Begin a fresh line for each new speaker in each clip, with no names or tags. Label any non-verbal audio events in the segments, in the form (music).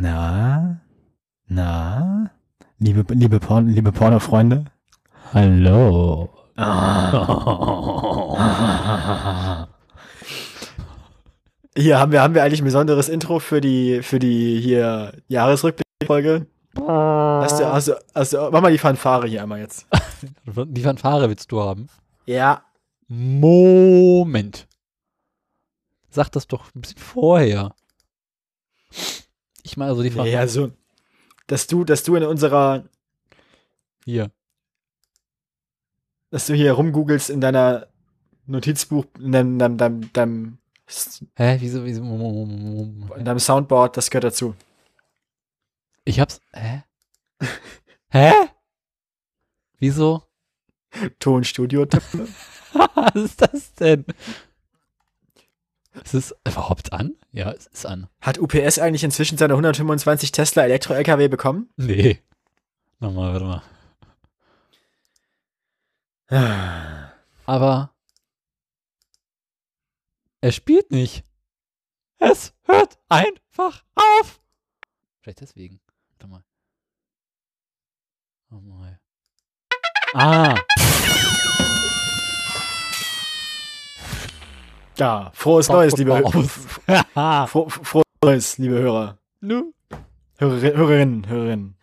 Na? Na? Liebe, liebe, Porn, liebe Pornofreunde?
Hallo.
(laughs) Hier haben wir, haben wir eigentlich ein besonderes Intro für die, für die hier Jahresrückblickfolge. Hast du, hast du, hast du, mach mal die Fanfare hier einmal jetzt.
Die Fanfare willst du haben.
Ja.
Moment. Sag das doch ein bisschen vorher. Ich meine also die Fanfare.
Ja, also, dass du, dass du in unserer,
Hier.
dass du hier rumgoogelst in deiner Notizbuch, in deinem, deinem, deinem, deinem,
Hä? Wieso? wieso Mo- Mo- Mo- Mo-
in deinem Soundboard, das gehört dazu.
Ich hab's. Hä? Hä? Wieso? (laughs)
Tonstudio tippen.
Was ist das denn? Ist es überhaupt an? Ja, es ist an.
Hat UPS eigentlich inzwischen seine 125 Tesla Elektro-LKW bekommen?
Nee. Nochmal, warte mal. Ah. Aber er spielt nicht. Es hört einfach auf. Vielleicht deswegen. Warte mal. Warte mal. Ah,
Ja, frohes
Fuck,
Neues,
guck
liebe
mal
Hö-
auf.
fro-
(laughs) haha.
fro- Frohes Neues, liebe Hörer.
Nö.
Hörerin- Hörerinnen, Hörerinnen.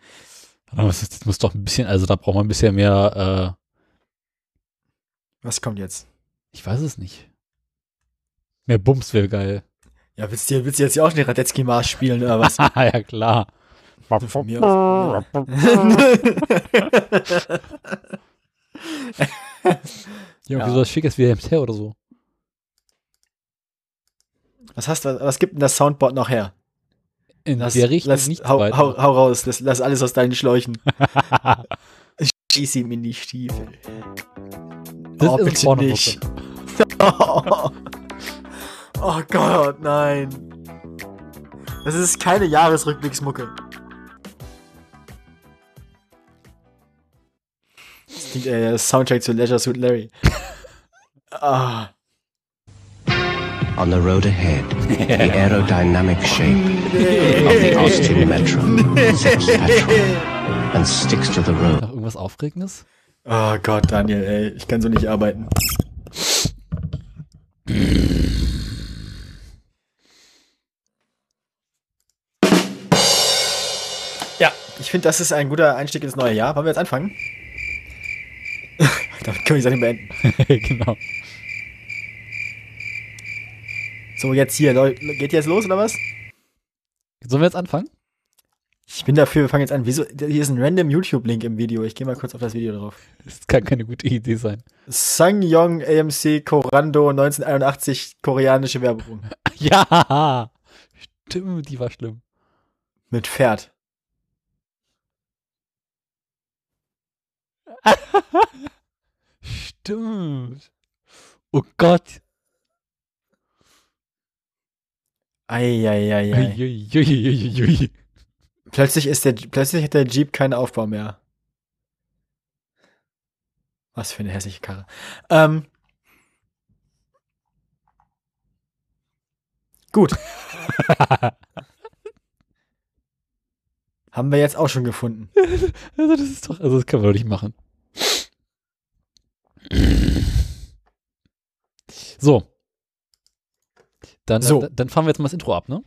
Warte mal, Das ist- das muss doch ein bisschen, also da braucht man ein bisschen mehr, äh,
Was kommt jetzt?
ich weiß es nicht. Mehr Bums wäre geil. (laughs)
Ja, willst du, willst du jetzt hier auch den Radetzky-Marsch spielen oder was?
Ah, ja klar.
Von mir aus.
Irgendwie
Ja.
sowas Schickes wie MT oder so.
was hast du, was gibt denn das Soundboard noch her?
In
Lass,
der Richtung
lass,
nichts
hau,
weiter.
hau, hau raus, lass, lass alles aus deinen Schläuchen.
(laughs)
Schieß ihm in die Stiefel.
Das
Oh,
ist ein
bitte
Porno-
nicht. Oh, (laughs) oh Gott, nein. Das ist keine Jahresrückblicksmucke. Das klingt äh, der Soundtrack zu Leisure Suit Larry. Ah,
On the road ahead, the aerodynamic shape
nee.
of the Austin Metro sets petrol and sticks to the road.
Noch irgendwas Aufregendes?
Oh Gott, Daniel, ey, ich kann so nicht arbeiten. Ja, ich finde, das ist ein guter Einstieg ins neue Jahr. Wollen wir jetzt anfangen? (laughs) Damit können wir die Sache beenden.
(laughs) genau.
So, jetzt hier, Leute, geht jetzt los oder was?
Sollen wir jetzt anfangen?
Ich bin dafür, wir fangen jetzt an. Wieso? Hier ist ein random YouTube-Link im Video. Ich gehe mal kurz auf das Video drauf.
Das kann keine gute Idee sein.
Sangyong AMC Korando 1981 koreanische Werbung.
(laughs) Ja! Stimmt, die war schlimm.
Mit Pferd.
Stimmt. Oh Gott.
Eieieiei.
Uiuiuiuiui.
Plötzlich ist der, plötzlich hat der Jeep keinen Aufbau mehr. Was für eine hässliche Karre. Ähm. Gut. Haben wir jetzt auch schon gefunden.
Also das ist doch, also das kann man doch nicht machen. So. Dann,
So.
dann, dann fahren wir jetzt mal das Intro ab, ne?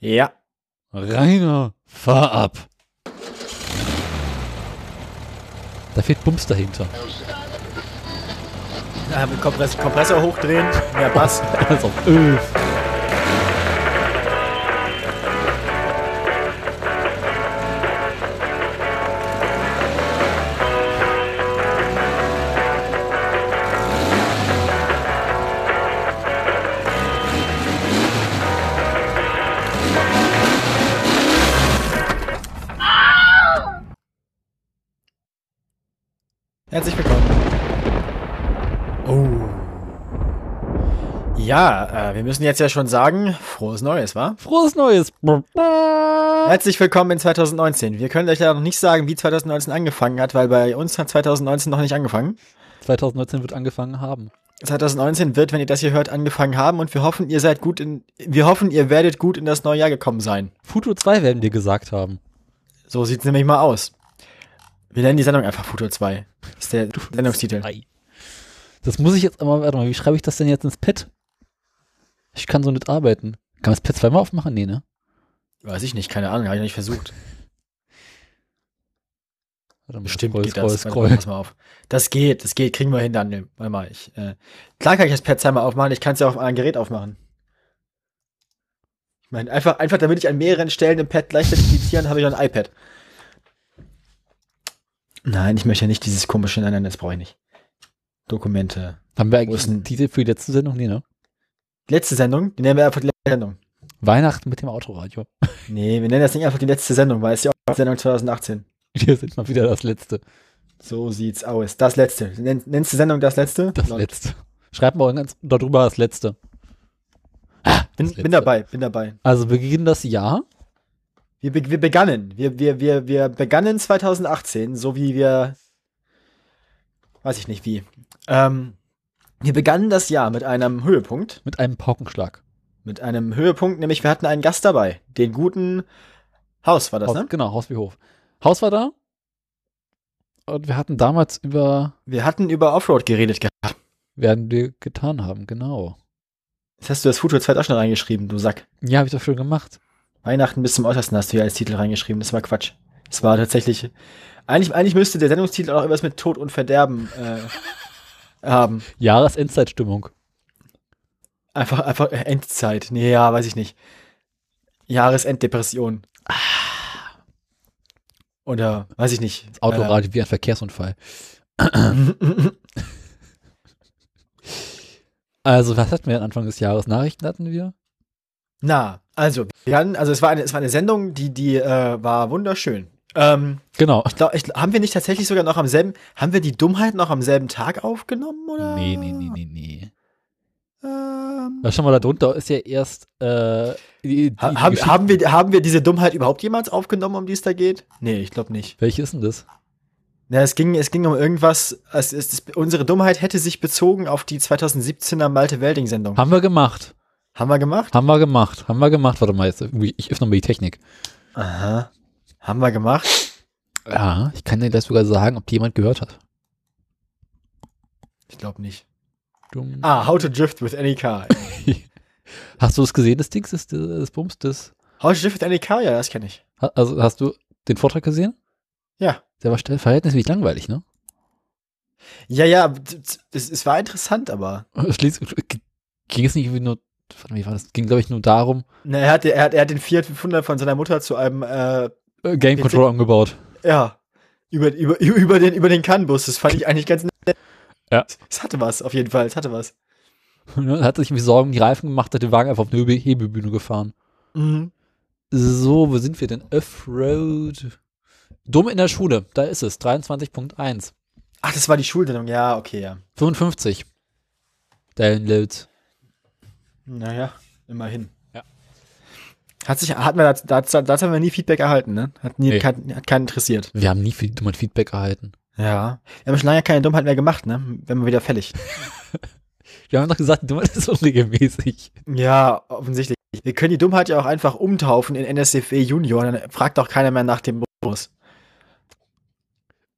Ja.
Rainer, fahr ab. Da fehlt Bums (laughs) dahinter.
Haben wir Kompress Kompressor hochdrehen. Mehr Bass.
Alles auf Öh. Öl.
Herzlich willkommen. Oh. Ja, äh, wir müssen jetzt ja schon sagen, frohes Neues, wa?
Frohes Neues.
Herzlich willkommen in 2019. Wir können euch leider noch nicht sagen, wie 2019 angefangen hat, weil bei uns hat 2019 noch nicht angefangen.
2019 wird angefangen haben.
2019 wird, wenn ihr das hier hört, angefangen haben und wir hoffen, ihr seid gut in, wir hoffen, ihr werdet gut in das neue Jahr gekommen sein.
Futur 2 werden dir gesagt haben.
So sieht's nämlich mal aus. Wir nennen die Sendung einfach Futur 2. Das ist der Sendungstitel.
Ei. Das muss ich jetzt einmal, warte mal, wie schreibe ich das denn jetzt ins Pad? Ich kann so nicht arbeiten. Kann man das Pad zweimal aufmachen? Nee, ne?
Weiß ich nicht, keine Ahnung, habe ich noch nicht versucht.
Warte mal,
Bestimmt
scroll,
geht
scroll,
das.
scroll.
Warte, pass mal auf. Das geht, das geht, kriegen wir hin, Daniel. Warte mal, ich, äh, klar kann ich das per Timer aufmachen, ich kann es ja auf einem Gerät aufmachen. Ich meine, einfach, einfach damit ich an mehreren Stellen im Pad gleichzeitig editieren, habe ich noch ein iPad. Nein, ich möchte ja nicht dieses komische, nein, nein, das brauche ich nicht. Dokumente.
Haben wir
Wo ist
eigentlich einen
denn-
Titel für die letzte Sendung? Nee, ne?
Letzte Sendung, die nennen wir einfach die letzte Sendung.
Weihnachten mit dem Autoradio. (laughs)
Nee, wir nennen das Ding einfach die letzte Sendung, weil es ist ja auch die Sendung 2018.
Wir sind mal wieder das letzte.
So sieht's aus. Das letzte. Nenn, nennst du die Sendung das letzte?
Das
Lol.
letzte. Schreibt mal ganz darüber das letzte.
Bin,
letzte.
bin dabei, bin dabei.
Also wir beginnen das Jahr.
Wir, be wir begannen. Wir, wir, wir, wir begannen 2018, so wie wir. Weiß ich nicht wie. Ähm, wir begannen das Jahr mit einem Höhepunkt.
Mit einem Paukenschlag.
Mit einem Höhepunkt, nämlich wir hatten einen Gast dabei. Den guten Haus war das,
Haus,
ne?
Genau, Haus wie Hof. Haus war da. Und wir hatten damals über,
Wir hatten über Offroad geredet gehabt.
werden wir getan haben, genau.
Jetzt hast du das Futur 2 auch schon reingeschrieben, du Sack.
Ja, habe ich doch schon gemacht.
Weihnachten bis zum Äußersten hast du ja als Titel reingeschrieben. Das war Quatsch. Das war tatsächlich. Eigentlich, eigentlich müsste der Sendungstitel auch irgendwas mit Tod und Verderben äh, (laughs) haben.
Jahresendzeitstimmung.
Einfach, einfach Endzeit. Nee, ja, weiß ich nicht. Jahresenddepression. Oder, weiß ich nicht.
Das Autoradio wie ein Verkehrsunfall.
Äh,
Also, was hatten wir Anfang des Jahres? Nachrichten hatten wir?
(laughs) na, also, wir hatten, also es war eine, es war eine Sendung, die, die äh, war wunderschön. Ähm,
Genau.
ich glaub, ich, haben wir nicht tatsächlich sogar noch am selben, haben wir die Dummheit noch am selben Tag aufgenommen, oder?
Nee, nee, nee, nee, nee.
Ähm,
Was schon mal da drunter ist ja erst äh, die, die,
ha,
die
haben,
Geschichte-
haben, wir, haben wir diese Dummheit überhaupt jemals aufgenommen, um die es da geht? Nee, ich glaube nicht.
Welche ist denn das?
Na, es ging, es ging um irgendwas. Es, es, es, unsere Dummheit hätte sich bezogen auf die 2017er Malte Welding-Sendung.
Haben wir gemacht.
Haben wir gemacht?
Haben wir gemacht. Haben wir gemacht. Warte mal, jetzt, ich öffne mal die Technik.
Aha. Haben wir gemacht?
Ja, ich kann dir das sogar sagen, ob die jemand gehört hat.
Ich glaube nicht.
Dumm.
Ah, How to Drift with Any Car.
Hast du es gesehen, das Dings, das, das Bums, das?
How to Drift with Any Car, ja, das kenne ich.
ha- Also hast du den Vortrag gesehen?
Ja.
Der war stell- verhältnismäßig langweilig, ne? (laughs)
Ja, ja, d- d- es, es war interessant, aber.
Schließlich ging es nicht irgendwie nur, warte, wie war das? Ging, glaube ich, nur darum,
Na, er, hat, er, hat, er hat den Fiat 500 von seiner Mutter zu einem, äh,
äh, Game
Den
Controller umgebaut.
ja, über, über, (laughs) über den, über den Can-Bus. Das fand ich eigentlich ganz nett.
Ja.
Es hatte was, auf jeden Fall. Es hatte was.
(laughs) Ne, Hat sich irgendwie Sorgen um die Reifen gemacht, hat den Wagen einfach auf eine Hebe- Hebebühne gefahren.
Mhm.
So, wo sind wir denn? Offroad. Dumm in der Schule, da ist es. 23.1.
Ach, das war die Schulsendung. Ja, okay, ja.
55. Downloads.
Naja, immerhin.
Ja.
Hat sich, hatten wir, dazu, dazu, dazu haben wir nie Feedback erhalten, ne? Hat, nie,
Nee.
kein, hat keinen interessiert.
Wir haben nie viel dummes Feedback erhalten.
Ja. Wir haben schon lange keine Dummheit mehr gemacht, ne? Wenn wir wieder fällig.
Wir haben doch gesagt, die Dummheit ist unregelmäßig.
ja, offensichtlich. Wir können die Dummheit ja auch einfach umtaufen in NSFW Junior, dann fragt auch keiner mehr nach dem Bonus.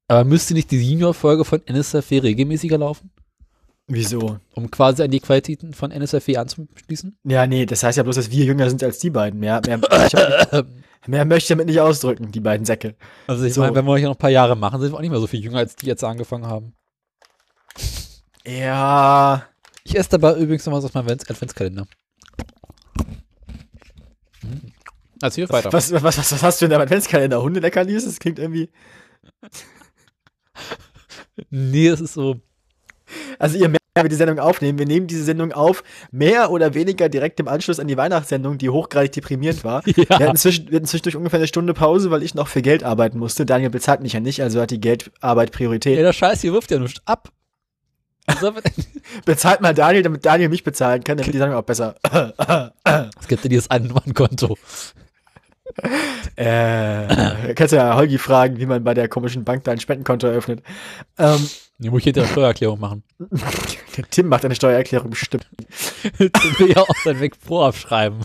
Aber müsste nicht die Senior-Folge von NSFW E regelmäßiger laufen?
Wieso?
Um quasi an die Qualitäten von NSFW E anzuschließen?
Ja, nee, das heißt ja bloß, dass wir jünger sind als die beiden. Mehr, mehr, ich hab, mehr möchte ich damit nicht ausdrücken, die beiden Säcke.
Also ich
So.
meine, wenn wir euch noch ein paar Jahre machen, sind wir auch nicht mehr so viel jünger, als die jetzt angefangen haben.
Ja.
Ich esse dabei übrigens noch was aus meinem Advents- Adventskalender. Hm. Erzähl weiter.
Was, was, was, was hast du in deinem Adventskalender? Hundeleckerlis? Das klingt irgendwie.
Nee, es ist so.
Also ihr merkt, wie wir die Sendung aufnehmen. Wir nehmen diese Sendung auf, mehr oder weniger direkt im Anschluss an die Weihnachtssendung, die hochgradig deprimierend war.
(laughs) Ja.
Wir, hatten zwischen, wir hatten zwischendurch ungefähr eine Stunde Pause, weil ich noch für Geld arbeiten musste. Daniel bezahlt mich ja nicht, also hat die Geldarbeit
Ja,
Priorität.
der Scheiß hier wirft ja nicht ab. Was soll man (laughs) denn-
Bezahlt mal Daniel, damit Daniel (laughs)
Äh.
mich bezahlen kann, damit die Sendung auch besser.
Es gibt ja dieses Ein-Mann-Konto.
Äh, kannst ja Holgi fragen, wie man bei der komischen Bank dein Spendenkonto eröffnet. Ähm,
Nee, muss ich hinter der Steuererklärung machen.
der Tim macht eine Steuererklärung bestimmt.
Jetzt will ich auch sein Weg Pro abschreiben.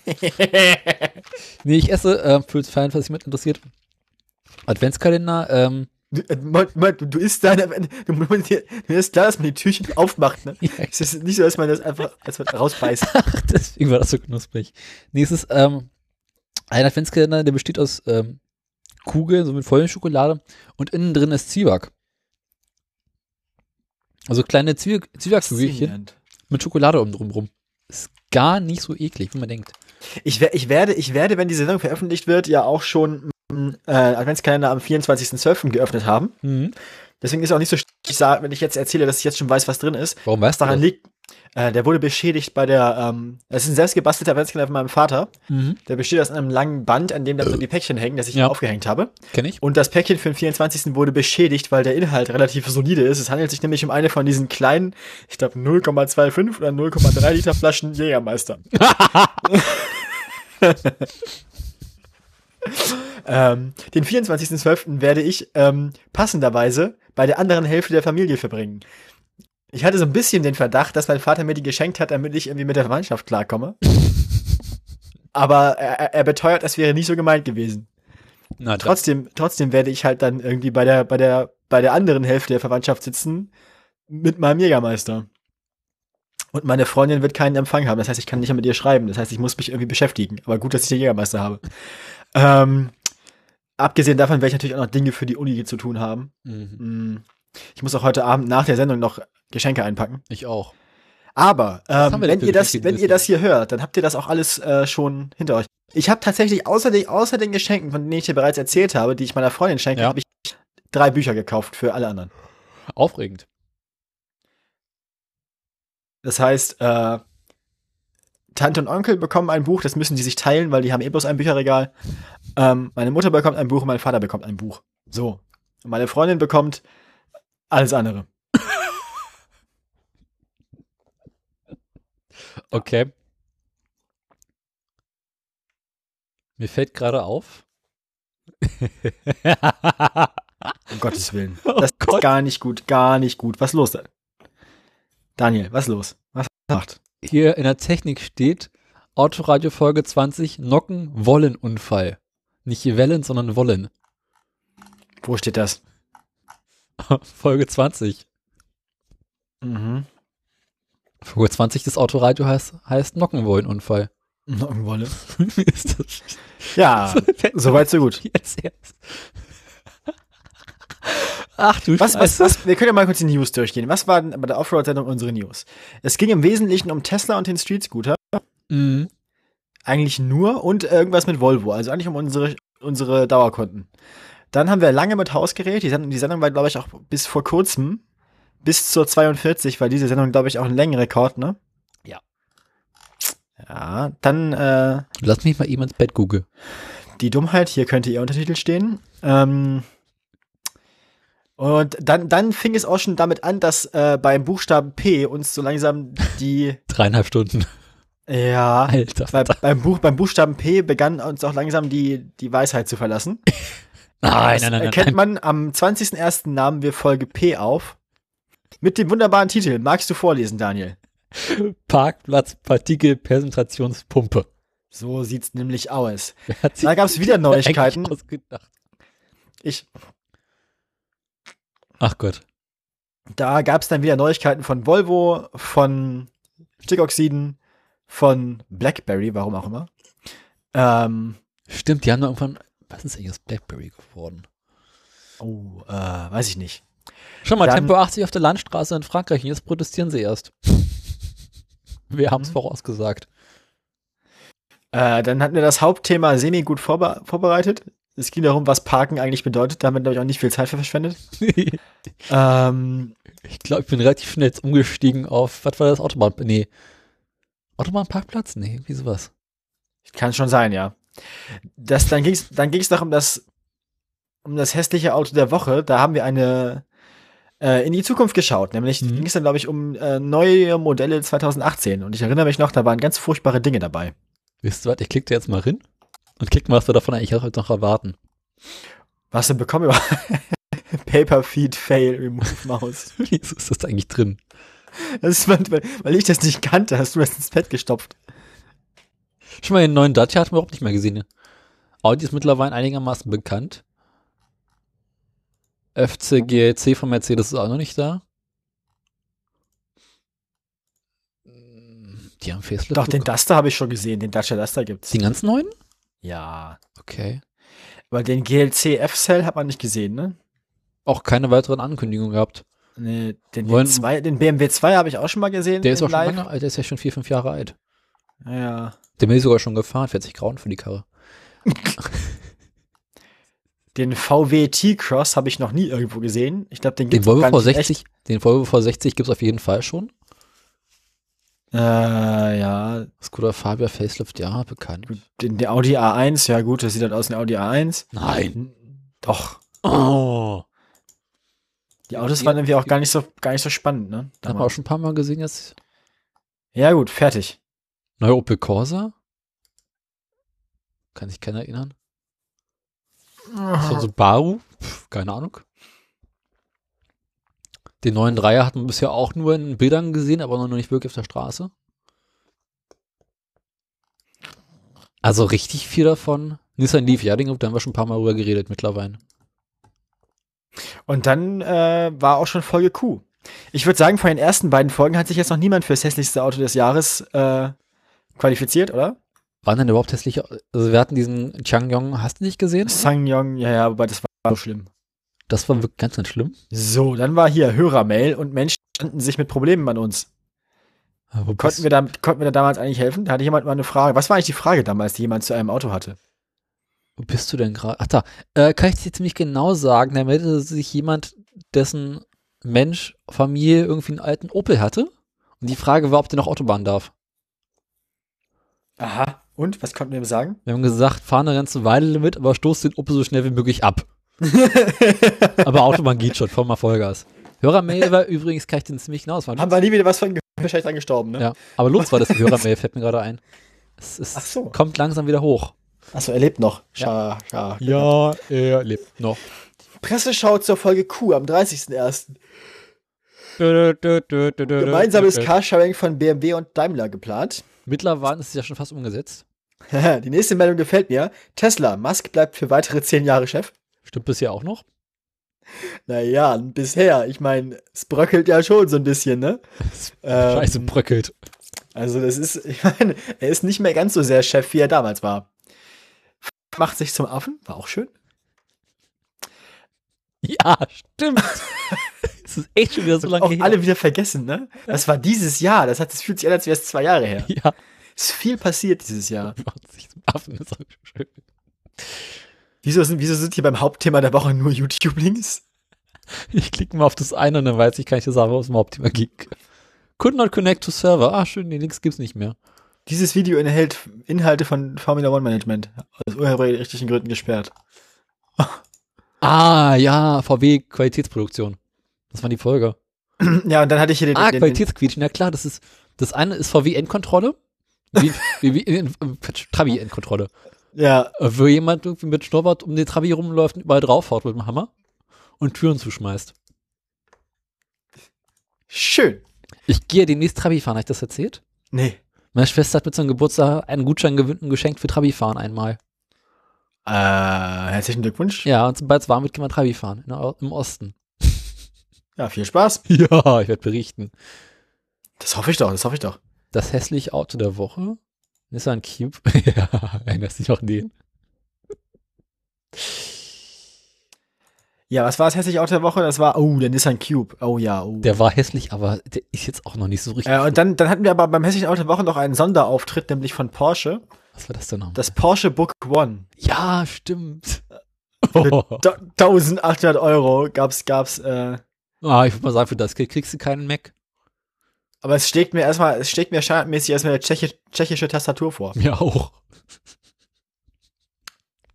Nee, ich esse, äh, für Final Fantasy mit interessiert, Adventskalender, ähm, (laughs)
Du, äh, Moment, Moment, du isst deine, du, du, du ist klar, dass man die Türchen aufmacht, ne? Es ist nicht so, dass man das einfach als man rausbeißt.
Deswegen war das so knusprig. Nächstes, ähm, ein Adventskalender, der besteht aus ähm, Kugeln, so mit voller Schokolade und innen drin ist Zwieback. Also kleine Zwie Zwiebackkügelchen
Faszinierend.
mit Schokolade oben drum rum. Ist gar nicht so eklig, wie man denkt.
Ich, wer- ich, werde, ich werde, wenn die Sendung veröffentlicht wird, ja auch schon mh, äh, Adventskalender am 24.12. geöffnet haben. Deswegen ist auch nicht so, sch- ich sag, wenn ich jetzt erzähle, dass ich jetzt schon weiß, was drin ist.
Warum weißt
Was daran
du
liegt, äh, der wurde beschädigt bei der, ähm, das ist ein selbstgebastelter Adventskalender von meinem Vater.
Mhm.
Der besteht aus einem langen Band, an dem dann so die Päckchen hängen, das ich
Ja.
aufgehängt habe.
Kenn ich?
Und das Päckchen für den 24. wurde beschädigt, weil der Inhalt relativ solide ist. Es handelt sich nämlich um eine von diesen kleinen, ich glaube 0,25 oder 0,3 Liter Flaschen Jägermeister. ähm, den 24.12. werde ich ähm, passenderweise bei der anderen Hälfte der Familie verbringen. Ich hatte so ein bisschen den Verdacht, dass mein Vater mir die geschenkt hat, damit ich irgendwie mit der Verwandtschaft klarkomme. Aber er, er- er beteuert, es wäre nicht so gemeint gewesen.
Na, dann.
Trotzdem, trotzdem werde ich halt dann irgendwie bei der, bei der, bei der anderen Hälfte der Verwandtschaft sitzen mit meinem Jägermeister. Und meine Freundin wird keinen Empfang haben. Das heißt, ich kann nicht mehr mit ihr schreiben. Das heißt, ich muss mich irgendwie beschäftigen. Aber gut, dass ich den Jägermeister habe. Ähm, abgesehen davon werde ich natürlich auch noch Dinge für die Uni zu tun haben.
Mhm.
Hm, Ich muss auch heute Abend nach der Sendung noch Geschenke einpacken.
Ich auch.
Aber
Was
ähm,
haben wir denn
wenn,
für
ihr das,
Geschenke
wenn ihr
dieses
das hier hört, dann habt ihr das auch alles äh, schon hinter euch. Ich habe tatsächlich außer den, außer den Geschenken, von denen ich dir bereits erzählt habe, die ich meiner Freundin schenke,
Ja.
habe ich drei Bücher gekauft für alle anderen.
Aufregend.
Das heißt, äh, Tante und Onkel bekommen ein Buch, das müssen die sich teilen, weil die haben eh bloß ein Bücherregal. Ähm, meine Mutter bekommt ein Buch und mein Vater bekommt ein Buch. So. Und meine Freundin bekommt alles andere.
Okay. Mir fällt gerade
(laughs)
auf. (laughs)
Um Gottes Willen.
Oh
Das ist
Gott.
gar nicht gut, gar nicht gut. Was ist los? da? Daniel, was ist los? Was macht?
Hier in der Technik steht Autoradio Folge 20 Nocken Wollen Unfall. Nicht Wellen, sondern Wollen. (laughs)
Wo steht das?
Folge 20.
Mhm.
Folge 20 des Autoradio heißt, heißt Nocken Wollen Unfall. (laughs)
Nockenwolle.
Wie ist das
Ja, (laughs) Ah, soweit so gut.
jetzt erst? Ach du
Was, was,
Scheiße.
was, wir können ja mal kurz die News durchgehen. Was war denn bei der Offroad-Sendung unsere News? Es ging im Wesentlichen um Tesla und den Street Scooter.
Mhm.
Eigentlich nur und irgendwas mit Volvo. Also eigentlich um unsere, unsere Dauerkunden. Dann haben wir lange mit Hausgerät. Die Sendung, die Sendung war, glaube ich, auch bis vor kurzem. Bis zur 42, weil diese Sendung, glaube ich, auch einen Längenrekord, ne?
Ja.
Ja, dann äh,
Lass mich mal eben ins Bett googeln.
Die Dummheit, hier könnte ihr Untertitel stehen. Ähm, und dann, dann fing es auch schon damit an, dass äh, beim Buchstaben P uns so langsam die. (laughs)
Dreieinhalb Stunden. (laughs)
ja.
Alter.
Bei, beim, Buch, beim Buchstaben P begann uns auch langsam die, die Weisheit zu verlassen.
(laughs) Nein,
das
nein, nein,
erkennt
nein.
man. Am 20.01. nahmen wir Folge P auf. Mit dem wunderbaren Titel. Magst du vorlesen, Daniel?
nein. Parkplatz
(laughs)
Partikel Präsentationspumpe.
So sieht's nämlich aus.
Wer hat sich
Da gab's wieder
eigentlich
Neuigkeiten.
ausgedacht?
Ich,
Ach Gott.
Da gab es dann wieder Neuigkeiten von Volvo, von Stickoxiden, von Blackberry, warum auch immer. Ähm,
Stimmt, die haben da irgendwann. Was ist eigentlich aus Blackberry geworden?
oh, äh, weiß ich nicht.
Schau mal,
Dann-
Tempo 80 auf der Landstraße in Frankreich und jetzt protestieren
(laughs)
sie erst. Wir haben es
Mhm.
vorausgesagt. (laughs)
Äh, dann hatten wir das Hauptthema semi gut vorbe vorbereitet. Es ging darum, was Parken eigentlich bedeutet. Da haben wir, glaube ich, auch nicht viel Zeit für verschwendet.
ich
Ähm,
glaube, ich bin relativ schnell jetzt umgestiegen auf. Was war das? Autobahn. Nee. Autobahnparkplatz? Nee, irgendwie sowas.
kann schon sein, ja. Das, dann ging es dann ging's noch um das, um das hässliche Auto der Woche. Da haben wir eine äh, in die Zukunft geschaut. Nämlich
Mhm.
ging es dann, glaube ich, um äh, neue Modelle 2018. Und ich erinnere mich noch, da waren ganz furchtbare Dinge dabei.
Wisst ihr was? Ich klicke da jetzt mal rein. Und kicken, was wir davon eigentlich heute noch erwarten. (laughs)
Was denn bekommen wir? (laughs) Paperfeed Fail Remove
(laughs)
Maus.
Wieso ist das eigentlich drin?
Das ist, weil, weil ich das nicht kannte, hast du das ins Bett gestopft.
Schon mal den neuen Dacia hat man überhaupt nicht mehr gesehen. ne? Audi ist mittlerweile einigermaßen bekannt. FC GLC von Mercedes ist auch noch nicht da. Die haben Facelift.
Doch, den
bekommen.
Duster habe ich schon gesehen, den Dacia Duster gibt's.
den ganzen neuen?
Ja.
Okay.
Aber den GLC F-Cell hat man nicht gesehen, ne?
Auch keine weiteren Ankündigungen gehabt.
Nee, Ne, den,
Wollen-
den, zwei, den BMW 2 habe ich auch schon mal gesehen.
Der ist
in
auch schon
live.
lange, alt, der ist ja schon vier, fünf Jahre alt.
Ja.
Der bin ich sogar schon gefahren, 40 Grauen für die Karre.
Den VW T-Cross habe ich noch nie irgendwo gesehen. Ich glaube, den
Den
gibt's auch
Volvo
gar nicht echt.
V60, den Volvo V60 gibt es auf jeden Fall schon.
Äh, ja.
Skoda Fabia Facelift, ja, bekannt.
Gut, Den, der Audi A1, ja gut, das sieht halt aus wie ein Audi A1.
Nein.
Doch.
Oh.
Die Autos
Ja,
waren irgendwie auch
die-
gar nicht so, gar nicht so spannend, ne?
Das haben wir auch schon ein paar Mal gesehen jetzt.
Ja, gut, fertig.
Neuer Opel Corsa? Kann sich keiner erinnern. Von Subaru? Pff, keine Ahnung. Den neuen Dreier hat man bisher auch nur in Bildern gesehen, aber noch nicht wirklich auf der Straße. Also richtig viel davon. Nissan Leaf, ja, den da haben wir schon ein paar Mal drüber geredet mittlerweile.
Und dann äh, war auch schon Folge Q. Ich würde sagen, von den ersten beiden Folgen hat sich jetzt noch niemand für das hässlichste Auto des Jahres äh, qualifiziert, oder?
Waren denn überhaupt hässliche? Also wir hatten diesen Changyong, hast du nicht gesehen?
Sangyong, ja, ja, aber das war so schlimm.
Das war wirklich ganz, ganz schlimm.
So, dann war hier Hörermail und Menschen standen sich mit Problemen an uns.
Aber
Konnten wir, da, konnten wir da damals eigentlich helfen? Da hatte jemand mal eine Frage. Was war eigentlich die Frage damals, die jemand zu einem Auto hatte?
Wo bist du denn gerade? Ach da, äh, kann ich dir ziemlich genau sagen, da meldete sich jemand, dessen Mensch, Familie irgendwie einen alten Opel hatte. Und die Frage war, ob der noch Autobahn darf.
Aha. Und? Was konnten wir ihm sagen?
Wir haben gesagt, fahr eine ganze Weile damit, aber stoß den Opel so schnell wie möglich ab. aber Autobahn geht schon, fahr mal Vollgas. Hörermail war übrigens, kann ich dir ziemlich genau sagen.
Haben wir nie wieder was von gehört, wahrscheinlich dann gestorben, ne?
Ja, aber Lutz war das mit Hörermail, fällt mir gerade ein. Es, es
Ach so.
kommt langsam wieder hoch.
Achso, er lebt noch. Scha, scha.
Ja, er lebt noch.
Presseschau zur Folge Q am 30.01. Gemeinsames ne?
Gemeinsames
Carsharing von BMW und Daimler geplant. (laughs)
Mittlerweile ist es ja schon fast umgesetzt.
Die nächste Meldung gefällt mir. Tesla, Musk bleibt für weitere zehn Jahre Chef.
Stimmt bisher auch noch. (laughs)
Naja, bisher. Ich meine, es bröckelt ja schon so ein bisschen, ne? Ähm,
Scheiße, bröckelt.
Also das ist, (laughs) ich meine, er ist nicht mehr ganz so sehr Chef, wie er damals war. Macht sich zum Affen, war auch schön.
Ja,
(laughs)
stimmt. Es ist echt schon wieder so lange
auch
her.
alle wieder vergessen, ne? Das war dieses Jahr. Das hat es fühlt sich an, als wäre es zwei Jahre her.
(laughs) ja,
Es ist viel passiert dieses Jahr.
macht sich zum Affen, ist auch schön.
Wieso sind, wieso sind hier beim Hauptthema der Woche nur YouTube-Links?
Ich klicke mal auf das eine und dann weiß ich, kann ich dir sagen, was im Hauptthema ging. Could not connect to server. Ah, schön, die Links gibt's nicht mehr.
Dieses Video enthält Inhalte von Formula One Management. Aus urheberrechtlichen Gründen gesperrt. (clears throat)
Ah, ja, VW Qualitätsproduktion. Das waren die Folge.
Ja, und dann hatte ich hier den,
Ah,
den, den
Qualitätsquietschen, na klar, das ist, das eine ist VW Endkontrolle. Wie, wie, wie, äh, Quatsch, Trabi Endkontrolle.
ja,
Äh, Wo jemand irgendwie mit Schnurrbart um den Trabi rumläuft und überall draufhaut mit dem Hammer und Türen zuschmeißt.
schön.
Ich gehe demnächst Trabi fahren, habe ich das erzählt?
Nee.
Meine Schwester hat mit seinem Geburtstag einen Gutschein gewünscht und geschenkt für Trabi fahren einmal.
Äh, herzlichen Glückwunsch.
Ja, und sobald es warm wird, gehen wir Trabi fahren in, der O- im Osten.
ja, viel Spaß.
(laughs) Ja, ich werde berichten.
Das hoffe ich doch, das hoffe ich doch.
Das hässliche Auto der Woche? Nissan Cube? (laughs) ja, erinnerst dich noch an den?
Ja, was war das hässliche Auto der Woche? Das war, oh, der Nissan Cube. Oh ja, oh.
Der war hässlich, aber der ist jetzt auch noch nicht so richtig.
äh, und dann, dann hatten wir aber beim hässlichen Auto der Woche noch einen Sonderauftritt, nämlich von Porsche.
Was war das denn nochmal?
Das Porsche Book One.
Ja, (laughs) stimmt.
Da- 1800 Euro gab's, gab's, äh,
Ah, ich würde mal sagen, für das Geld kriegst du keinen Mac.
aber es schlägt mir erstmal, es schlägt mir standardmäßig erstmal eine tschechi tschechische Tastatur vor.
Mir auch.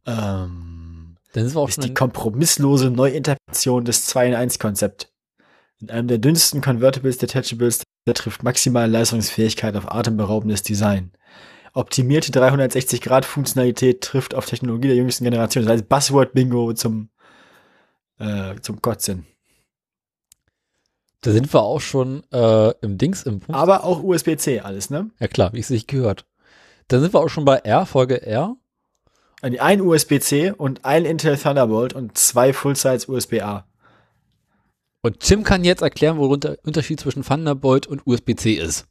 Ähm,
Dann sind wir auch
ist
schon
die
in,
kompromisslose Neuinterpretation des 2 in 1 Konzept. In einem der dünnsten Convertibles Detachables der trifft maximale Leistungsfähigkeit auf atemberaubendes Design. Optimierte 360-Grad-Funktionalität trifft auf Technologie der jüngsten Generation. Das heißt Buzzword-Bingo zum, äh, zum Kotzen.
Da sind wir auch schon äh, im Dings, im Bums.
Aber auch USB-C alles, ne?
Ja klar, wie es sich gehört. Dann sind wir auch schon bei R, Folge R.
Also Ein USB-C und ein Intel Thunderbolt und zwei Full-Size USB-A.
Und Tim kann jetzt erklären, wo der Unterschied zwischen Thunderbolt und USB-C ist.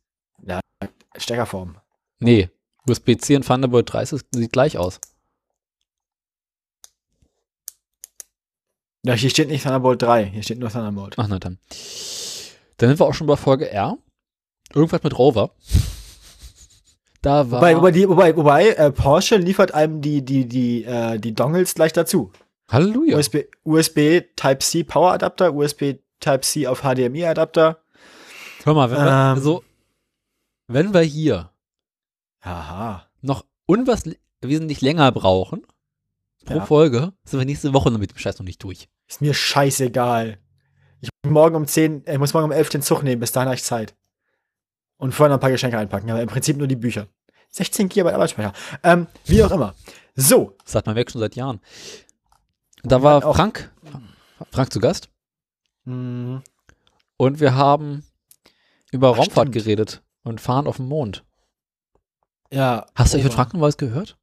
Steckerform.
Nee, USB-C und Thunderbolt 30 sieht gleich aus.
Ja, hier steht nicht Thunderbolt 3, hier steht nur Thunderbolt.
Ach na dann. Dann sind wir auch schon bei Folge R. Irgendwas mit Rover. Da war.
Wobei, wobei, die, wobei, wobei äh, Porsche liefert einem die, die, die, äh, die Dongles gleich dazu.
Halleluja.
USB, USB Type-C Power Adapter, USB Type-C auf HDMI Adapter.
Hör mal, wenn wir,
Ähm.
also, wenn wir hier
Aha.
noch unwas wesentlich länger brauchen, pro
Ja.
Folge, sind wir nächste Woche noch mit dem Scheiß noch nicht durch.
Ist mir scheißegal. Ich muss morgen um 10, äh, ich muss morgen um 11 den Zug nehmen, bis dahin habe ich Zeit. Und vorher noch ein paar Geschenke einpacken, aber im Prinzip nur die Bücher. 16 GB Arbeitsspeicher. Ähm, wie auch immer. So,
Das hat man weg schon seit Jahren. Da war
auch.
Frank, Frank zu Gast
Mm,
und wir haben über
Ach,
Raumfahrt
stimmt.
geredet und fahren auf dem Mond.
Oh ja.
Hast du euch mit
Over.
Frank noch was gehört?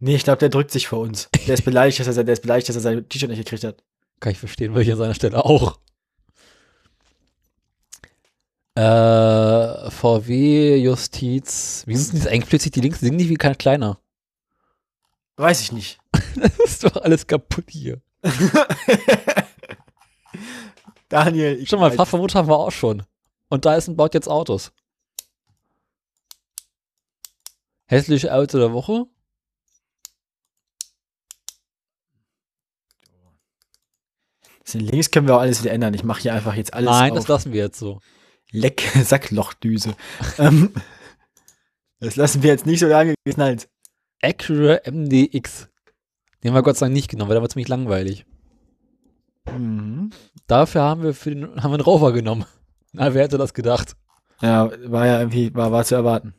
Nee, ich glaube, der drückt sich vor uns. Der ist beleidigt, dass er, sein- der ist beleidigt, dass er sein T-Shirt nicht gekriegt hat.
Kann ich verstehen, weil ich an seiner Stelle auch. Äh, VW, Justiz. Wieso sind jetzt eigentlich plötzlich die Links singen nicht wie kein kleiner? (laughs)
Weiß ich nicht.
Das ist doch alles kaputt hier.
Daniel, ich
Schon mal,
weiß-
Fahrverbot haben wir auch schon. Und Dyson baut jetzt Autos. Hässliche Auto der Woche?
Die Links können wir auch alles wieder ändern. Ich mache hier einfach jetzt alles
Nein,
auf
das lassen wir jetzt so.
Leck (laughs) Sacklochdüse. ähm, das lassen wir jetzt nicht so lange geknallt.
Acura MDX. Den haben wir Gott sei Dank nicht genommen, weil der war ziemlich langweilig.
Mhm.
Dafür haben wir, für den, haben wir einen Rover genommen. Na, wer hätte das gedacht?
Ja, war ja irgendwie, war, war zu erwarten.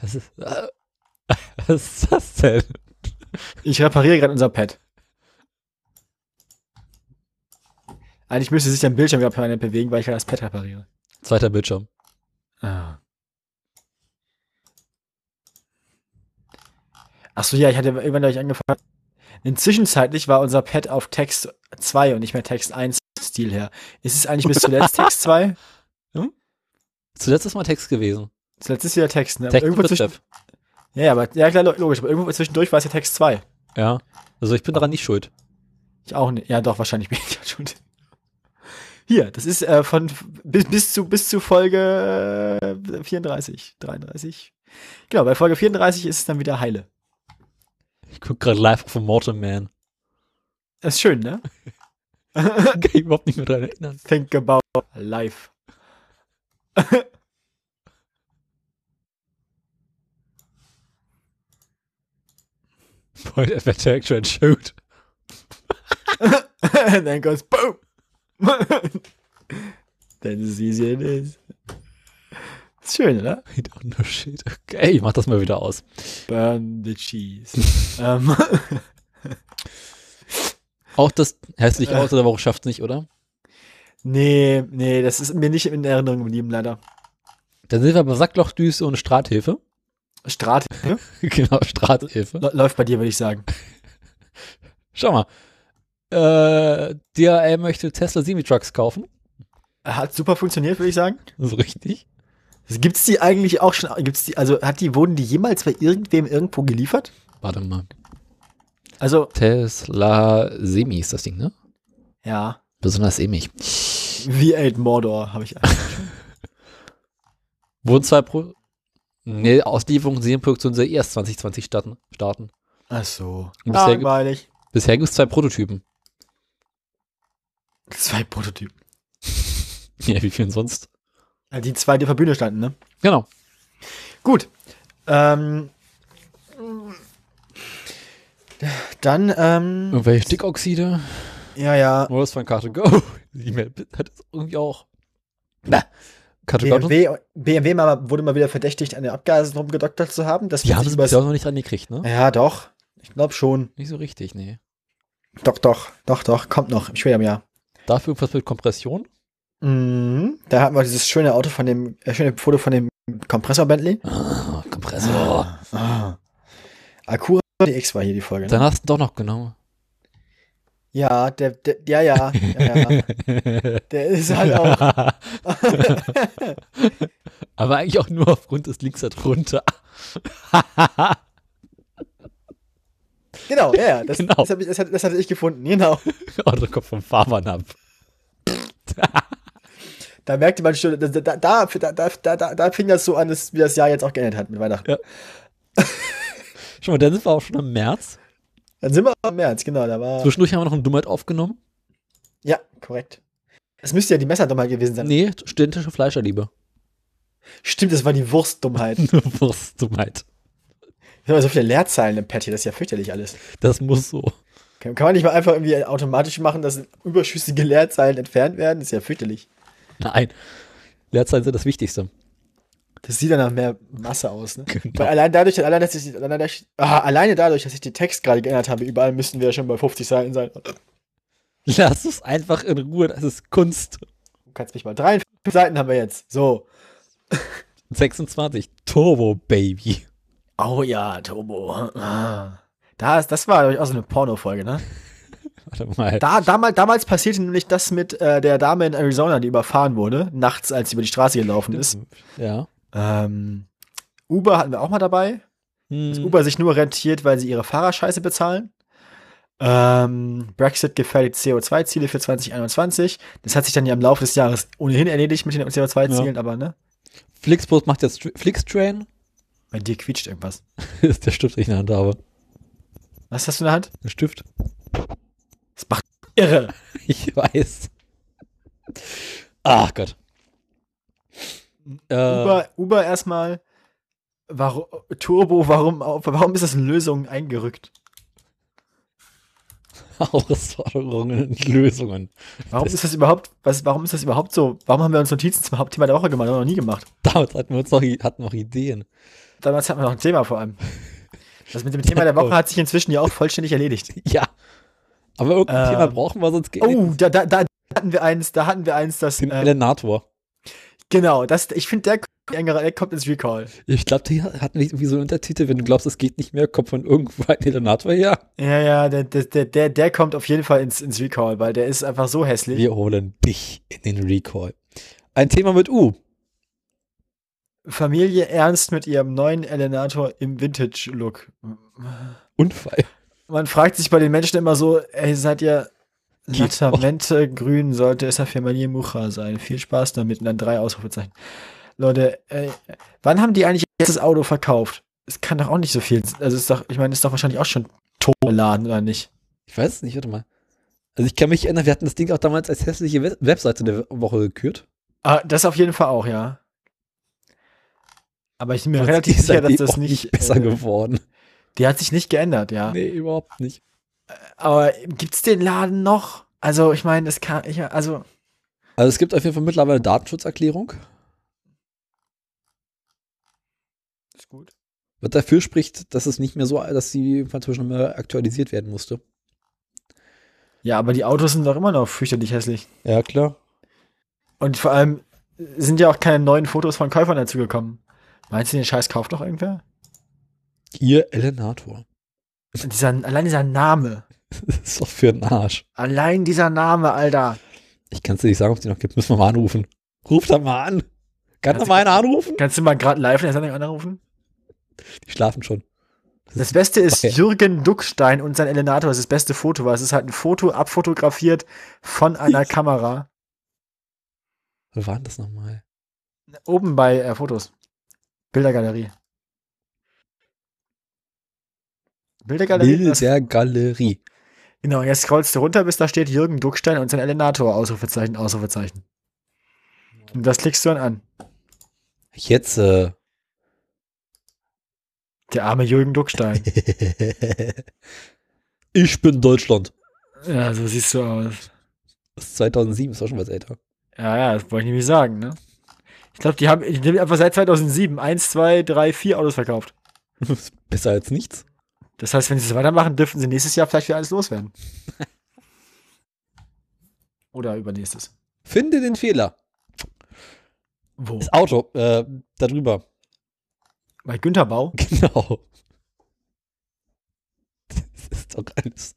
Was ist, (laughs) äh, was ist das denn?
Ich repariere gerade unser Pad. Eigentlich müsste sich dein Bildschirm wieder permanent bewegen, weil ich gerade das Pad repariere.
Zweiter Bildschirm.
Ah. Ach so, ja, ich hatte irgendwann gleich angefangen. Inzwischenzeitlich war unser Pad auf Text 2 und nicht mehr Text 1 Stil her. Ist es eigentlich bis
(laughs)
zuletzt Text 2?
Zuletzt ist mal Text gewesen.
Zuletzt ist wieder Text, ne? Aber
Text
irgendwo
und
zwischen,
Betreff.
ja, ja, aber ja klar, lo- logisch, aber irgendwo zwischendurch war es ja Text 2.
Ja. Also ich bin daran nicht schuld.
Ich auch nicht. Ja, doch, wahrscheinlich bin ich (laughs) ja schuld. Hier, das ist äh, von bis, bis, zu, bis zu Folge äh, 34, 33. Genau, bei Folge 34 ist es dann wieder heile.
Ich gucke gerade live auf Mortal Man. (laughs)
Das ist schön, ne?
Kann ich überhaupt nicht mehr dran erinnern.
Think about life. (laughs)
Point Adventure Action and Shoot.
And then goes boom. (laughs) Then it's easy it is. Ist schön, oder?
(laughs) I don't know shit. Okay, ich mach das mal wieder aus.
Burn the cheese. ähm, (laughs)
Auch das
Äh.
hässliche Auto der Woche schafft's nicht, oder?
nee, nee, das ist mir nicht in Erinnerung geblieben, leider.
Dann sind wir bei Sacklochdüse und Strathilfe.
Strat
(laughs) genau, Strathilfe.
lä- läuft bei dir, würde ich sagen.
Schau mal. Äh, DRL möchte Tesla Semi-Trucks kaufen. (laughs)
Hat super funktioniert, würde ich sagen.
So richtig.
Gibt's die eigentlich auch schon? Gibt's die? Also hat die wurden die jemals bei irgendwem irgendwo geliefert?
Warte mal.
Also
Tesla Semi ist das Ding, ne?
ja,
Besonders sämig.
V8 Mordor habe ich.
Wurden zwei Pro. Nee, Auslieferungen Serienproduktion soll erst 2020 starten. starten.
Ach so.
Bisher gibt-
Langweilig.
Bisher gibt es zwei Prototypen. (laughs)
Zwei Prototypen.
Ja, wie viel denn sonst?
Ja, Die zwei, die auf der Bühne standen, ne?
Genau.
Gut. Ähm, dann, ähm,
Irgendwelche Stickoxide.
ja, ja.
(laughs) Modus von Karte Go. Die E-Mail hat das irgendwie auch. Na, Kategorie.
BMW, BMW mal, wurde mal wieder verdächtigt, an den Abgasen rumgedoktert zu haben. Das
Die
wird
haben
sich
es
übers-
bisher auch noch nicht angekriegt, ne?
Ja, doch. Ich glaube schon.
Nicht so richtig, nee.
Doch, doch, doch, doch. Kommt noch. Ich schwöre ja.
Dafür irgendwas mit Kompression?
Mhm. Da hatten wir dieses schöne Auto von dem, äh, schöne Foto von dem Kompressor Bentley.
Ah, Kompressor.
Ah. Acura DX war hier die Folge. Ne?
Dann hast du doch noch genommen.
Ja, der, der, ja, ja, ja, (laughs) ja. Der ist halt auch.
(laughs) Aber eigentlich auch nur aufgrund des Links da drunter. (laughs)
Genau, ja, ja. Das,
Genau.
das, hab ich, das, hat- das hatte ich gefunden, genau.
Auto kommt vom Fahrmann ab.
Da merkte man schon, da, da, da, da, da, da, da fing das so an, dass, wie das Jahr jetzt auch geendet hat mit Weihnachten.
Schau mal, dann sind wir auch schon im März.
Dann sind wir auch im März, genau, da war.
Zwischendurch haben wir noch eine Dummheit aufgenommen.
Ja, korrekt. Das müsste ja die Messerdummheit gewesen sein.
Nee, studentische Fleischerliebe. (laughs)
Stimmt, das war die Wurstdummheit.
Eine Wurstdummheit.
Wir haben so viele Leerzeilen im Pad hier, das ist ja fürchterlich alles.
Das muss so.
Kann, kann man nicht mal einfach irgendwie automatisch machen, dass überschüssige Leerzeilen entfernt werden? Das ist ja fürchterlich.
Nein. Leerzeichen sind das Wichtigste.
Das sieht dann nach mehr Masse aus, ne?
Genau.
Weil allein dadurch, allein, dass ich, allein, dass ich, ah, alleine dadurch, dass ich den Text gerade geändert habe, überall müssten wir ja schon bei 50 Seiten sein. Du
Lass es einfach in Ruhe, das ist Kunst.
kannst mich mal 53 Seiten haben wir jetzt. So.
26, Turbo Baby.
Oh ja, Turbo. Ah. Das, das war durchaus eine Porno-Folge, ne?
Warte mal.
Da, damals, damals passierte nämlich das mit äh, der Dame in Arizona, die überfahren wurde, nachts, als sie über die Straße gelaufen ist.
Ja.
Ähm, Uber hatten wir auch mal dabei. Dass
Hm,
Uber sich nur rentiert, weil sie ihre Fahrerscheiße bezahlen. Ähm, Brexit gefährdet CO2-Ziele für 2021. Das hat sich dann ja im Laufe des Jahres ohnehin erledigt mit den CO2-Zielen, aber ne?
Flixbus macht jetzt Tr- Flixtrain. (laughs)
Bei dir quietscht irgendwas.
ist der Stift, den ich in der Hand habe.
Was hast du in der Hand?
Ein Stift.
Das macht irre.
(laughs) Ich weiß. Ach Gott. Äh,
Uber, Uber erstmal. Warum, Turbo, warum, warum ist das in Lösungen eingerückt?
(laughs) Herausforderungen und Lösungen.
Warum ist das überhaupt, was, warum ist das überhaupt so? Warum haben wir uns Notizen zum Hauptthema der Woche gemacht? Haben wir noch nie gemacht.
Damals hatten wir uns noch, i- hatten noch Ideen. (laughs)
Damals hatten wir noch ein Thema vor allem. Das mit dem Thema der Woche hat sich inzwischen ja auch vollständig
(laughs)
erledigt.
Ja. Aber irgendein
Ähm,
Thema brauchen wir, sonst geht
Oh, da, da, da hatten wir eins, da hatten wir eins, das,
den
äh,
Elenator.
genau, das, ich finde, der, kommt in- der kommt ins Recall.
Ich glaube, die hatten nicht irgendwie so einen Untertitel, wenn du glaubst, es geht nicht mehr, kommt von irgendwo ein Elenator her.
Ja, ja, der, der, der, der, der kommt auf jeden Fall ins, ins Recall, weil der ist einfach so hässlich.
Wir holen dich in den Recall. Ein Thema mit U.
Familie Ernst mit ihrem neuen Elenator im Vintage-Look.
Unfall.
Man fragt sich bei den Menschen immer so, ey, seid ihr
Geht's
Latamente grün, sollte es ja für Maria Mucha sein. Viel Spaß damit und dann drei Ausrufezeichen. Leute, ey, wann haben die eigentlich jetzt das Auto verkauft? Es kann doch auch nicht so viel. Also ist doch, ich meine, ist doch wahrscheinlich auch schon Tobeladen, oder nicht?
Ich weiß es nicht, warte mal. Also ich kann mich erinnern, wir hatten das Ding auch damals als hässliche We- Webseite der Woche gekürt.
Ah, das auf jeden Fall auch, ja. Aber ich bin mir
Und
relativ
die ist
sicher, dass
seitdem
das
auch
nicht.
besser
äh,
geworden.
die hat sich nicht geändert, ja.
(laughs) Nee, überhaupt nicht.
Aber gibt's den Laden noch? Also, ich meine, das kann. Ich, also,
Also es gibt auf jeden Fall mittlerweile eine Datenschutzerklärung,
ist gut.
was dafür spricht, dass es nicht mehr so, dass sie inzwischen immer aktualisiert werden musste.
Ja, aber die Autos sind doch immer noch fürchterlich hässlich.
Ja, klar.
Und vor allem sind ja auch keine neuen Fotos von Käufern dazugekommen. Meinst du, den Scheiß kauft noch irgendwer?
Ihr Elenator. (laughs)
Und Dieser, allein dieser Name.
Das ist doch für den Arsch.
Allein dieser Name, Alter.
Ich kann es dir nicht sagen, ob es die noch gibt. Müssen wir mal anrufen. Ruf da mal an. Kann da
Kannst
mal einer anrufen?
Kannst du mal gerade live in der Sendung anrufen?
Die schlafen schon.
Das Beste ist
Okay.
Jürgen Duckstein und sein Elenator. Das ist das beste Foto, weil es ist halt ein Foto abfotografiert von einer Kamera.
Wo waren das nochmal?
Oben bei äh, Fotos. Bildergalerie. Bildergalerie.
Bild der Galerie.
Genau, jetzt scrollst du runter, bis da steht Jürgen Duckstein und sein Elenator, Ausrufezeichen, Ausrufezeichen. Und das klickst du dann an.
Jetzt, äh, (laughs)
Der arme Jürgen Duckstein.
ich bin Deutschland.
ja, so siehst du aus.
Das ist 2007, ist auch schon was älter. (laughs)
Ja, ja, das wollte ich nämlich sagen, ne? Ich glaube, die haben, die haben einfach seit 2007 eins, zwei, drei, vier Autos verkauft.
Besser als nichts.
Das heißt, wenn sie so weitermachen, dürften sie nächstes Jahr vielleicht wieder alles loswerden. Oder übernächstes.
Finde den Fehler.
Wo?
Das Auto, äh, da drüber.
Bei Günter Bau?
(laughs) Genau. Das ist doch alles.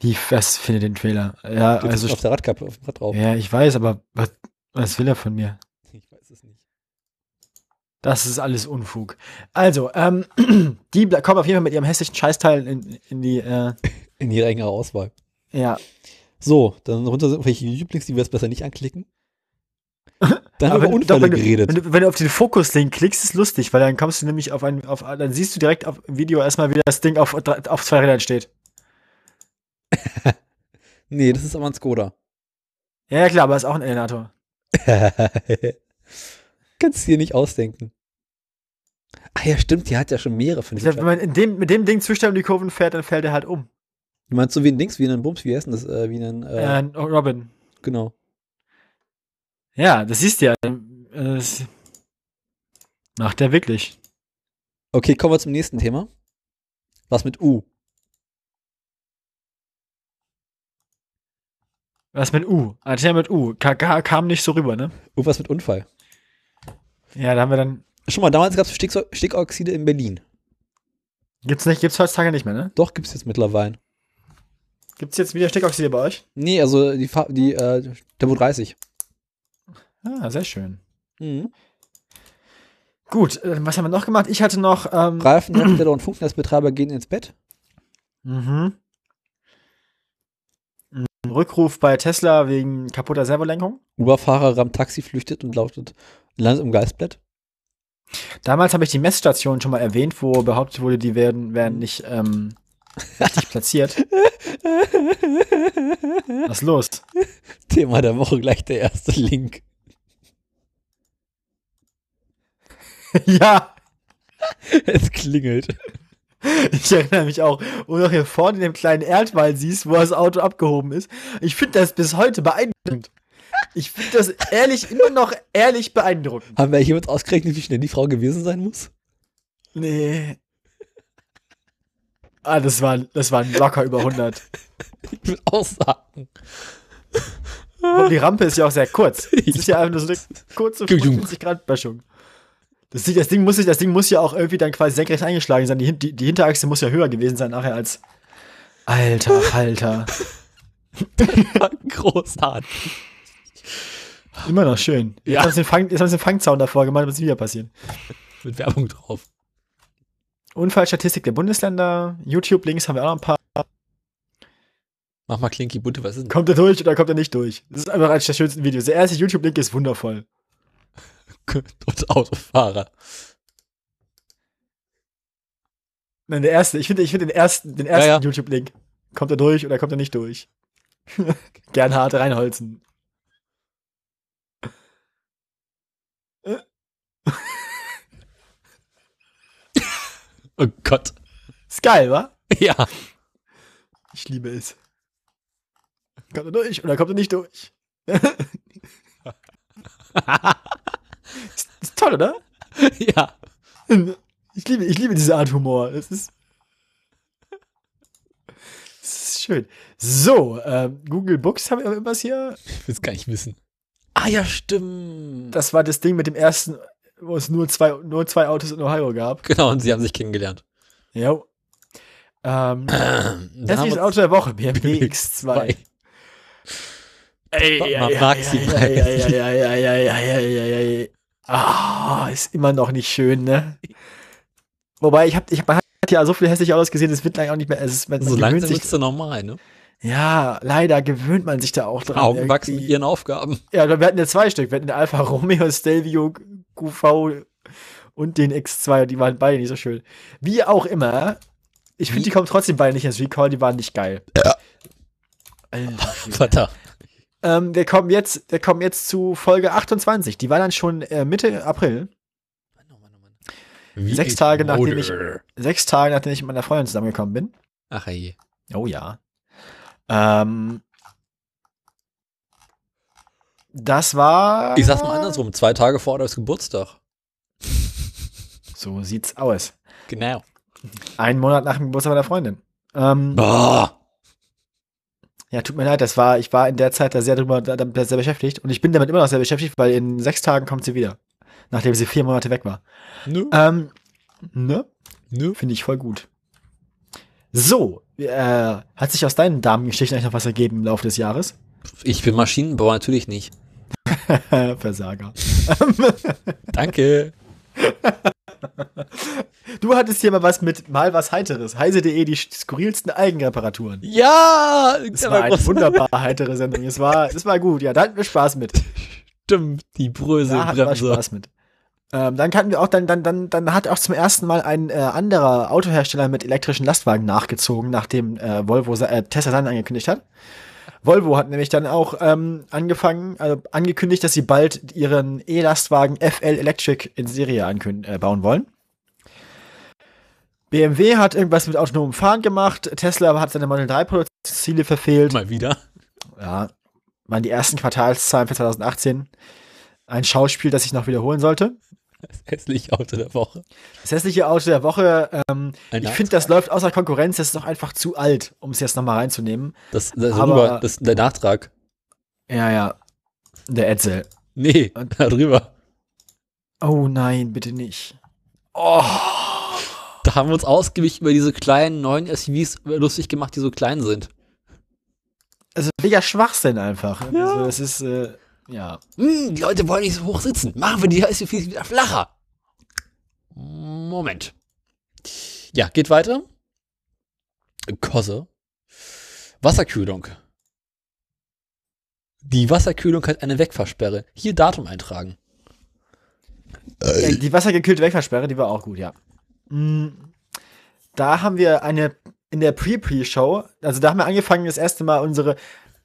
Wie, was findet den Trailer? Ja,
Du also
also,
auf der Radkappe, auf dem Rad drauf.
ja, ich weiß, aber was, was will er von mir?
Ich weiß es nicht.
Das ist alles Unfug. Also, ähm, (clears throat) die ble- kommen auf jeden Fall mit ihrem hässlichen Scheißteil in, in die, äh,
In ihrer engeren Auswahl.
ja.
So, dann runter sind welche Lieblings, die wir jetzt besser nicht anklicken.
(laughs)
Dann haben
Aber
wir über Unfälle
wenn, du-
geredet.
Wenn du, wenn du auf den Fokus-Link klickst, ist lustig, weil dann kommst du nämlich auf ein, auf, dann siehst du direkt auf im Video erstmal, wie das Ding auf, drei- auf zwei Rädern steht.
nee, das ist aber ein Skoda.
Ja, ja, klar, aber ist auch ein Elenator.
(laughs) Kannst du dir nicht ausdenken. Ah ja, stimmt, die hat ja schon mehrere von
Ich
diesen
glaub, wenn man in dem, mit dem Ding zwischen um die Kurven fährt, dann fällt er halt um.
Du meinst so wie ein Dings, wie ein Bums, wie heißt denn das? Äh, wie ein, äh,
Äh, Robin.
genau.
Ja, das siehst du ja. Ähm, äh, Das macht er wirklich.
Okay, kommen wir zum nächsten Thema. Was mit U?
Was mit U? Alter mit U. Ka ka kam nicht so rüber, ne?
Irgendwas mit Unfall.
Ja, da haben wir dann.
Schon mal, damals gab es Sticks Stickoxide in Berlin.
Gibt's nicht, gibt's heutzutage nicht mehr, ne?
Doch, gibt's jetzt mittlerweile.
Gibt's jetzt wieder Stickoxide bei euch?
Nee, also die, Fa- die äh, Tempo 30.
Ah, sehr schön.
Mhm.
Gut, äh, was haben wir noch gemacht? Ich hatte noch. Ähm,
Reifenhersteller und Funknetzbetreiber gehen ins Bett.
Mhm. Ein Rückruf bei Tesla wegen kaputter Servolenkung.
Uberfahrer rammt Taxi, flüchtet und lautet, landet im Geistbett.
Damals habe ich die Messstation schon mal erwähnt, wo behauptet wurde, die werden, werden nicht ähm, richtig (laughs) platziert. Was ist los? (laughs)
Thema der Woche gleich der erste Link. (laughs)
ja,
Es klingelt.
ich erinnere mich auch, wo du noch hier vorne in dem kleinen Erdwald siehst, wo das Auto abgehoben ist. Ich finde das bis heute beeindruckend. Ich finde das ehrlich, immer noch ehrlich beeindruckend.
Haben wir jemand ausgerechnet, wie schnell die Frau gewesen sein muss?
Nee. Ah, das waren, das waren locker über 100.
Ich will aussagen.
Und die Rampe ist ja auch sehr kurz. Das
Ich
ist ja einfach nur so eine kurze
Entschuldigung.
45 Grad Böschung. Das, Ding- das, Ding muss, sich- das Ding muss ja auch irgendwie dann quasi senkrecht eingeschlagen sein. Die, Hin- die, die Hinterachse muss ja höher gewesen sein nachher als. Alter, Alter.
(laughs) Großartig.
Immer noch schön. Jetzt
Ja.
haben sie den, Fang, jetzt haben sie den Fangzaun davor gemacht, was wieder passieren.
Mit Werbung drauf.
Unfallstatistik der Bundesländer, YouTube-Links haben wir auch noch ein paar.
Mach mal Klinki Bunte, was ist denn? (laughs)
Kommt er durch oder kommt er nicht durch? Das ist einfach eines der schönsten Videos. Der erste YouTube-Link ist wundervoll.
Und Autofahrer.
Nein, der erste. Ich finde ich finde den ersten, den ersten
Ja, ja.
YouTube-Link. Kommt er durch oder kommt er nicht durch? (laughs) Gernhard Reinholzen.
Oh Gott.
Ist geil, wa?
(laughs) Ja.
Ich liebe es. Kommt er durch oder kommt er nicht durch? (laughs) ist, ist toll, oder?
Ja.
Ich liebe, ich liebe diese Art Humor. Es ist, es ist schön. So, ähm, Google Books haben wir irgendwas hier.
Ich will es gar nicht wissen. Ah ja, stimmt.
Das war das Ding mit dem ersten, wo es nur zwei, nur zwei Autos in Ohio gab.
Genau, und sie haben sich kennengelernt.
Jo. Ähm,
Dann haben
hässliches
wir
Auto der Woche, BMW
zwei.
X2. Ey,
Man
ey, ey,
mag
ey,
sie
ey,
mal.
ey, ey, ey, ey, ey, ey, ey, ey, ey. Ah, ist immer noch nicht schön, ne? Wobei, ich hab, ich hab, man hat ja so viel hässlich Autos gesehen, das wird gleich auch nicht mehr, es ist, man,
(laughs) So
man gewöhnt
langsam
sich,
wird's dann normal, ne?
ja, leider gewöhnt man sich da auch dran.
Augen wachsen mit
irgendwie.
ihren (laughs) Aufgaben.
Ja, wir hatten ja zwei Stück, wir hatten den Alfa Romeo, Stelvio, QV und den X2, die waren beide nicht so schön. Wie auch immer, ich finde, die kommen trotzdem beide nicht ins Recall, die waren nicht geil. Alter Schwede.
Vater.
Ähm, wir, kommen jetzt, wir kommen jetzt zu Folge 28. Die war dann schon äh, Mitte April.
Wie
Sechs
ich
Tage, nachdem
wurde.
ich- Sechs Tage, nachdem ich mit meiner Freundin zusammengekommen bin.
Ach je.
Oh ja. Ähm, Das war.
Ich sag's mal andersrum, zwei Tage vor Adolfs Geburtstag.
So sieht's aus.
Genau.
Einen Monat nach dem Geburtstag meiner Freundin. Ähm,
Boah.
ja, tut mir leid, das war, ich war in der Zeit da sehr drüber, da, da sehr beschäftigt und ich bin damit immer noch sehr beschäftigt, weil in sechs Tagen kommt sie wieder. Nachdem sie vier Monate weg war.
Nö,
Ähm, ne?
nö.
Finde ich voll gut. So, äh, hat sich aus deinen Damengeschichten eigentlich noch was ergeben im Laufe des Jahres? (laughs)
Ich bin Maschinenbauer natürlich nicht.
Versager.
Danke.
Du hattest hier mal was mit mal was Heiteres. Heise.de, die skurrilsten Eigenreparaturen.
Ja,
Es war eine wunderbar heitere Sendung. Es war, es war gut, ja, da hatten wir Spaß mit.
stimmt, die Brösel
Da hatten wir Spaß mit. Ähm, dann hatten wir auch, dann, dann, dann, dann hat auch zum ersten Mal ein äh, anderer Autohersteller mit elektrischen Lastwagen nachgezogen, nachdem äh, Volvo se- äh, Tesla seinen angekündigt hat. Volvo hat nämlich dann auch ähm, angefangen, also angekündigt, dass sie bald ihren E-Lastwagen FL Electric in Serie ankün- äh, bauen wollen. BMW hat irgendwas mit autonomem Fahren gemacht, Tesla hat seine Model 3 Produktionsziele verfehlt.
Mal wieder.
Ja, waren die ersten Quartalszahlen für 2018. Ein Schauspiel, das ich noch wiederholen sollte.
Das hässliche Auto der Woche.
Das hässliche Auto der Woche, ähm,
Ein
ich finde, das läuft außer Konkurrenz, das ist doch einfach zu alt, um es jetzt nochmal reinzunehmen.
Das, das,
Aber-
darüber, das der Nachtrag.
Ja, ja. Der Edsel.
Nee,
Und-
(laughs) darüber.
Oh nein, bitte nicht.
Da haben wir uns ausgiebig über diese kleinen neuen SUVs äh, lustig gemacht, die so klein sind.
Also mega Schwachsinn einfach. Ja. Also, das ist, äh, ja.
Hm, die Leute wollen nicht so hoch sitzen. Machen wir die SUVs wieder flacher. Moment. Ja, geht weiter. Kosse. Wasserkühlung. Die Wasserkühlung hat eine Wegfahrsperre. Hier Datum eintragen. (laughs)
Ja, Äh, Die wassergekühlte Wegfahrsperre, die war auch gut, ja. Mm, Da haben wir eine in der Pre-Pre-Show, also da haben wir angefangen, das erste Mal unsere,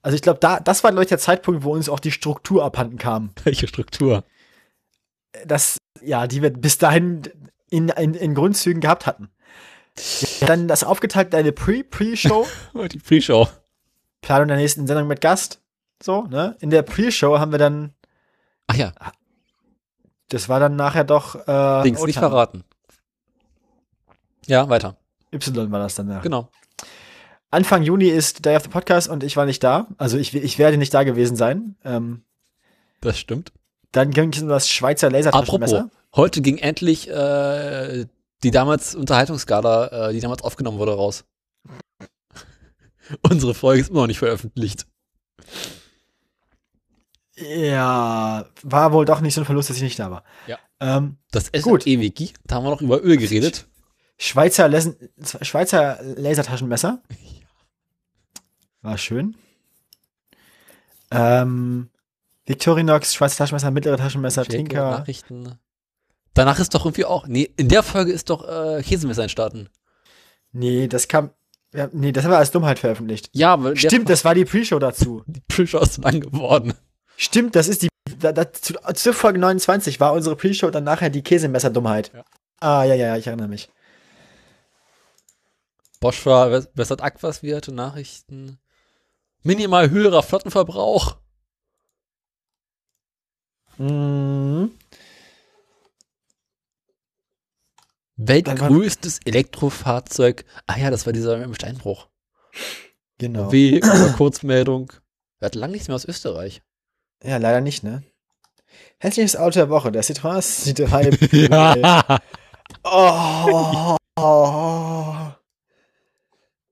also ich glaube, da, das war, glaube ich, der Zeitpunkt, wo uns auch die Struktur abhanden kam.
Welche Struktur?
Das, ja, die wir bis dahin in, in, in Grundzügen gehabt hatten. Dann das aufgeteilt in eine
(laughs)
Pre-Pre-Show,
Oh, Die Pre-Show.
Planung der nächsten Sendung mit Gast. So, ne? In der Pre-Show haben wir dann,
Ach Ah ja,
das war dann nachher doch äh,
Dings nicht
O-Town.
verraten. Ja, weiter.
Y war das danach.
Genau.
Anfang Juni ist Day of the Podcast und ich war nicht da. Also ich, ich werde nicht da gewesen sein. Ähm,
Das stimmt.
dann ging es um das Schweizer
Apropos,
Lasertaschenmesser.
heute ging endlich äh, die damals Unterhaltungsgala, äh, die damals aufgenommen wurde, raus. (laughs) Unsere Folge ist immer noch nicht veröffentlicht.
Ja, war wohl doch nicht so ein Verlust, dass ich nicht da war.
Ja.
Ähm,
Das ist
Gut.
ewig. Da haben wir noch über
(laughs)
Öl geredet.
Schweizer, Lesen, Schweizer Lasertaschenmesser. War schön. Ähm, Victorinox, Schweizer Taschenmesser, mittlere Taschenmesser,
Jake,
Tinker.
Nachrichten. Danach ist doch irgendwie auch. Nee, in der Folge ist doch äh, Käsemesser entstanden.
Nee, das kam. Ja, nee, das haben wir als Dummheit veröffentlicht.
Ja, weil der
Stimmt, das war die Pre-Show dazu.
die Pre-Show ist lang geworden.
Stimmt, das ist die. Da, da, zu, zu Folge 29 war unsere Pre-Show dann nachher die Käsemesserdummheit.
Ja.
Ah, ja, ja, ja, ich erinnere mich.
Bosch war wes- bessert Aquaswerte, Nachrichten. Minimal höherer Flottenverbrauch.
Mhm.
Weltgrößtes Elektrofahrzeug. Ah ja, das war dieser im Steinbruch.
Genau.
W oder Kurzmeldung. Wir hatten lange nichts mehr aus Österreich.
Ja, leider nicht, ne? Hässliches Auto der Woche, der Citroën C3.
(laughs) Ja.
Oh, (laughs) oh,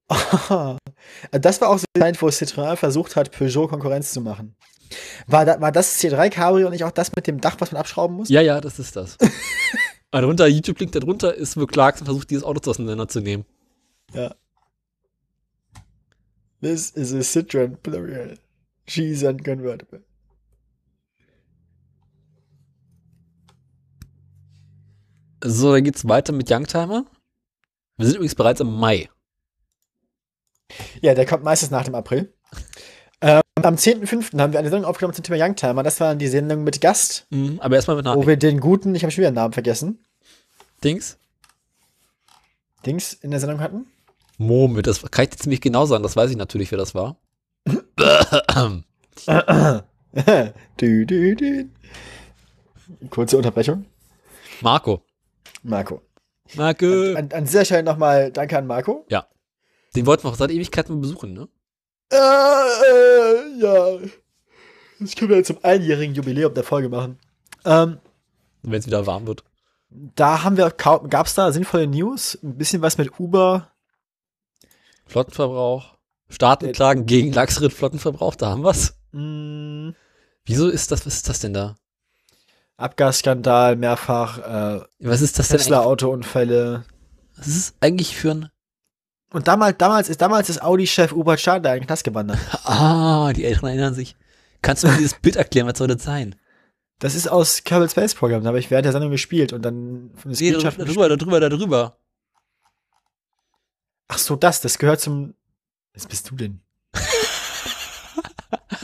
oh. Das war auch so ein Moment, wo Citroën versucht hat, Peugeot Konkurrenz zu machen. War, da, war das C3 Cabrio und nicht auch das mit dem Dach, was man abschrauben muss?
ja, ja, das ist (laughs) das. Aber darunter, YouTube-Link darunter ist, wo Clarkson versucht, dieses Auto auseinanderzunehmen.
This is a Citroën Pluriel. She's unconvertible.
So, dann geht's weiter mit Youngtimer. Wir sind übrigens bereits im Mai.
Ja, der kommt meistens nach dem April. Ähm, am 10.05. haben wir eine Sendung aufgenommen zum Thema Youngtimer. Das war die Sendung mit Gast,
Mhm, aber erstmal mit
wo
Nachrichten.
wir den guten, Ah, ich habe schon wieder den Namen vergessen,
Dings.
Dings in der Sendung hatten. (laughs)
Moment, das kann ich jetzt ziemlich genau sagen. Das weiß ich natürlich, wer das war.
du, du, du. Kurze Unterbrechung.
Marco.
Marco.
Marco.
An, an dieser Stelle nochmal Danke an Marco.
Den wollten wir auch seit Ewigkeiten mal besuchen, ne?
Äh, äh, ja. Das können wir jetzt zum einjährigen Jubiläum der Folge machen. Ähm,
Wenn es wieder warm wird.
da haben wir, gab es da sinnvolle News? Ein bisschen was mit Uber.
Flottenverbrauch. Staaten klagen gegen Lachsritt Flottenverbrauch, da haben wir's.
Mm,
Wieso ist das, was ist das denn da?
Abgasskandal mehrfach, äh,
Was ist das denn eigentlich?
Tesla-Autounfälle.
Was ist es eigentlich für ein.
Und damals, damals ist damals ist Audi-Chef Hubert Schader in den Knast gewandert.
Ah, die Eltern erinnern sich. Kannst du mir dieses Bild erklären, was soll das sein?
Das ist aus Kerbal Space Program, da habe ich während der Sendung gespielt und dann von den
Nee, da,
Screenshots
da
gespielt.
drüber, da drüber, da drüber.
Ach so, das, das gehört zum. Was bist du
(laughs)
denn?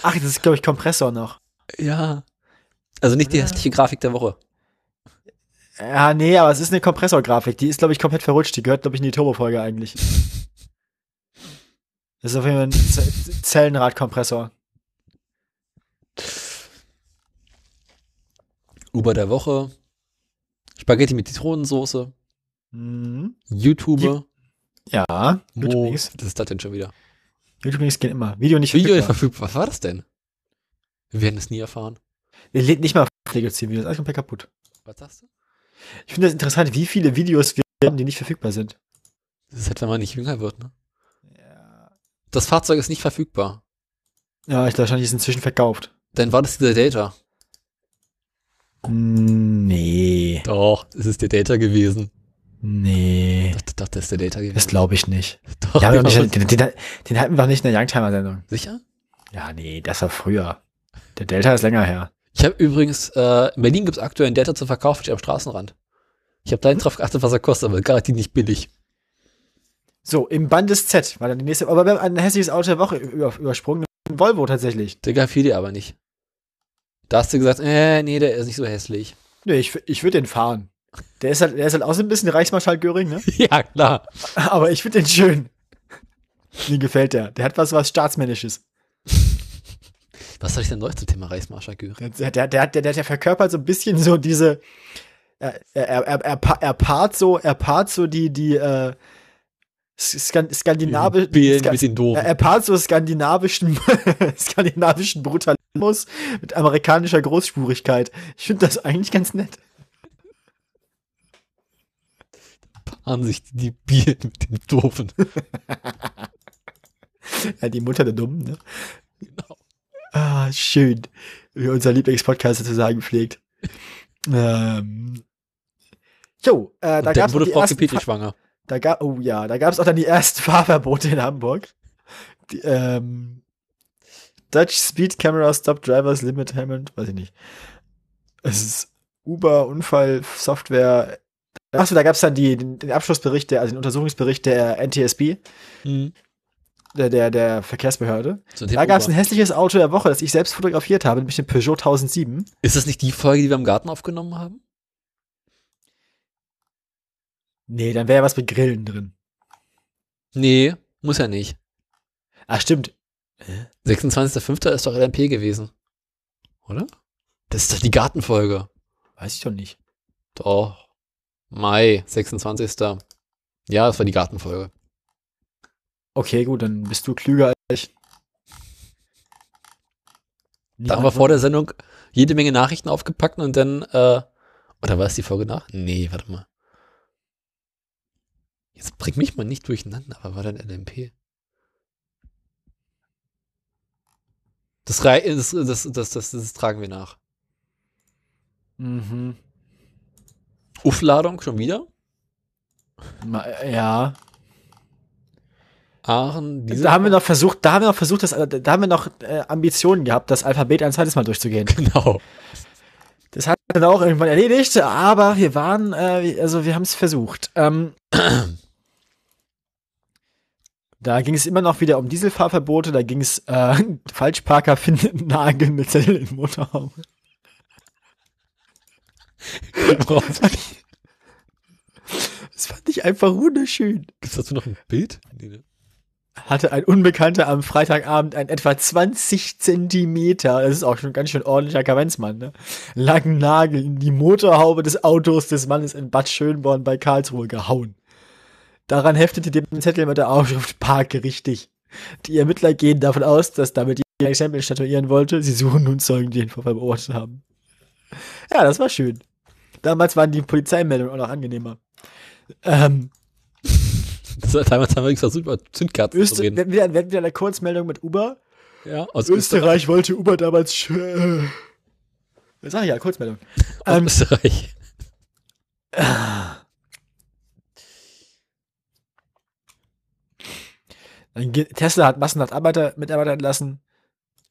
Ach, das ist, glaube ich, Kompressor noch.
Ja. Also nicht die
Ja.
hässliche Grafik der Woche.
Ja, nee, aber es ist eine Kompressorgrafik. Die ist, glaube ich, komplett verrutscht. Die gehört, glaube ich, in die Turbo-Folge eigentlich. Das ist auf jeden Fall ein Z- Zellenradkompressor.
Uber der Woche. Spaghetti mit Zitronensoße.
Mhm.
YouTuber.
Ja,
Wo,
YouTube-Links.
was ist das denn schon wieder?
YouTube-Links gehen immer. Video nicht
Video
verfügbar.
verfügbar. Was war das denn? Wir werden es nie erfahren.
Wir lädt nicht mal Pflegeziehen-Videos. Alles komplett kaputt.
Was sagst du?
Ich finde das interessant, wie viele Videos wir haben, die nicht verfügbar sind.
Das ist halt, wenn man nicht jünger wird, ne?
Ja,
Das Fahrzeug ist nicht verfügbar.
ja ich glaube, wahrscheinlich ist inzwischen verkauft.
Dann war das dieser Data.
Hm, Nee.
Doch, es ist der Data gewesen.
Nee.
Doch, doch, das ist der
(laughs)
Data gewesen.
Das glaube ich nicht.
Doch,
Den, haben wir
doch.
doch nicht halt den, den, den hatten wir doch nicht in der Youngtimer-Sendung.
Sicher?
Ja, nee, das war früher. Der Delta ist länger her.
Ich habe übrigens, äh, in Berlin gibt es aktuell einen Data zum Verkauf, steht am Straßenrand. Ich habe da nicht drauf geachtet, was er kostet, aber garantiert nicht billig.
So, im Bandes Z war dann die nächste. Aber wir haben ein hässliches Auto der Woche über, übersprungen. Ein Volvo tatsächlich.
Der gefiel dir aber nicht. Da hast du gesagt, äh, nee, der ist nicht so hässlich. (laughs)
Nee, ich, ich würde den fahren. Der ist, halt, der ist halt auch so ein bisschen Reichsmarschall Göring, ne?
ja, klar.
Aber ich finde den schön. Mir gefällt der. Der hat was, was Staatsmännisches.
Was soll ich denn neu zum Thema Reichsmarschall Göring?
Der, der, der, der, der, der verkörpert so ein bisschen so diese. Er, er, er, er, pa- er paart so, er paart so die, die äh, Skan skandinavische.
Bielen, ein bisschen doof.
Er, er paart so skandinavischen, (laughs) skandinavischen Brutalismus mit amerikanischer Großspurigkeit. Ich finde das eigentlich ganz nett.
Haben sich die Bielen mit den Doofen.
Ja, die Mutter der Dummen, ne?
Genau.
Ah, schön. Wie unser Lieblingspodcaster zu sagen pflegt. Ähm. Jo, äh, da
Und dann
gab's noch
wurde
die
Frau
ersten
Petri
Fa-
schwanger.
Da gab, oh ja, da gab es auch dann die ersten (laughs) Fahrverbote in Hamburg. Die, ähm, Dutch Speed Camera Stop Drivers Limit Hammond, weiß ich nicht. Es ist Uber Unfall Software. Achso, da gab es dann die, den, den Abschlussbericht, der, also den Untersuchungsbericht der NTSB,
Hm.
der, der, der Verkehrsbehörde.
Zum
Da
Thema
gab es ein
Uber.
hässliches Auto der Woche, das ich selbst fotografiert habe, nämlich den Peugeot 1007.
Ist das nicht die Folge, die wir im Garten aufgenommen haben?
Nee, dann wäre ja was mit Grillen drin.
Nee, muss ja nicht.
Ah, stimmt.
26.05. ist doch LMP gewesen. Oder? Das ist doch die Gartenfolge.
Weiß ich doch nicht.
Doch. Mai, 26. Ja, das war die Gartenfolge.
Okay, gut, dann bist du klüger als ich.
Da haben wir vor der Sendung jede Menge Nachrichten aufgepackt und dann, äh, oder war es die Folge nach? Nee, warte mal. Jetzt bringt mich mal nicht durcheinander, aber war dann LMP? Das, rei- das, das, das, das, das tragen wir nach.
Mhm.
Aufladung schon wieder?
Ma- äh, Ja.
Aachen, diese
Da haben wir noch versucht, da haben wir noch versucht, das, da haben wir noch äh, Ambitionen gehabt, das Alphabet ein zweites Mal durchzugehen.
(laughs) Genau. (laughs)
Das hat dann auch irgendwann erledigt, aber wir waren, äh, also wir haben es versucht. Ähm, (clears throat) da ging es immer noch wieder um Dieselfahrverbote, da ging es äh, (laughs) Falschparker finden Nagel mit Zettel im Motorraum.
Gibt's
Das fand ich einfach wunderschön.
dazu noch ein Bild? Nee, ne?
hatte ein Unbekannter am Freitagabend einen etwa 20 Zentimeter, das ist auch schon ganz schön ordentlicher Kavenzmann, ne? langen Nagel in die Motorhaube des Autos des Mannes in Bad Schönborn bei Karlsruhe gehauen. Daran heftete dem Zettel mit der Aufschrift Parke richtig. Die Ermittler gehen davon aus, dass damit die ein Exempel statuieren wollte. Sie suchen nun Zeugen, die den Vorfall beobachtet haben. Ja, das war schön. Damals waren die Polizeimeldungen auch noch angenehmer. Ähm,
Das war damals haben wir übrigens versucht, über Zündkerzen zu
Öster wir
reden.
hatten wieder, wir hatten wieder eine Kurzmeldung mit Uber.
Ja, aus
ne, Österreich wollte Uber damals. sch- Äh, was sag ich ja, Kurzmeldung.
Aus
Ähm,
Österreich.
dann ge- Tesla hat massenhaft Arbeiter, Mitarbeiter entlassen.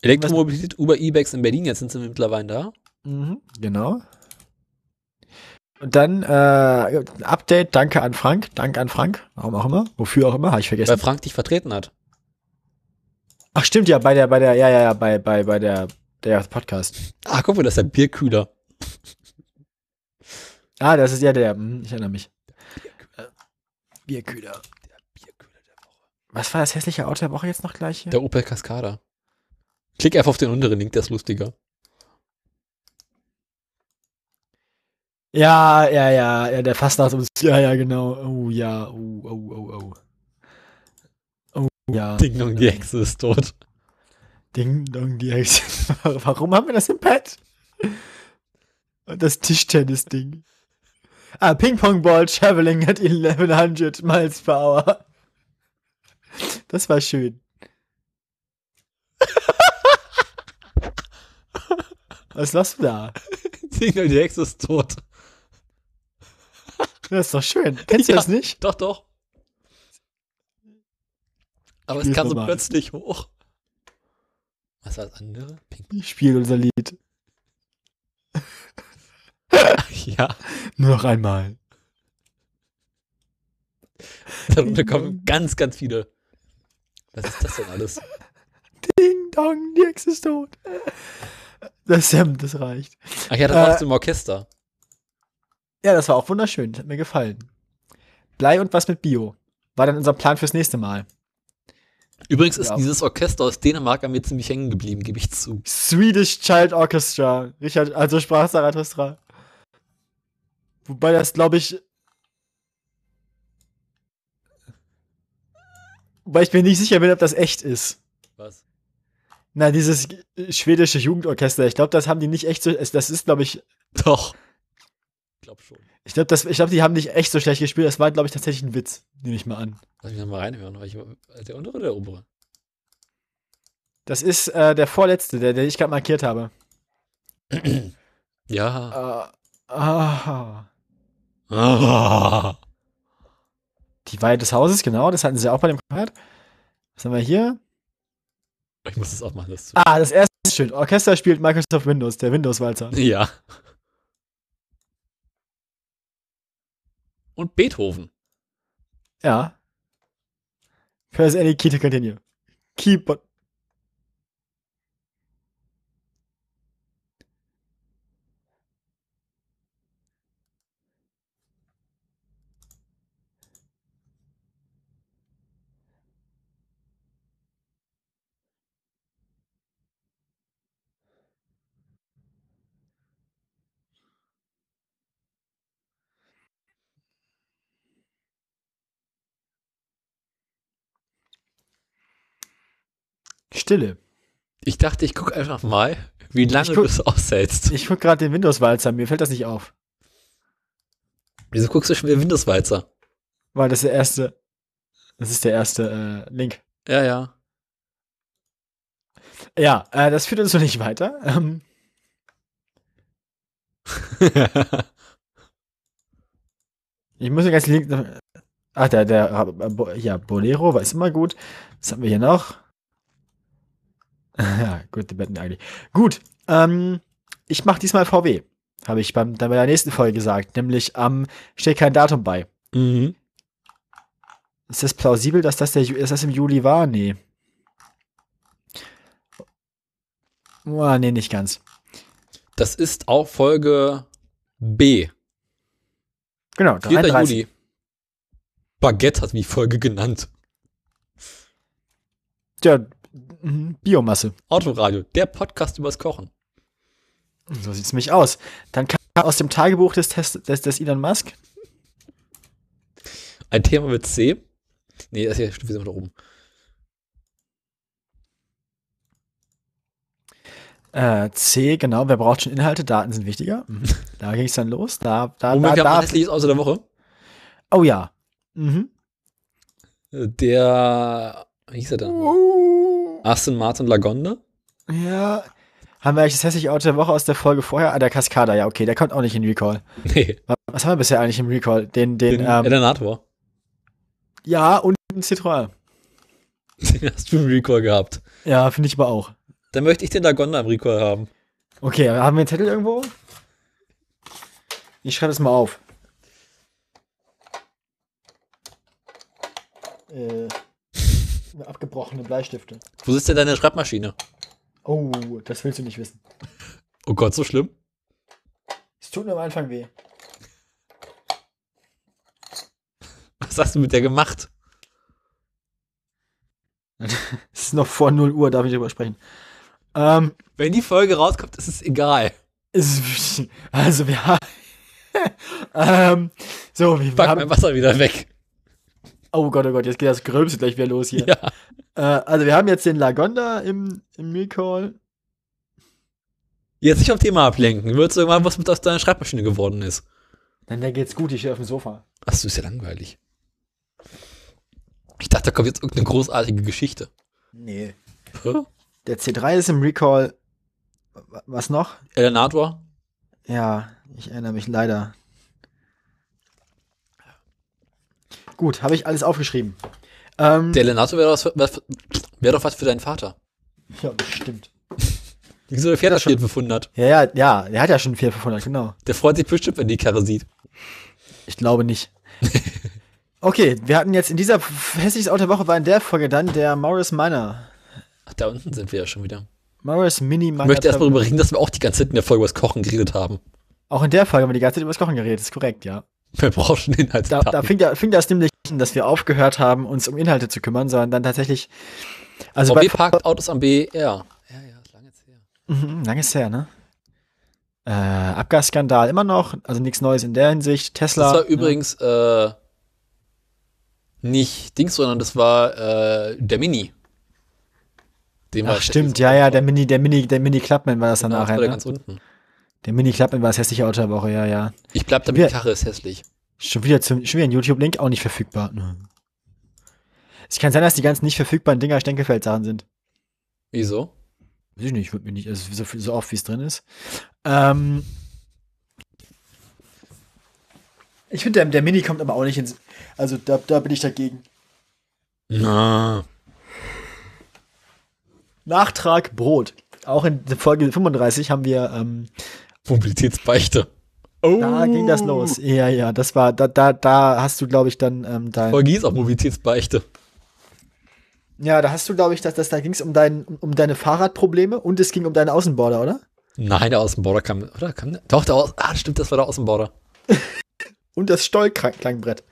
Elektromobilität, Uber, E-Bikes in Berlin, jetzt sind sie mittlerweile da.
Mhm, genau. Und dann äh, Update, danke an Frank, danke an Frank, warum auch immer, wofür auch immer, habe ich
Weil
vergessen.
Frank dich vertreten hat.
Ach stimmt ja, bei der, bei der, ja, ja, ja, bei, bei, bei der, der Podcast.
Ah, guck mal, das ist der Bierkühler.
Ah, das ist ja der, mhm, ich erinnere mich. Bierkühler.
Bierkühler der Woche.
Was war das hässliche Auto der Woche jetzt noch gleich hier?
Der Opel Cascada. Klick einfach auf den unteren Link, der ist lustiger.
Ja, ja, ja, ja, der Fastnachtsumzug. Ja, ja, genau. Oh, ja, oh, oh, oh, oh. Oh, ja.
Ding Dong, die Hexe ist tot. (laughs)
Ding Dong, die Hexe. (laughs) Warum haben wir das im Pad? Und das Tischtennis-Ding. Ah, Ping-Pong-Ball traveling at 1100 miles per hour. Das war schön. Was lachst du da?
Ding Dong, die Hexe ist tot.
Das ist doch schön. Kennst du
Ja.
das nicht?
Doch, doch. Aber es
Spiel's
kam so
nochmal.
plötzlich hoch. Was war das andere? Pink.
Ich spiele unser Lied.
(laughs) Ja,
Nur noch einmal.
darunter kommen ganz, ganz viele. Was ist das denn (laughs) alles?
Ding Dong, die Hexe ist tot. Das, ähm, das reicht.
Ach ja, das war
Äh,
aus dem Orchester.
Ja, das war auch wunderschön. Das hat mir gefallen. Blei und was mit Bio. War dann unser Plan fürs nächste Mal.
Übrigens ist
ja.
dieses Orchester aus Dänemark an mir ziemlich hängen geblieben, gebe ich zu.
Swedish Child Orchestra. Richard, also sprach Zarathustra. Wobei das, glaube ich. Wobei ich mir nicht sicher bin, ob das echt ist.
Was?
Na, dieses schwedische Jugendorchester. Ich glaube, das haben die nicht echt so. Das ist, glaube ich,
Doch. Glaub schon.
Ich glaube, glaub, die haben nicht echt so schlecht gespielt. Das war, glaube ich, tatsächlich ein Witz. Nehme ich mal an.
Lass mich nochmal reinhören. weil ich- äh, Der untere oder der obere?
Das ist äh, der vorletzte, der, den ich gerade markiert habe.
Ja.
Äh, ah.
Ah.
Die Weihe des Hauses, genau. Das hatten sie auch bei dem Konzert. Was haben wir hier?
(laughs) Ich muss das auch machen, das zu.
Ah, das erste ist schön. Orchester spielt Microsoft Windows, der Windows-Walzer.
(laughs) Ja. Und Beethoven.
Ja. Press any key to continue. Keyboard. Stille.
Ich dachte, ich gucke einfach mal, wie lange
Ich
du
guck-
es aushältst.
Ich gucke gerade den Windows-Walzer. Mir fällt das nicht auf.
Wieso guckst du schon wieder Windows-Walzer?
Weil das der erste. Das ist der erste äh, Link.
Ja, (laughs) ja.
Ja, äh, das führt uns noch nicht weiter. Ähm, Ich muss den ganzen Link noch. Ach, der, der, äh, Bo- ja, Bolero war ist immer gut. Was haben wir hier noch? (laughs) ja, gut, Debatten eigentlich. Gut, ähm, ich mache diesmal VW. Habe ich beim, dann bei der nächsten Folge gesagt. Nämlich am, steht kein Datum bei.
mhm.
Ist das plausibel, dass das, der, Ju- dass das im Juli war? Nee. Oh, nee, nicht ganz.
Das ist auch Folge B.
Genau,
4.
33.
Juli. Baguette hat die Folge genannt.
Stört. Mhm, Biomasse.
Autoradio, der Podcast übers Kochen.
So sieht's mich aus. Dann kam aus dem Tagebuch des, Test- des, des Elon Musk.
Ein Thema mit C. Nee, das hier stimmt, wir sind da oben.
Äh, C, genau, wer braucht schon Inhalte? Daten sind wichtiger. Mhm. Da ging es dann los. Da, da, da,
Womit Oh, wir
da.
am letztlich außer der Woche.
Oh ja. Mhm.
Der, wie hieß er denn? Aston Martin Lagonda?
Ja. Haben wir eigentlich das hässliche Auto der Woche aus der Folge vorher? Ah, der Cascada, ja, okay, der kommt auch nicht in Recall.
(laughs) Nee,
Was haben wir bisher eigentlich im Recall? Den, den,
den äh,
ähm,
Elenator.
ja, und den Citroën.
Den hast du im Recall gehabt.
Ja, finde ich aber auch.
Dann möchte ich den Lagonda im Recall haben.
Okay, haben wir einen Zettel irgendwo? Ich schreibe das mal auf. Äh, abgebrochene Bleistifte.
Wo sitzt denn deine Schreibmaschine?
Oh, das willst du nicht wissen.
Oh Gott, so schlimm?
Es tut mir am Anfang weh.
Was hast du mit der gemacht?
Es ist noch vor 0 Uhr, darf ich darüber sprechen. Ähm,
Wenn die Folge rauskommt, ist es egal.
es, also wir haben. (laughs) ähm, so, wir
Pack
haben.
mein Wasser wieder weg.
Oh Gott, oh Gott, jetzt geht das Gröbste gleich wieder los hier.
Ja.
Äh, also wir haben jetzt den Lagonda im, im Recall.
Jetzt nicht vom Thema ablenken. Würdest du irgendwann was mit aus deiner Schreibmaschine geworden ist?
Dann da geht's gut, ich stehe auf dem Sofa.
Ach, das ist ja langweilig. Ich dachte, da kommt jetzt irgendeine
(laughs)
großartige Geschichte.
Nee.
Hä?
Der C3 ist im Recall. W- Was noch?
Elenator?
Ja, ich erinnere mich leider. Gut, habe ich alles aufgeschrieben. Ähm,
Der Elenator wäre doch, was- wär doch was für deinen Vater.
ja, bestimmt.
Wieso der Pferderschnitt befunden hat.
Ja, ja, ja, der hat ja schon 4500, genau.
Der freut sich bestimmt, wenn die Karre sieht.
Ich glaube
(laughs)
nicht. okay, wir hatten jetzt in dieser hässliches Auto der Woche war in der Folge dann der Morris Minor.
Ach, da unten sind wir ja schon wieder.
Morris Mini
Ich
Minor.
möchte erstmal darüber reden, dass wir auch die ganze Zeit in der Folge über das Kochen geredet haben. (laughs)
Auch in der Folge haben wir die ganze Zeit über das Kochen geredet, ist korrekt, ja.
Wir brauchen
Da, da
Inhaltsdaten.
fing, da, fing das nämlich an, dass wir aufgehört haben, uns um Inhalte zu kümmern, sondern dann tatsächlich. Also
VW
bei,
parkt Autos am BR. Ja, ja, ist lange jetzt her.
Mhm, lang ist her, ne? Äh, Abgasskandal immer noch, also nichts Neues in der Hinsicht. Tesla. ne?
Das war übrigens äh, nicht Dings, sondern das war äh, der Mini. Den
Ach, stimmt, ja, ja, der Mini, der Mini, der Mini Clubman war das dann
Genau, das
nachher.
war der
Ne?
ganz unten.
Der Mini Clubman war das hässliche Auto der Woche, ja, ja.
Ich bleib damit,
Wir-
die Karre ist hässlich.
Schon wieder, zum, schon wieder ein YouTube-Link, auch nicht verfügbar. Hm. Es kann sein, dass die ganzen nicht verfügbaren Dinger Stenkelfeld-Sachen sind.
Wieso?
Weiß ich nicht, wird mir nicht, also so, viel- so oft wie es drin ist. Ähm, ich finde, der, der Mini kommt aber auch nicht ins. Also da, da bin ich dagegen.
Na.
Nachtrag Brot. Auch in der Folge 35 haben wir. Ähm,
Mobilitätsbeichte. Oh.
da ging das los. Ja, ja, das war. Da, da, da hast du, glaube ich, dann. Ähm, dein,
Folge hieß auch Mobilitätsbeichte.
ja, da hast du, glaube ich, dass das da ging es um, dein, um, um deine Fahrradprobleme und es ging um deine Außenborder, oder?
Nein, der Außenborder kam, oder? Kam, der- doch, der Aus, ah, stimmt, das war der Außenborder.
Und das Stollklangbrett.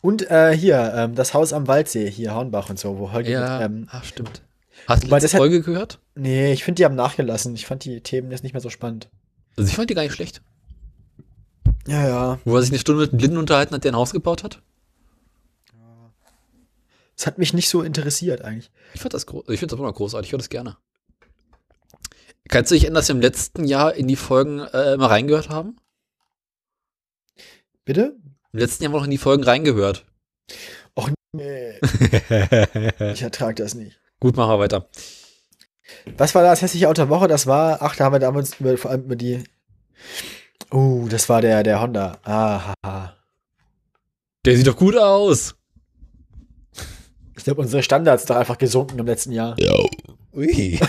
Und äh, hier, ähm, das Haus am Waldsee, hier Hornbach und so, wo Holger.
Ja,
Ähm,
ah, stimmt. Hast du die
wobei,
letzte
das hat-
Folge gehört?
nee, ich finde, die haben nachgelassen. Ich fand die Themen jetzt nicht mehr so spannend.
Also ich fand die gar nicht schlecht.
Ja, ja.
Wo er sich eine Stunde mit einem Blinden unterhalten hat, der ein Haus gebaut hat.
Es hat mich nicht so interessiert eigentlich.
Ich fand das groß, ich finde das immer noch großartig, ich höre das gerne. Kannst du dich erinnern, dass wir im letzten Jahr in die Folgen äh, immer reingehört haben?
Bitte?
Im letzten Jahr haben wir noch in die Folgen reingehört.
Nee, ich ertrage das nicht.
Gut, machen wir weiter.
Was war das hässliche Auto der Woche? Das war, ach, da haben wir damals über, vor allem über die. Oh, das war der, der Honda. Aha.
Der sieht doch gut aus.
Ich glaube, unsere Standards sind doch einfach gesunken im letzten Jahr.
Ui.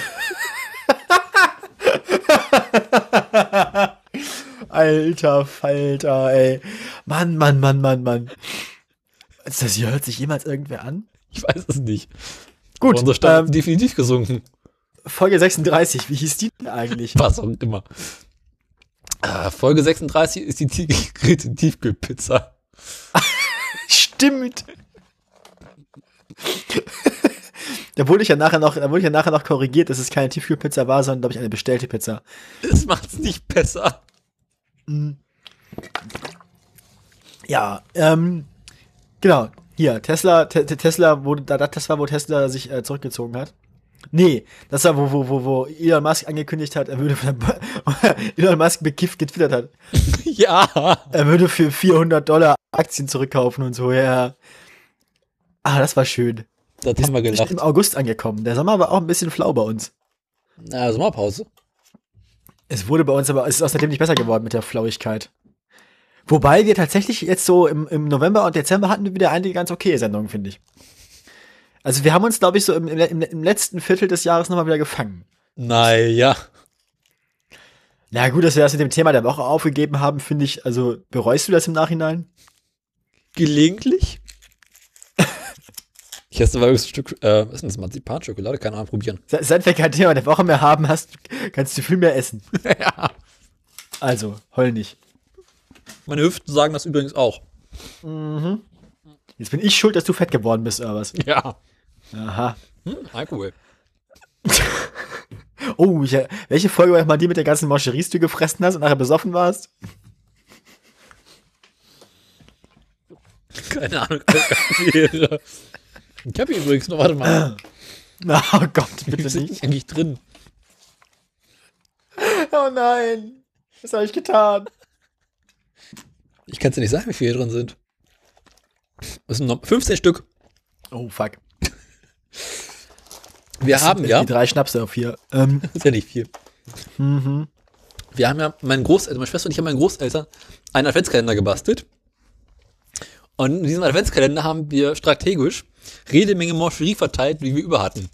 Alter Falter, ey. Mann, Mann, Mann, Mann, Mann. Ist das hier, hört sich jemals irgendwer an?
Ich weiß es nicht.
Gut,
Unsere Stadt
ähm,
ist definitiv gesunken.
Folge 36, wie hieß die denn eigentlich?
(laughs) Was auch immer. Äh, Folge 36 ist die Tie- die Tiefkühlpizza.
Stimmt. Da wurde ich ja nachher noch, da wurde ich ja nachher noch korrigiert, dass es keine Tiefkühlpizza war, sondern glaube ich eine bestellte Pizza.
Das macht's nicht besser. (laughs)
Ja, ähm, genau. Hier, Tesla, Te Te- Tesla wurde, da, das war, wo Tesla sich äh, zurückgezogen hat. Nee, das war, wo, wo, wo, wo Elon Musk angekündigt hat, er würde von der Bör- (laughs) Elon Musk bekifft getwittert hat.
Ja.
Er würde für 400 Dollar Aktien zurückkaufen und so, ja. Ah, das war schön.
Das haben
Wir sind
wir gelacht.
im August angekommen. Der Sommer war auch ein bisschen flau bei uns.
Na, Sommerpause.
Es wurde bei uns aber, es ist außerdem nicht besser geworden mit der Flauigkeit. Wobei wir tatsächlich jetzt so im, im November und Dezember hatten wir wieder einige ganz okay Sendungen, finde ich. Also wir haben uns, glaube ich, so im, im, im- im letzten Viertel des Jahres nochmal wieder gefangen.
Naja.
Na gut, dass wir das mit dem Thema der Woche aufgegeben haben, finde ich, also bereust du das im Nachhinein?
Gelegentlich. Ich esse mal ein Stück, äh, was ist denn das, Marzipan-Schokolade? Keine Ahnung, probieren.
Se- Seit wir kein Thema der Woche mehr haben, hast, kannst du viel mehr essen.
(laughs) ja.
Also, heul nicht.
Meine Hüften sagen das übrigens auch.
Jetzt bin ich schuld, dass du fett geworden bist, oder was?
Ja.
Aha.
Hm, Alkohol.
Oh, ich, welche Folge war nochmal die mit der ganzen Moncheries, die du gefressen hast und nachher besoffen warst?
Keine Ahnung. ich habe hier übrigens noch, warte mal,
Na, Oh (laughs) Gott, bitte
sind
nicht.
die eigentlich drin?
Oh nein, was habe ich getan?
Ich kann es dir nicht sagen, wie viele hier drin sind. Es sind noch 15 Stück.
Oh fuck.
Wir haben ja,
Die drei Schnapse auf hier. Ähm,
das ist ja nicht viel. Wir haben ja, mein Großeltern, meine Schwester und ich haben meinen Großeltern einen Adventskalender gebastelt. Und in diesem Adventskalender haben wir strategisch jede Menge Mancherie verteilt, die wir über hatten.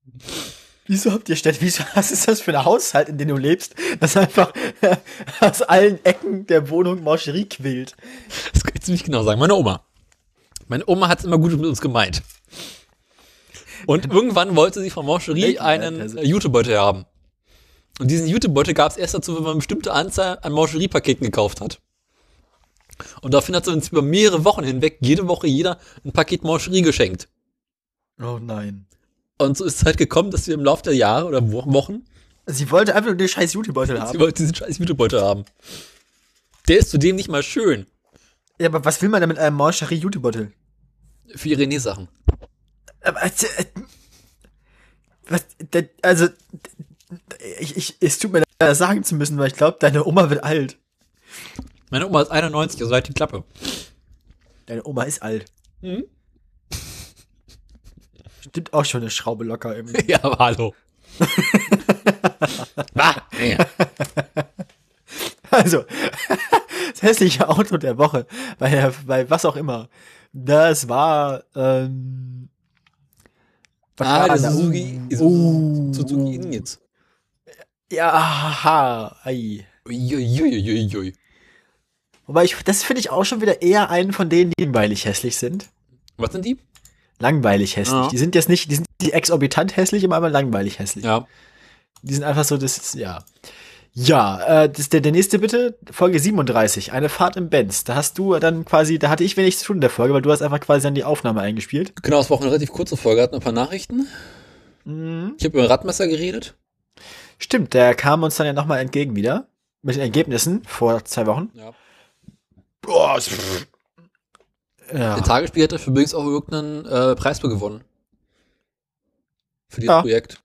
(laughs) wieso habt ihr Städte, wieso, was ist das für ein Haushalt, in dem du lebst, das einfach (laughs) aus allen Ecken der Wohnung Mancherie quillt?
Das kann ich ziemlich genau sagen. Meine Oma. Meine Oma hat es immer gut mit uns gemeint. Und irgendwann wollte sie von Mancherie
Welchen
einen
Adresse?
äh, Jutebeutel haben. Und diesen Jutebeutel gab es erst dazu, wenn man eine bestimmte Anzahl an Mancherie-Paketen gekauft hat. Und daraufhin hat sie uns über mehrere Wochen hinweg jede Woche jeder ein Paket Mancherie geschenkt.
Oh nein.
Und so ist es halt gekommen, dass wir im Laufe der Jahre oder Wo- Wochen
Sie wollte einfach nur den scheiß Jutebeutel
sie (laughs)
haben.
wollte diesen scheiß Jutebeutel haben. Der ist zudem nicht mal schön
Ja, aber was will man denn mit einem Mancherie Jutebeutel?
für ihre Nähsachen.
Aber, äh, äh, was, da- also, ich, ich, es tut mir leid, das sagen zu müssen, weil ich glaube, deine Oma wird alt.
Meine Oma ist 91, also halt die Klappe.
Deine Oma ist alt.
Mhm.
(laughs) Stimmt auch schon eine Schraube locker irgendwie.
(laughs) Ja, aber hallo. Bah, nee.
Also, (laughs) das hässliche Auto der Woche, bei, bei was auch immer. Das war, ähm, was
Ah,
war
der
da?
Suzuki,
Oh.
Suzuki Inn jetzt.
Ja, haha, ei.
Uiuiuiuiui.
Wobei ich, das finde ich auch schon wieder eher einen von denen, die langweilig hässlich sind.
Was sind die?
Langweilig hässlich.
Ja.
Die sind jetzt nicht, die sind die exorbitant hässlich, aber einmal langweilig hässlich.
Ja.
Die sind einfach so, das ist, ja. Ja, äh, das, der, der nächste bitte, Folge 37, eine Fahrt im Benz. Da hast du dann quasi, da hatte ich wenig zu tun in der Folge, weil du hast einfach quasi dann die Aufnahme eingespielt.
Genau, es war auch eine relativ kurze Folge, hatten ein paar Nachrichten. Ich habe über Radmesser geredet.
Stimmt, der kam uns dann ja nochmal entgegen wieder. Mit den Ergebnissen vor zwei Wochen.
Ja.
Boah, pff. ja.
Der Tagesspiel hat dafür übrigens auch irgendeinen äh, Preis für gewonnen. Für dieses
Ja.
Projekt.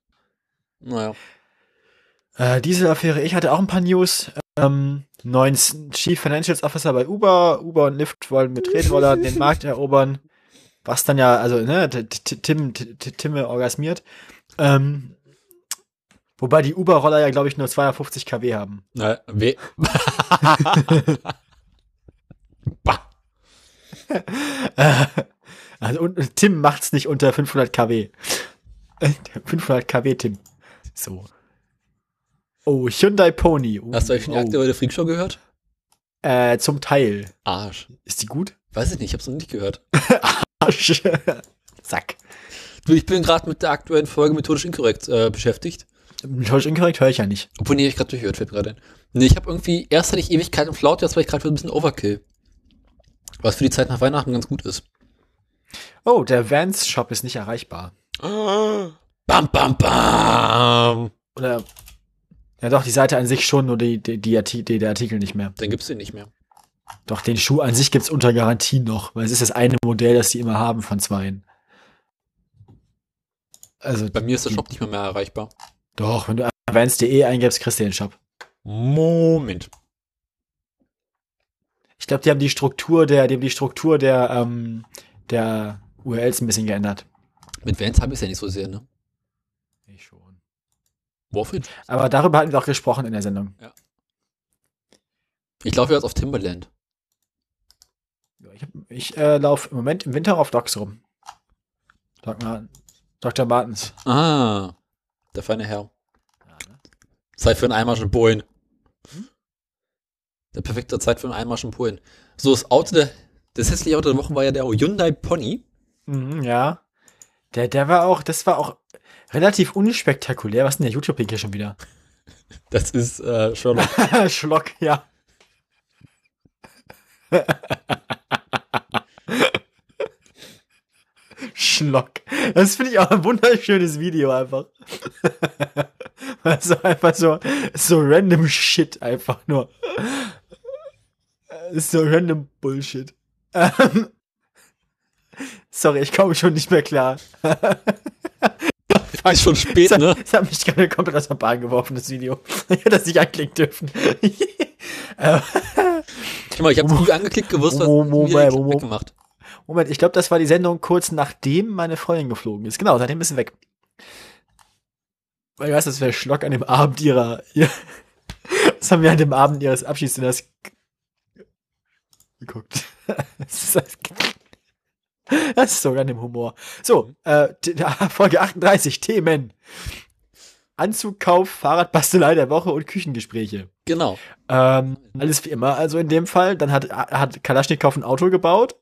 Naja.
Äh, diese Affäre, ich hatte auch ein paar News. Ähm, neuen Chief Financials Officer bei Uber. Uber und Lyft wollen mit Tretrollern den Markt erobern. Was dann ja, also, ne, T- T- Tim, T- T- Timme orgasmiert. Ähm, wobei die Uber-Roller ja, glaube ich, nur 250 kW haben.
Na, weh. bah.
Also, und, und Tim macht's nicht unter 500 kW. Äh, 500 kW, Tim. So. Oh, Hyundai Pony. Oh,
Hast du euch schon die Akte
oh.
bei der Freakshow gehört?
Äh, zum Teil.
Arsch.
Ist die gut? (laughs)
Weiß ich nicht, ich hab's noch nicht gehört.
Arsch. Sack.
Du, ich bin gerade mit der aktuellen Folge methodisch inkorrekt äh, beschäftigt.
Täusch inkorrekt höre ich ja nicht.
Obwohl, nee, hab ich gerade durchgehört, fällt mir gerade ein. Nee, ich habe irgendwie, erst hatte ich Ewigkeit im Flaut, jetzt war ich gerade ein bisschen Overkill. Was für die Zeit nach Weihnachten ganz gut ist.
Oh, der Vans Shop ist nicht erreichbar.
Bam, bam, bam.
Oder. Ja, doch, die Seite an sich schon, nur die, die, die, Arti- die, der Artikel nicht mehr.
Dann gibt's den nicht mehr.
Doch, den Schuh an sich gibt's unter Garantie noch, weil es ist das eine Modell, das die immer haben von zweien. Also,
Bei mir ist der Shop nicht mehr, mehr erreichbar.
doch, wenn du advanced.de eingibst, kriegst du den Shop.
Moment.
Ich glaube, die haben die Struktur der, die haben die Struktur der, ähm, der URLs ein bisschen geändert.
Mit Vans habe ich es ja nicht so sehr, ne?
Ich schon.
Warfield?
Aber darüber hatten wir auch gesprochen in der Sendung.
Ich laufe jetzt auf Timberland.
Ja, Ich, hab- ich äh, laufe im Moment im Winter auf Docs rum. Doc Marten. Dr. Martens.
Ah, der feine Herr. Zeit für einen Einmarsch in Polen. Der perfekte Zeit für einen Einmarsch in Polen. So, das Auto der, das hässliche Auto der Woche war ja der Hyundai Pony.
Mhm, ja. Der, der war auch, das war auch relativ unspektakulär. Was ist denn der YouTube-Link hier schon wieder?
Das ist
(laughs)
äh, Sherlock.
Schlock, ja. Schlock. Das finde ich auch ein wunderschönes Video einfach. Also einfach so, so random Shit einfach nur. Äh, So random Bullshit. Ähm, sorry, ich komme schon nicht mehr klar.
ist schon spät,
Das,
ne?
das hat mich gerade komplett aus der Bahn geworfen, das Video. Ich hätte das nicht anklicken dürfen.
Guck mal, ich habe gut angeklickt, gewusst, was
Moment,
mir den Klick
Moment.
weggemacht.
Moment, ich glaube, das war die Sendung kurz nachdem meine Freundin geflogen ist. Genau, seitdem ist sie weg. Weil du weißt, das wäre Schlock an dem Abend ihrer. ihr- (laughs) Das haben wir an dem Abend ihres Abschiedsdinners g- geguckt. (laughs) Das ist, das ist sogar an dem Humor. So, äh, t- (laughs) Folge 38, Themen. Anzugkauf, Fahrradbastelei der Woche und Küchengespräche.
Genau.
Ähm, alles wie immer, also in dem Fall. Dann hat, hat Kalaschnikow ein Auto gebaut.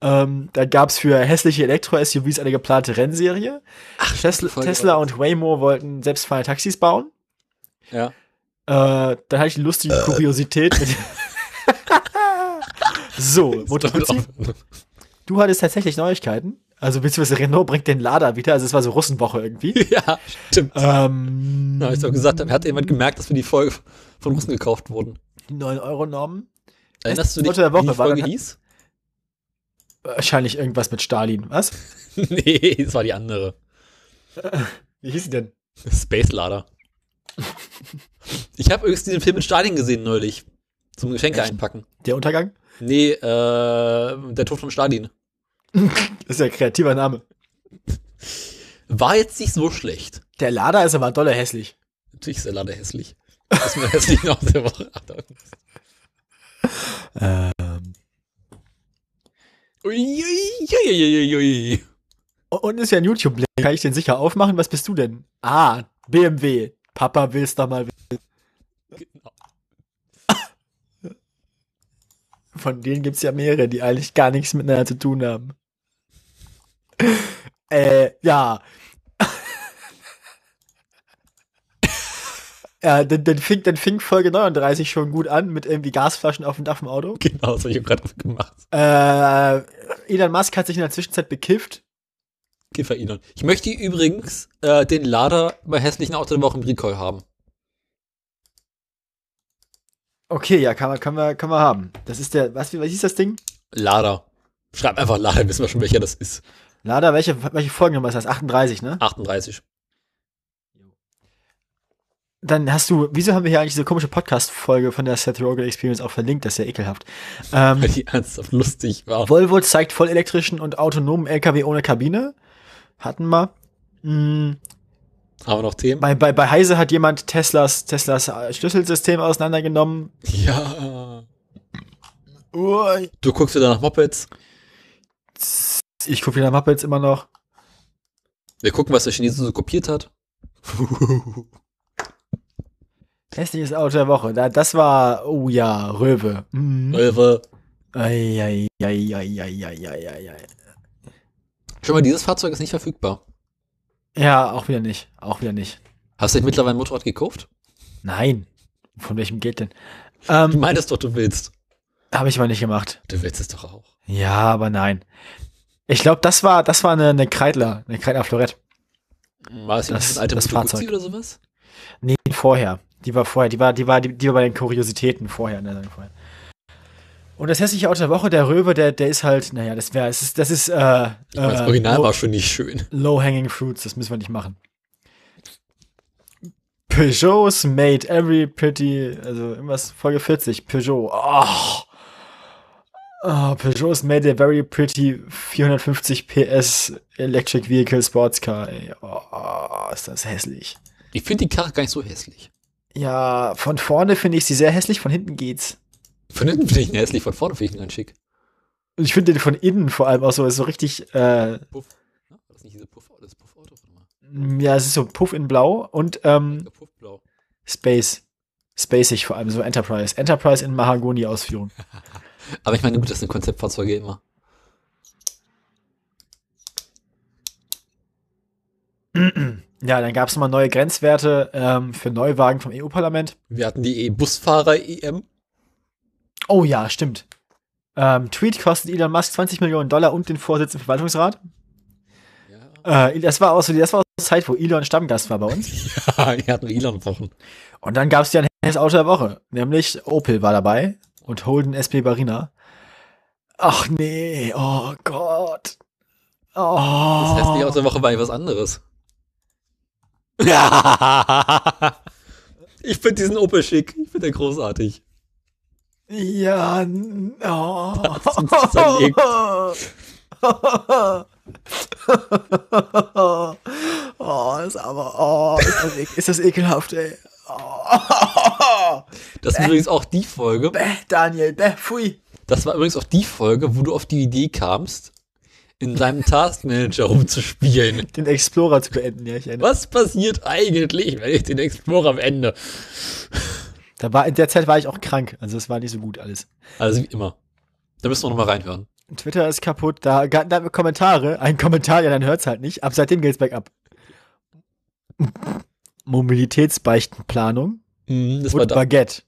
Ähm, da gab es für hässliche Elektro-SUVs eine geplante Rennserie. Ach, Tesla,
Folge
Tesla
war
und Waymo wollten selbstfahrende Taxis bauen.
Ja.
Äh, dann hatte ich eine lustige Kuriosität.
(laughs)
Mit so, Motorpuzzi, du hattest tatsächlich Neuigkeiten. Also beziehungsweise Renault bringt den Lader wieder. Also es war so Russenwoche
(laughs)
irgendwie.
(laughs) ja, stimmt.
ähm,
Na, hab ich doch gesagt, da hat jemand gemerkt, dass wir die Folge von Russen gekauft wurden.
die 9-Euro-Normen.
Erinnerst du
Das
dich,
Auto der Woche
wie die
war dann-
Folge hieß? (laughs)
Wahrscheinlich irgendwas mit Stalin. Was?
nee, es war die andere.
Wie hieß sie denn?
Space Lader. ich habe übrigens diesen Film in Stadien gesehen neulich. Zum Geschenke
Echt?
einpacken.
Der Untergang?
Nee, äh, der Tod von Stalin.
Das ist ja ein kreativer Name.
War jetzt nicht so schlecht.
Der Lader ist aber dolle hässlich.
Natürlich ist der Lader hässlich. Das ist mir hässlich nach der Woche.
Ähm.
Uiuiuiuiui.
Und ist ja ein YouTube-Link. Kann ich den sicher aufmachen? Was bist du denn? Ah, BMW. Papa will's da mal. (laughs)
Genau.
Von denen gibt's ja mehrere, die eigentlich gar nichts miteinander zu tun haben. (laughs) Äh, ja. (laughs) ja, dann, dann, fing, dann fing Folge 39 schon gut an mit irgendwie Gasflaschen auf dem Dach im Auto.
Genau, das habe ich gerade gemacht.
Äh, Elon Musk hat sich in der Zwischenzeit bekifft.
Kiffer Elon. Ich möchte übrigens äh, den Lader bei hässlichen Auto der Woche im Recall haben.
Okay, ja, kann man, kann man, kann man haben. Das ist der, was, wie was hieß das Ding?
Lader. Schreib einfach Lader, wissen wir schon, welcher das ist.
Lada, welche, welche Folgennummer ist das? 38, ne?
38.
Dann hast du, wieso haben wir hier eigentlich diese komische Podcast-Folge von der Seth Rogen Experience auch verlinkt? Das ist ja ekelhaft. Ähm,
Weil die ernsthaft lustig war.
Volvo zeigt voll elektrischen und autonomen LKW ohne Kabine. Hatten wir. Mm,
Haben wir noch Themen?
bei, bei, bei Heise hat jemand Teslas, Teslas äh, Schlüsselsystem auseinandergenommen.
Ja.
Uah,
Du guckst wieder nach Mopeds.
Ich gucke wieder Muppets immer noch.
Wir gucken, was der Chinesen so kopiert hat.
Hässliches Auto der Woche. Da, das war, oh ja, Röwe. Mhm.
Eure.
Eieieiei. Ei.
Schon mal, dieses Fahrzeug ist nicht verfügbar.
Ja, auch wieder nicht. Auch wieder nicht.
Hast du dich mittlerweile ein Motorrad gekauft?
Nein. Von welchem Geld denn?
Du
Ähm,
meinst doch, du willst.
habe ich mal nicht gemacht.
Du willst es doch auch.
Ja, aber nein. Ich glaube, das war, das war eine, eine Kreidler, eine Kreidler Florette.
War es
Das-
das, alte
das
Fahrzeug
Fahrzeug.
oder sowas?
Nee, vorher. Die war vorher. Die war, die war, die, die war bei den Kuriositäten vorher, in der Sendung vorher. Und das hässliche Auto der Woche, der Röwe, der, der ist halt, naja, das wäre, das ist, das ist, äh,
das
äh,
Original
low,
war schon nicht schön.
Low-hanging fruits, das müssen wir nicht machen. Peugeots made every pretty, also irgendwas Folge 40, Peugeot. Oh. Oh, Peugeots made a very pretty 450 PS electric vehicle sports car. Ey. Oh, ist das hässlich.
Ich finde die Karre gar nicht so hässlich.
Ja, von vorne finde ich sie sehr hässlich, von hinten geht's.
Von hinten finde ich ihn hässlich, von vorne finde ich ihn ganz schick.
Und Ich finde den von innen vor allem auch so, ist so richtig, äh,
Puff. Ja, war das nicht diese Puff, das Puffauto? Warte mal.
ja, es ist so Puff in Blau und ähm,
Der Puffblau.
Space. Spacig vor allem, so Enterprise. Enterprise in Mahagoni-Ausführung. (clears throat)
Aber ich meine, gut, das sind Konzeptfahrzeuge immer.
Ja, dann gab es nochmal neue Grenzwerte ähm, für Neuwagen vom EU-Parlament.
Wir hatten die E- E-Busfahrer-EM.
Oh ja, stimmt. Ähm, Tweet kostet Elon Musk 20 Millionen Dollar und den Vorsitz im Verwaltungsrat.
Ja.
Äh, das war auch so, das war auch die Zeit, wo Elon Stammgast war bei uns.
(laughs) die hatten wir Elon Wochen.
Und dann gab es ja ein helles Auto der Woche, nämlich Opel war dabei und Holden SP Barina. Ach nee, oh Gott. Oh.
Das hässliche Auto der Woche war eigentlich was anderes. (laughs) ich finde diesen Opel schick. Ich finde den großartig.
Ja, n- oh.
hat's uns zerlegt.
(laughs) oh, ist aber, oh, ist das, ek- ist das ekelhaft, ey. Oh. (laughs)
Das war übrigens auch die Folge.
Bäh, Daniel, bäh, pfui.
Das war übrigens auch die Folge, wo du auf die Idee kamst, in deinem Taskmanager rumzuspielen.
Den Explorer zu beenden, ja, ich erinnere.
Was passiert eigentlich, wenn ich den Explorer am Ende?
Da war, in der Zeit war ich auch krank, also es war nicht so gut alles.
Also wie immer. Da müssen wir nochmal reinhören.
Twitter ist kaputt, da, da, da Kommentare, ein Kommentar, ja, dann hört's halt nicht, ab seitdem geht's bergab. Mobilitätsbeichtenplanung
Mhm, das war
und
da. Äh,
Baguette.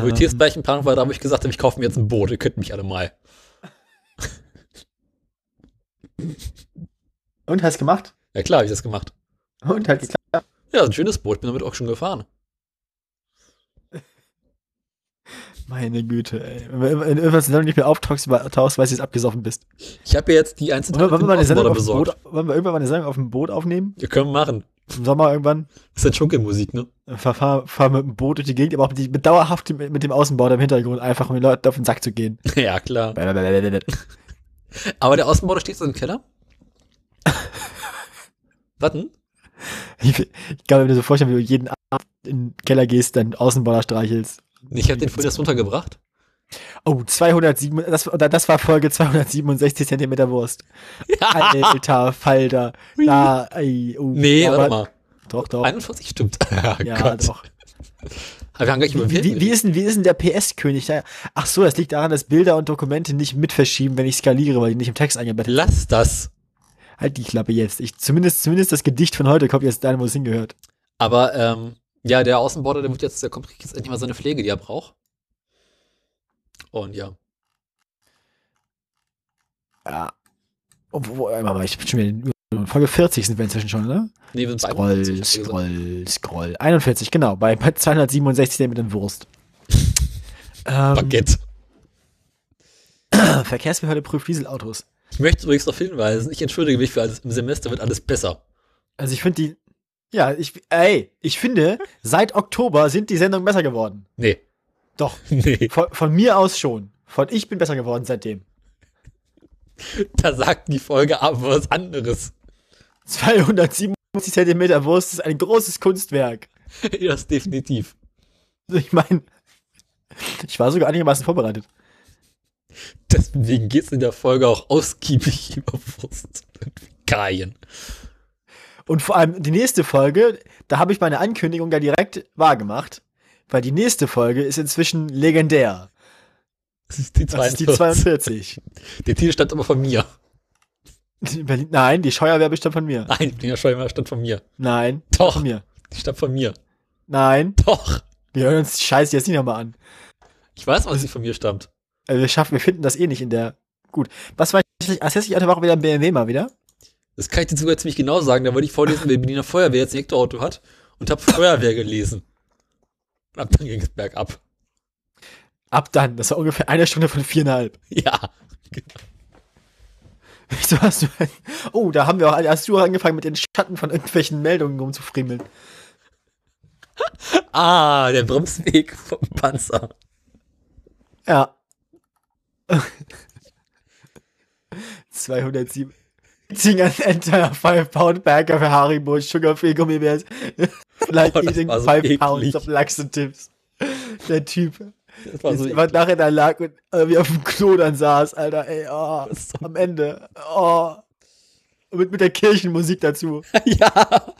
Wo die Tierspeichenplanung war, da habe ich gesagt, ich kaufe mir jetzt ein Boot, ihr könnt mich alle mal.
Und hast gemacht?
Ja klar, habe ich das gemacht.
Und hat geklappt.
Ja, ein schönes Boot, bin damit auch schon gefahren.
Meine Güte, ey. Wenn du in irgendwas Sendung nicht mehr auftauchst, weil tauchst, weil du jetzt abgesoffen bist.
Ich habe ja jetzt die einzelnen
Wollen wir, wollen, wir mal eine Sendung
Außenborder
auf dem
besorgt.
Boot, wollen wir irgendwann mal eine Sendung auf dem Boot aufnehmen?
Wir können machen.
Im Sommer irgendwann? Äh,
Das ist ja Dschungelmusik, ne?
Fahr, fahr, fahr mit dem Boot durch die Gegend, aber auch mit, mit dauerhaft mit, mit dem Außenborder im Hintergrund, einfach um den Leuten auf den Sack zu gehen. (laughs)
(laughs) ja, klar. Aber der Außenborder steht so im Keller. Warten.
Ich, ich kann mir so vorstellen, wie du jeden Abend in den Keller gehst, deinen Außenborder streichelst.
Ich habe den vorhin erst runtergebracht.
Oh, 207, das, das war Folge 267 Zentimeter Wurst. Alter, Falter. Da, ey, oh,
Nee,
aber-
warte mal.
Doch, doch.
41 stimmt. (laughs) Ah,
ja,
Gott.
doch.
Aber wir haben gar nicht über
Wie, wie, wie,
Wilden
ist denn, wie ist denn der PS-König da? Ach so, das liegt daran, dass Bilder und Dokumente nicht mitverschieben, wenn ich skaliere, weil die nicht im Text eingebettet sind.
Lass das.
Halt die Klappe jetzt. Ich, zumindest, zumindest das Gedicht von heute kommt jetzt dahin, wo es hingehört.
Aber ähm, ja, der Außenborder, der wird jetzt, der kommt kriegt jetzt endlich mal seine Pflege, die er braucht. Und ja.
Ja. Und wo, wo, warte mal, ich bin schon wieder in in Folge 40 sind wir inzwischen schon, ne? oder?
Nee, wir sind bei
Scroll,
41, hab ich gesagt.
scroll, scroll. 41, genau, bei, bei 267 der mit dem Wurst. (laughs) ähm,
Baguette.
Verkehrsbehörde prüft Dieselautos.
Ich möchte übrigens darauf hinweisen, ich entschuldige mich für alles. Im Semester wird alles besser.
Also ich finde die, ja, ich, ey, ich finde, seit Oktober sind die Sendungen besser geworden.
Nee.
Doch.
(laughs) Nee.
Von, von mir aus schon. Von ich bin besser geworden seitdem.
Da sagt die Folge aber was anderes.
257 Zentimeter Wurst ist ein großes Kunstwerk.
(laughs)
Also
Ja, Das definitiv.
Ich meine, (laughs) ich war sogar einigermaßen vorbereitet.
Deswegen geht's in der Folge auch ausgiebig (laughs) über Wurst und Vegetarien.
Und vor allem die nächste Folge, da habe ich meine Ankündigung ja direkt wahrgemacht, weil die nächste Folge ist inzwischen legendär.
Das ist die
Das
42.
ist die 42.
Der Titel stammt aber von mir.
Die Berlin, nein, die Scheuerwerbe stammt von mir.
Nein, die Berliner Schäumer stammt von mir.
Nein,
Doch.
von mir.
Die stammt von mir.
Nein,
Doch.
wir hören uns die Scheiße jetzt nicht nochmal an.
Ich weiß, was sie von mir stammt.
Also wir schaffen, wir finden das eh nicht in der. Gut. Was war ich? Assesslich Auto war auch wieder ein BMW mal wieder.
Das kann ich dir sogar ziemlich genau sagen. Da wollte ich vorlesen, wer Berliner Feuerwehr jetzt ein Elektroauto hat und habe Feuerwehr gelesen. Und ab dann ging es bergab.
Ab dann, das war ungefähr eine Stunde von viereinhalb. (laughs)
Ja.
So hast du, oh, da haben wir auch, hast du auch angefangen mit den Schatten von irgendwelchen Meldungen rumzufriemeln.
Ah, der Bremsweg vom Panzer.
(laughs) Ja. 207. Eating an entire 5 pound bag of Haribo sugar free
(laughs)
Gummibärs. like
Oh, das
eating
war so
5
eklig.
pounds of laxatives. Der Typ.
Das war
Was
so,
so nachher da lag und äh, wie auf dem Klo dann saß, Alter, ey, oh,
Das ist so-
am Ende. Oh. Und mit, mit der Kirchenmusik dazu.
(laughs) ja.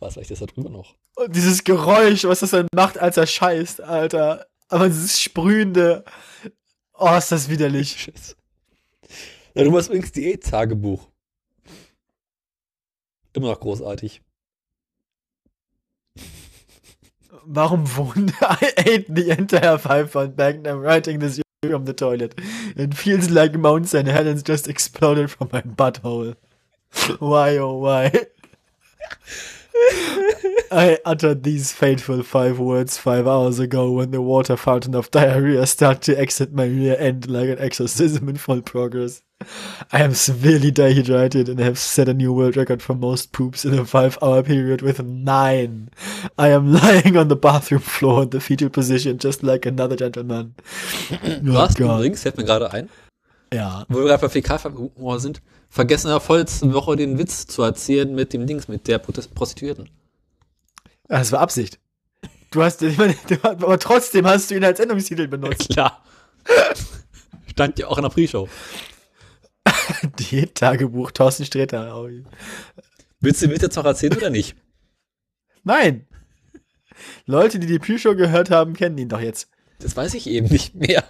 Was war ich das da drüber noch?
Und dieses Geräusch, was das dann macht, als er scheißt, Alter. Aber dieses sprühende. Oh, ist das widerlich.
Scheiße. Ja, du machst übrigens Diät-Tagebuch. Immer noch großartig.
Warum (laughs) wohnt I ate the entire five pound bag and I'm writing this from the toilet. It feels like Mount St. Helens just exploded from my butthole. Why oh why? (laughs) I uttered these fateful five words five hours ago when the water fountain of diarrhea started to exit my rear end like an exorcism in full progress. I am severely dehydrated and have set a new world record for most poops in a five hour period with nine. I am (laughs) lying on the bathroom floor in the fetal position just like another gentleman.
Du
Oh
hast
Gott.
übrigens, fällt mir gerade ein,
Ja.
wo wir gerade bei Fäkalverhumor sind, vergessen in der vorletzten Woche den Witz zu erzählen mit dem Dings, mit der Protest Prostituierten.
Ah, Das war Absicht. Du hast, (laughs) ich meine, du, aber trotzdem hast du ihn als Endungstitel benutzt. (laughs)
(laughs) Klar. Stand ja auch in der Pre-Show.
Diät-Tagebuch, Thorsten Sträter. Oh.
Willst du den Witz jetzt noch erzählen oder nicht?
Nein! Leute, die die Pre-Show gehört haben, kennen ihn doch jetzt.
Das weiß ich eben nicht mehr.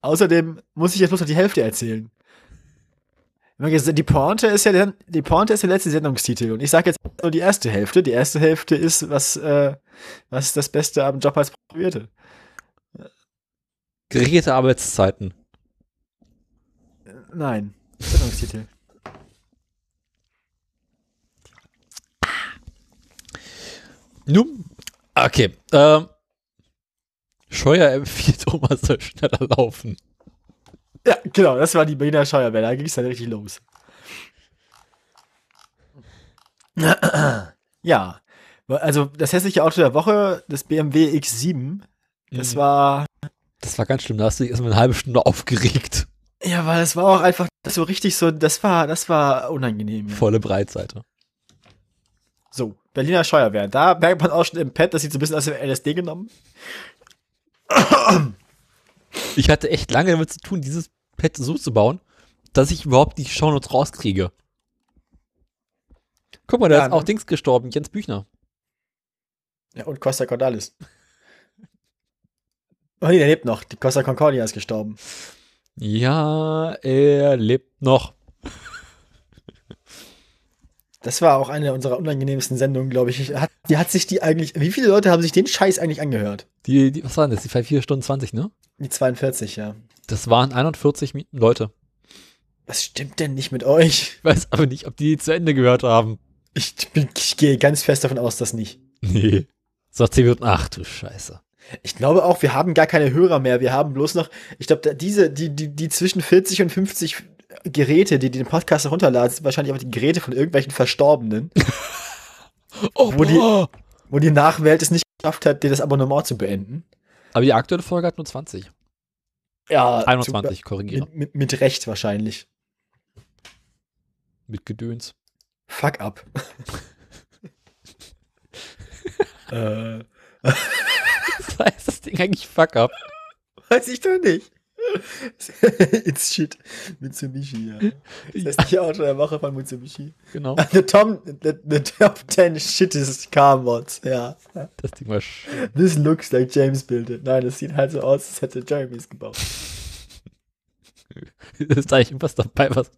Außerdem muss ich jetzt bloß noch die Hälfte erzählen. Wenn man jetzt- Die Pointe ist ja der, die Pointe ist der letzte Sendungstitel und ich sage jetzt nur die erste Hälfte. Die erste Hälfte ist, was, äh, was ist das Beste am Job als Probierte?
Geregelte Arbeitszeiten.
Nein, Sendungstitel.
Nun, okay. Ähm, Scheuer empfiehlt Oma soll schneller laufen.
Ja, genau, das war die Berliner Scheuerwelle. Da ging es dann richtig los. (clears throat) Ja, also das hässliche Auto der Woche, das BMW X7, das
Mhm.
war,
Das war ganz schlimm. Da hast du dich erstmal eine halbe Stunde (laughs) aufgeregt.
ja, weil das war auch einfach so richtig so, das war, das war unangenehm. Ja.
Volle Breitseite.
So, Berliner Scheuerwehr. Da merkt man auch schon im Pad, das sieht so ein bisschen aus wie LSD genommen.
Ich hatte echt lange damit zu tun, dieses Pad so zu bauen, dass ich überhaupt die Shownotes rauskriege. Guck mal, da
Ja,
ist
ne?
auch Dings gestorben, Jens Büchner.
Ja, und Costa Cordalis. Oh nee, der lebt noch. Die Costa Concordia ist gestorben.
Ja, er lebt noch.
Das war auch eine unserer unangenehmsten Sendungen, glaube ich. Ich- Hat, die hat sich die eigentlich. Wie viele Leute haben sich den Scheiß eigentlich angehört?
Die, die, was waren das? Die 4 Stunden 20, ne?
Die 42, ja.
Das waren 41 Mi- Leute.
Was stimmt denn nicht mit euch?
Ich weiß aber nicht, ob die die zu Ende gehört haben.
Ich, bin, ich gehe ganz fest davon aus, dass nicht.
Nee. So 10 Minuten. Ach du Scheiße.
Ich glaube auch, wir haben gar keine Hörer mehr. Wir haben bloß noch, ich glaube, da- diese, die, die, die zwischen 40 und 50 Geräte, die, die den Podcast herunterladen, sind wahrscheinlich auch die Geräte von irgendwelchen Verstorbenen,
Oh,
Wo die-
boah.
wo die Nachwelt es nicht geschafft hat, dir das Abonnement zu beenden.
Aber die aktuelle Folge hat nur 20.
Ja,
21, korrigiere.
Mit, mit, mit Recht wahrscheinlich.
Mit Gedöns.
Fuck up. äh,
(laughs) Das heißt das Ding eigentlich fuck up.
weiß ich doch nicht. (laughs) It's shit. Mitsubishi, ja. Das ist die Auto der Woche von Mitsubishi. (laughs)
Genau.
The, Tom, the, the top 10 shittest car mods, ja.
Das Ding war schön.
This looks like James built it. Nein, das sieht halt so aus, als hätte Jeremy es gebaut.
Ist da eigentlich irgendwas dabei, was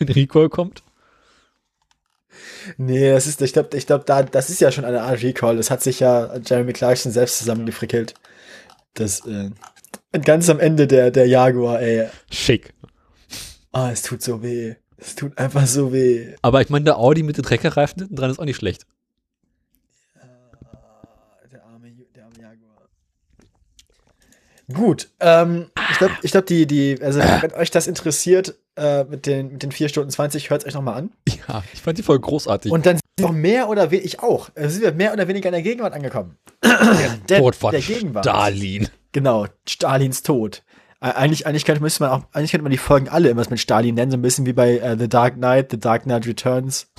ein Recall kommt?
Nee, das ist, ich glaube, ich glaub, da, das ist ja schon eine Art Recall. Das hat sich ja Jeremy Clarkson selbst zusammengefrickelt. Das, äh, und ganz am Ende der, der Jaguar, ey.
Schick.
Ah, es tut so weh. Es tut einfach so weh.
Aber ich meine, der Audi mit den Treckerreifen hinten dran ist auch nicht schlecht.
Der arme, Ju- der arme Jaguar. Gut, ähm, ich glaube, ich glaub, die, die, also
Ah.
wenn euch das interessiert, äh, mit, den, mit den 4 Stunden 20, hört es euch nochmal an.
Ja, ich fand die voll großartig.
Und dann sind wir mehr oder weniger, ich auch, äh, sind wir mehr oder weniger in der Gegenwart
(coughs)
angekommen. der,
Tod von
der Gegenwart.
Stalin.
Genau, Stalins Tod. Ä- Eigentlich, eigentlich, könnte, müsste man auch, eigentlich könnte man die Folgen alle immer mit Stalin nennen, so ein bisschen wie bei äh, The Dark Knight, The Dark Knight Returns,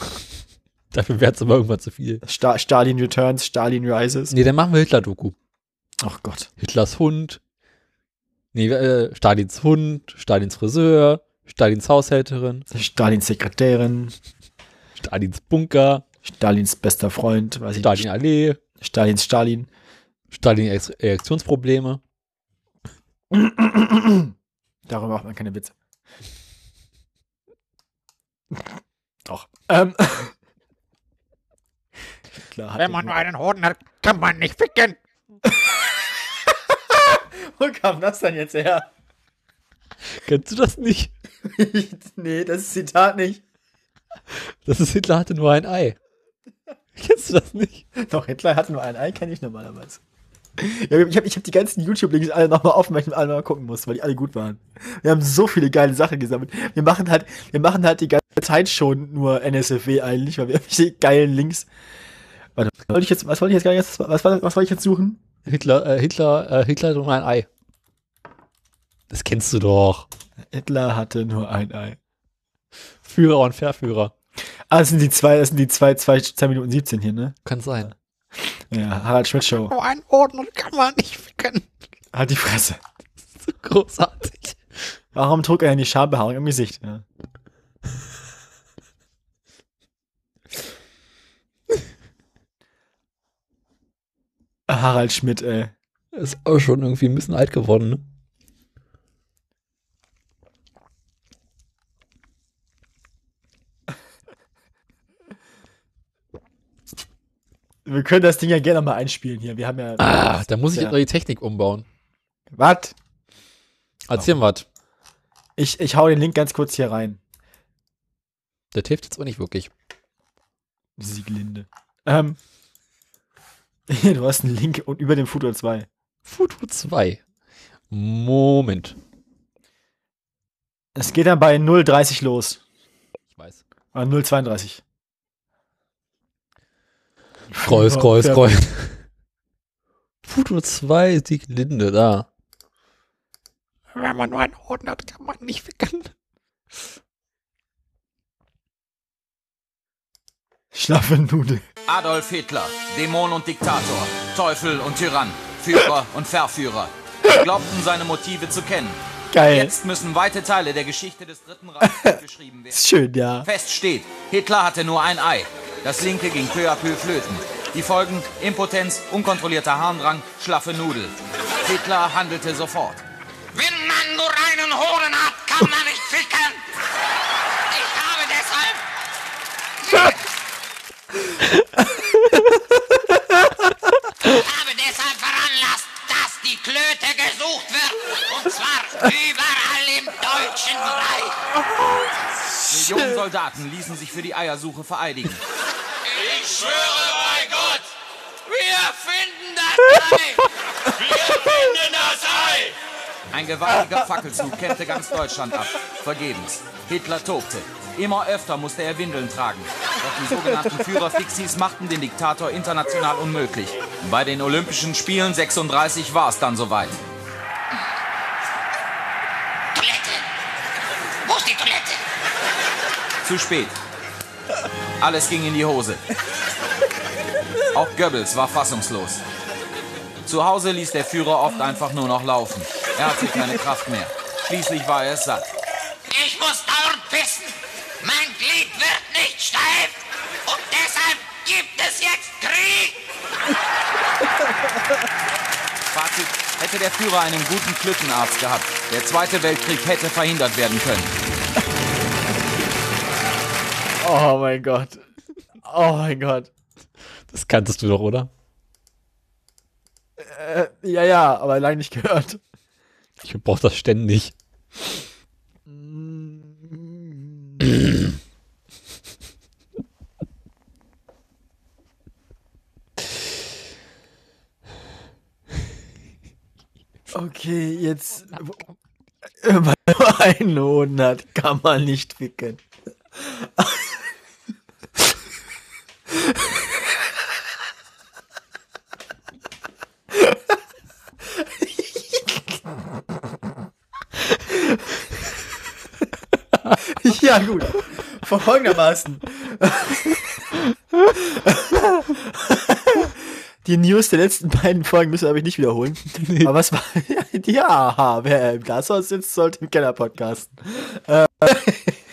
Dafür wäre es aber irgendwann zu viel.
Sta Stalin Returns, Stalin Rises.
Nee, dann machen wir Hitler-Doku.
Ach Gott.
Hitlers Hund. Nee, äh, Stalins Hund, Stalins Friseur, Stalins Haushälterin,
Stalins Sekretärin,
Stalins Bunker,
Stalins bester Freund, weiß ich
Stalin Allee,
nicht. Stalins Stalin.
Stalin Ex- Erektionsprobleme.
Darüber macht man keine Witze. (laughs) Doch. Ähm. (laughs) Klar, hat
Wenn man nur einen Hoden hat, kann man nicht ficken.
Wo kam das dann jetzt her? (laughs)
Kennst du das nicht?
nee, das Zitat nicht.
Das ist Hitler hatte nur ein Ei. Kennst du das nicht?
Doch, Hitler hat nur ein Ei, kenne ich normalerweise. Ja, ich habe ich hab die ganzen YouTube-Links alle nochmal offen, weil ich alle nochmal gucken muss, weil die alle gut waren. Wir haben so viele geile Sachen gesammelt. Wir machen halt, wir machen halt die ganze Zeit schon nur NSFW eigentlich, weil wir irgendwelche geilen Links. Warte, was wollte ich jetzt, was wollte ich jetzt gar nicht, was, was, was, was wollte ich jetzt suchen?
Hitler, äh, Hitler, äh, Hitler hatte nur ein Ei. Das kennst du doch.
Hitler hatte nur ein Ei.
Führer und Verführer.
Ah, das sind die zwei, das sind die zwei, zwei, zwei Minuten 17 hier, ne?
Kann sein.
Ja, Harald Schmidt Show.
Oh,
Nur einen Hoden hat, kann man nicht ficken.
Halt die Fresse.
So großartig.
Warum trug er denn die Schambehaarung im Gesicht? Ja. Ah, Harald Schmidt, ey.
Ist aber schon irgendwie ein bisschen alt geworden. Ne?
Wir können das Ding ja gerne mal einspielen hier. Wir haben ja.
Ah, da muss ich
Ja.
jetzt noch die Technik umbauen.
Was?
Erzähl mal was.
Ich, ich hau den Link ganz kurz hier rein.
Das hilft jetzt auch nicht wirklich.
Sieglinde. Ähm. (laughs) Hier, du hast einen Link und über dem Futur 2.
Futu 2. Moment.
Es geht dann bei 030 los.
Ich weiß.
Äh, 032.
Kreuz,
Ja,
Kreuz,
fair.
Kreuz. (laughs) Futur 2 ist die Linde da.
Wenn man nur einen Hoden hat, kann man nicht ficken.
Schlaffe Nudel.
Adolf Hitler, Dämon und Diktator, Teufel und Tyrann, Führer und Verführer. Sie glaubten seine Motive zu kennen.
Geil.
Jetzt müssen weite Teile der Geschichte des Dritten Reiches geschrieben werden.
Ist schön, ja.
Fest steht, Hitler hatte nur ein Ei. Das linke ging peu à peu flöten. Die Folgen Impotenz, unkontrollierter Harndrang, schlaffe Nudel. Hitler handelte sofort.
Wenn man nur einen Hoden hat, kann man nicht ficken. Ich habe deshalb Ich habe deshalb veranlasst, dass die Klöte gesucht wird. Und zwar überall im Deutschen Reich.
Millionen Soldaten ließen sich für die Eiersuche vereidigen.
Ich schwöre bei Gott, wir finden (laughs) das Ei. Wir finden das Ei.
Ein gewaltiger Fackelzug kehrte ganz Deutschland ab. Vergebens. Hitler tobte. Immer öfter musste er Windeln tragen. Doch die sogenannten Führer-Fixies machten den Diktator international unmöglich. Bei den Olympischen Spielen 36 war es dann soweit.
Toilette. Wo ist die Toilette?
Zu spät. Alles ging in die Hose. Auch Goebbels war fassungslos. Zu Hause ließ der Führer oft einfach nur noch laufen. Er hatte keine Kraft mehr. Schließlich war er es satt.
Ich muss dauernd pissen. Mein Glied wird nicht steif. Und deshalb gibt es jetzt Krieg.
Fazit, hätte der Führer einen guten Klückenarzt gehabt, der Zweite Weltkrieg hätte verhindert werden können.
Oh mein Gott. Oh mein Gott.
Das kanntest du doch, oder?
Ja, ja, aber lange nicht gehört.
Ich brauche das ständig.
Okay, jetzt. (laughs) Immer nur einen Hoden hat, kann man nicht ficken. ja, gut. Folgendermaßen. Die News der letzten (laughs) beiden Folgen müssen wir aber nicht wiederholen. Aber was war. (laughs) Ja, wer im Glashaus sitzt, sollte im Keller podcasten. Äh,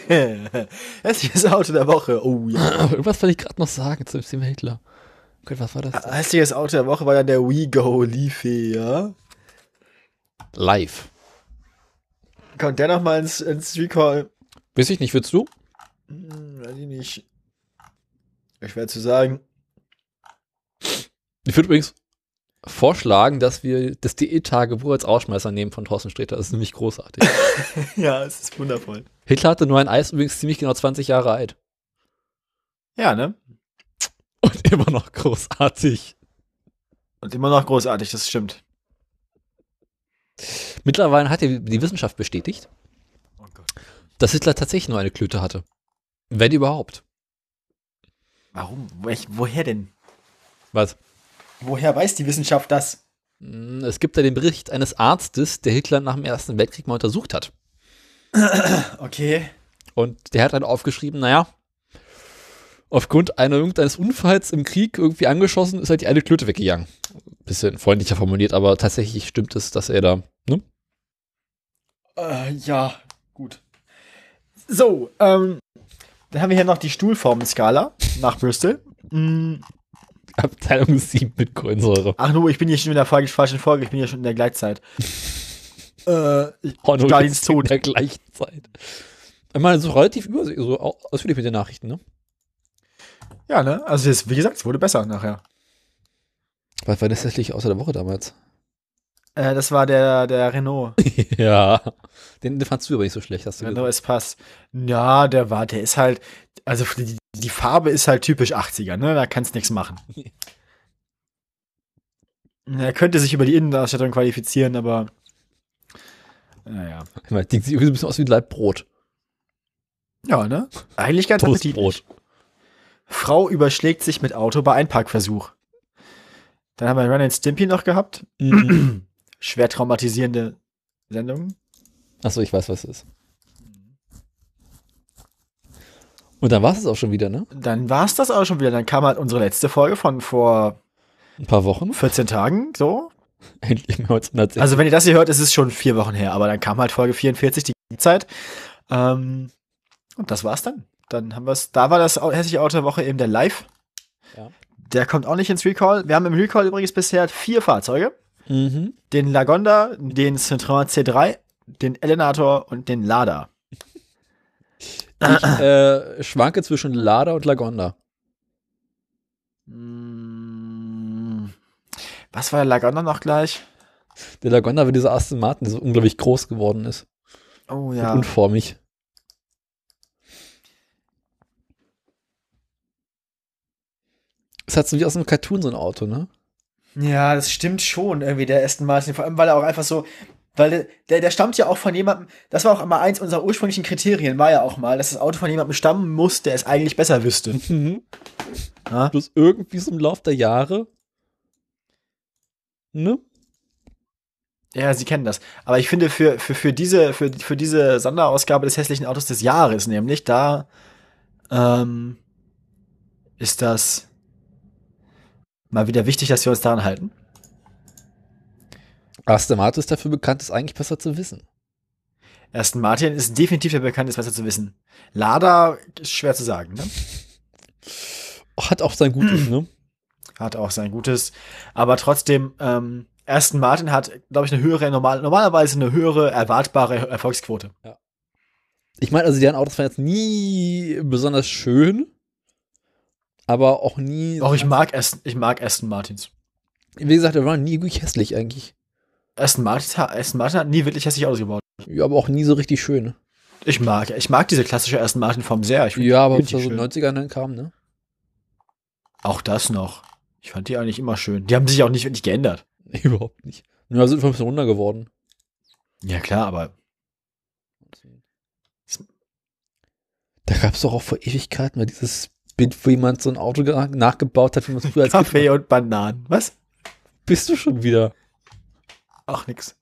(laughs) Das ist das Auto der Woche. Oh ja.
(clears throat) Irgendwas wollte ich gerade noch sagen zum Thema Hitler. Gott, was war das? denn?
Hässliches Auto der Woche war dann der WeGo Leafy, ja?
Live.
Kommt der nochmal ins, ins Recall?
Weiß ich nicht, willst du?
Hm, weiß ich nicht. Schwer zu sagen. (laughs)
Ich würde übrigens vorschlagen, dass wir das DE-Tagebuch als Ausschmeißer nehmen von Thorsten Sträter. Das ist nämlich (laughs) großartig.
Ja, es ist wundervoll.
Hitler hatte nur ein Eis übrigens ziemlich genau 20 Jahre alt.
Ja, ne?
Und immer noch großartig.
Und immer noch großartig, das stimmt.
Mittlerweile hat ja die Wissenschaft bestätigt,
Oh Gott.
dass Hitler tatsächlich nur eine Klöte hatte. Wenn überhaupt.
Warum? Welch- Woher denn?
Was?
Woher weiß die Wissenschaft das?
Mm, Es gibt da den Bericht eines Arztes, der Hitler nach dem Ersten Weltkrieg mal untersucht hat.
Okay.
Und der hat dann aufgeschrieben, naja, aufgrund einer, irgendeines Unfalls im Krieg irgendwie angeschossen, ist halt die eine Klöte weggegangen. Bisschen freundlicher formuliert, aber tatsächlich stimmt es, dass er da, ne? (laughs)
Äh, ja, gut. So, ähm, dann haben wir hier noch die Stuhlformenskala nach Bristol. Mm,
Abteilung 7 mit Kohlensäure.
ach nur, ich bin hier schon in der falsch- falschen Folge, ich bin hier schon in der Gleitzeit. äh, ich,
Honolulu
Stalins
ist
Tod.
In der gleichen Zeit. Ich meine, so relativ über, so au- ausführlich mit den Nachrichten, ne?
ja, ne? Also, es- wie gesagt, es wurde besser nachher.
Was war das tatsächlich außer der Woche damals?
Äh, das war der, der Renault.
(laughs) ja. Den, den fandst du aber nicht so schlecht, hast du gesagt.
Renault ist passt. Ja, der war, der ist halt, also die, die Farbe ist halt typisch 80er, ne? Da kannst nichts machen.
Nee.
Er könnte sich über die Innenausstattung qualifizieren, aber naja.
Ich meine, Die sieht irgendwie so ein bisschen aus wie ein Leib Brot.
Ja, ne? Eigentlich ganz appetitlich.
Toastbrot.
Frau überschlägt sich mit Auto bei Einparkversuch. Dann haben wir Run and Stimpy noch gehabt.
Mhm. (clears throat)
Schwer traumatisierende Sendung.
Achso, ich weiß, was es ist. Und dann war es auch schon wieder, ne?
Dann war es das auch schon wieder. Dann kam halt unsere letzte Folge von vor
Ein paar Wochen. (laughs)
14 Tagen, so.
Endlich mal 160.
Also wenn ihr das hier hört, ist es schon vier Wochen her, aber dann kam halt Folge 44 die Zeit. Ähm, und das war's dann. Dann haben wir's. Da war das Au- hässliche Auto der Woche eben der Live.
Ja.
Der kommt auch nicht ins Recall. Wir haben im Recall übrigens bisher vier Fahrzeuge:
mhm.
den Lagonda, den Citroën C3, den Elenator und den Lada.
Ich äh, schwanke zwischen Lada und Lagonda.
Mm, Was war der Lagonda noch gleich?
Der Lagonda war dieser Aston Martin, der so unglaublich groß geworden ist.
Oh
Ja.
ja.
Unformig. Es hat so wie aus einem Cartoon so ein Auto, ne?
Ja, das stimmt schon irgendwie, der Aston Martin. Vor allem, weil er auch einfach so, weil der, der, der stammt ja auch von jemandem, das war auch immer eins unserer ursprünglichen Kriterien, war ja auch mal, dass das Auto von jemandem stammen muss, der es eigentlich besser wüsste.
Mhm.
Ja.
Bloß irgendwie so im Lauf der Jahre. Ne?
Ja, Sie kennen das. Aber ich finde, für, für, für, diese, für, für diese Sonderausgabe des hässlichen Autos des Jahres, nämlich, da ähm, ist das mal wieder wichtig, dass wir uns daran halten.
Aston Martin ist dafür bekannt, es eigentlich besser zu wissen.
Aston Martin ist definitiv der bekannteste, besser zu wissen. Lada, ist schwer zu sagen, ne?
Hat auch sein (clears throat) Gutes, ne?
hat auch sein Gutes. Aber trotzdem, ähm, Aston Martin hat, glaube ich, eine höhere, normal, normalerweise eine höhere erwartbare Erfolgsquote.
Ich meine, also deren Autos waren jetzt nie besonders schön, aber auch nie.
Auch ich mag Aston, ich mag Aston Martins.
Wie gesagt, die waren nie wirklich hässlich eigentlich.
Aston Martin, ha- Aston Martin hat nie wirklich hässlich ausgebaut.
Ja, aber auch nie so richtig schön.
Ich mag, ich mag diese klassische Aston Martin Form sehr. Ich find
Ja, aber
die
bis da so
schön.
90ern dann kam, ne? (laughs)
auch das noch. Ich fand die eigentlich immer schön. Die haben sich auch nicht wirklich geändert.
Nee, überhaupt nicht. Ja, sind wir ein bisschen runter geworden.
Ja, klar, aber.
Da gab es doch auch vor Ewigkeiten mal dieses Bild, wo jemand so ein Auto ge- nachgebaut hat, wie man es (laughs) früher als Kind
Kaffee und Bananen. Was?
Bist du schon wieder?
Ach, nix.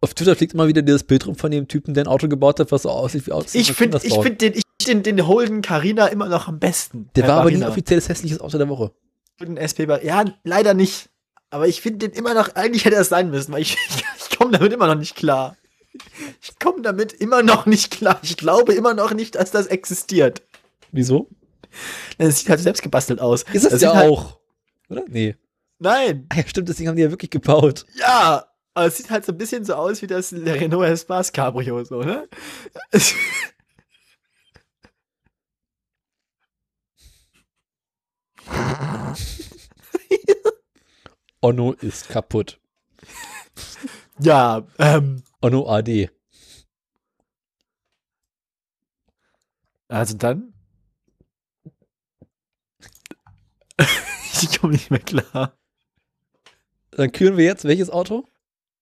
Auf Twitter fliegt immer wieder dieses Bild rum von dem Typen, der ein Auto gebaut hat, was so aussieht wie Autos.
Ich finde ich
finde,
find den, ich, den, den Holden Carina immer noch am besten.
Der
Herr
war aber nie
Carina.
offizielles hässliches Auto der Woche.
Holden SP war- Ja, leider nicht. Aber ich finde den immer noch, eigentlich hätte er es sein müssen, weil ich, (laughs) ich, komme damit immer noch nicht klar. Ich komme damit immer noch nicht klar. Ich glaube immer noch nicht, dass das existiert.
Wieso?
Es sieht halt selbst gebastelt aus.
Ist das
Das
ja
sieht halt-
auch. Oder? Nee.
Nein,
Ah ja, stimmt, das Ding haben die ja wirklich gebaut.
ja. Aber es sieht halt so ein bisschen so aus wie das Renault Espace Cabrio, so, ne? (laughs) Es-
Onno ist kaputt.
ja, ähm.
Onno AD.
Also dann? (laughs) ich komme nicht mehr klar.
Dann küren wir jetzt welches Auto?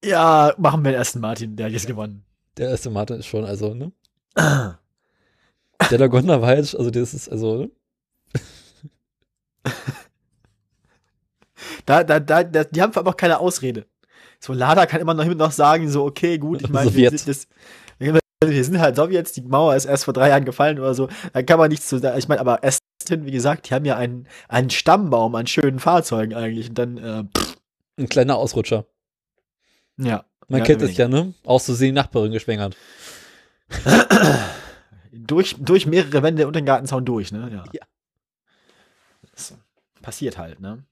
Ja, machen wir den ersten Martin, der hat jetzt gewonnen.
Der erste Martin ist schon, also, ne? Der Lagonda war jetzt, also das ist, also, ne?
Da, da, da, da, die haben aber auch keine Ausrede. So, Lada kann immer noch, immer noch sagen, so, okay, gut, ich meine, wir,
Sowjet.
sind das- wir sind halt Sowjets, die Mauer ist erst vor drei Jahren gefallen oder so. Da kann man nichts zu sagen. Ich meine, aber Aston, wie gesagt, die haben ja einen, einen Stammbaum an schönen Fahrzeugen eigentlich. Und dann, äh, pff,
ein kleiner Ausrutscher.
ja.
Man
Ja,
kennt das
wenig.
ja, ne? Aus Versehen die Nachbarin geschwängert.
Durch, durch mehrere Wände unter den Gartenzaun durch, ne? Ja.
Ja.
Das passiert halt, ne?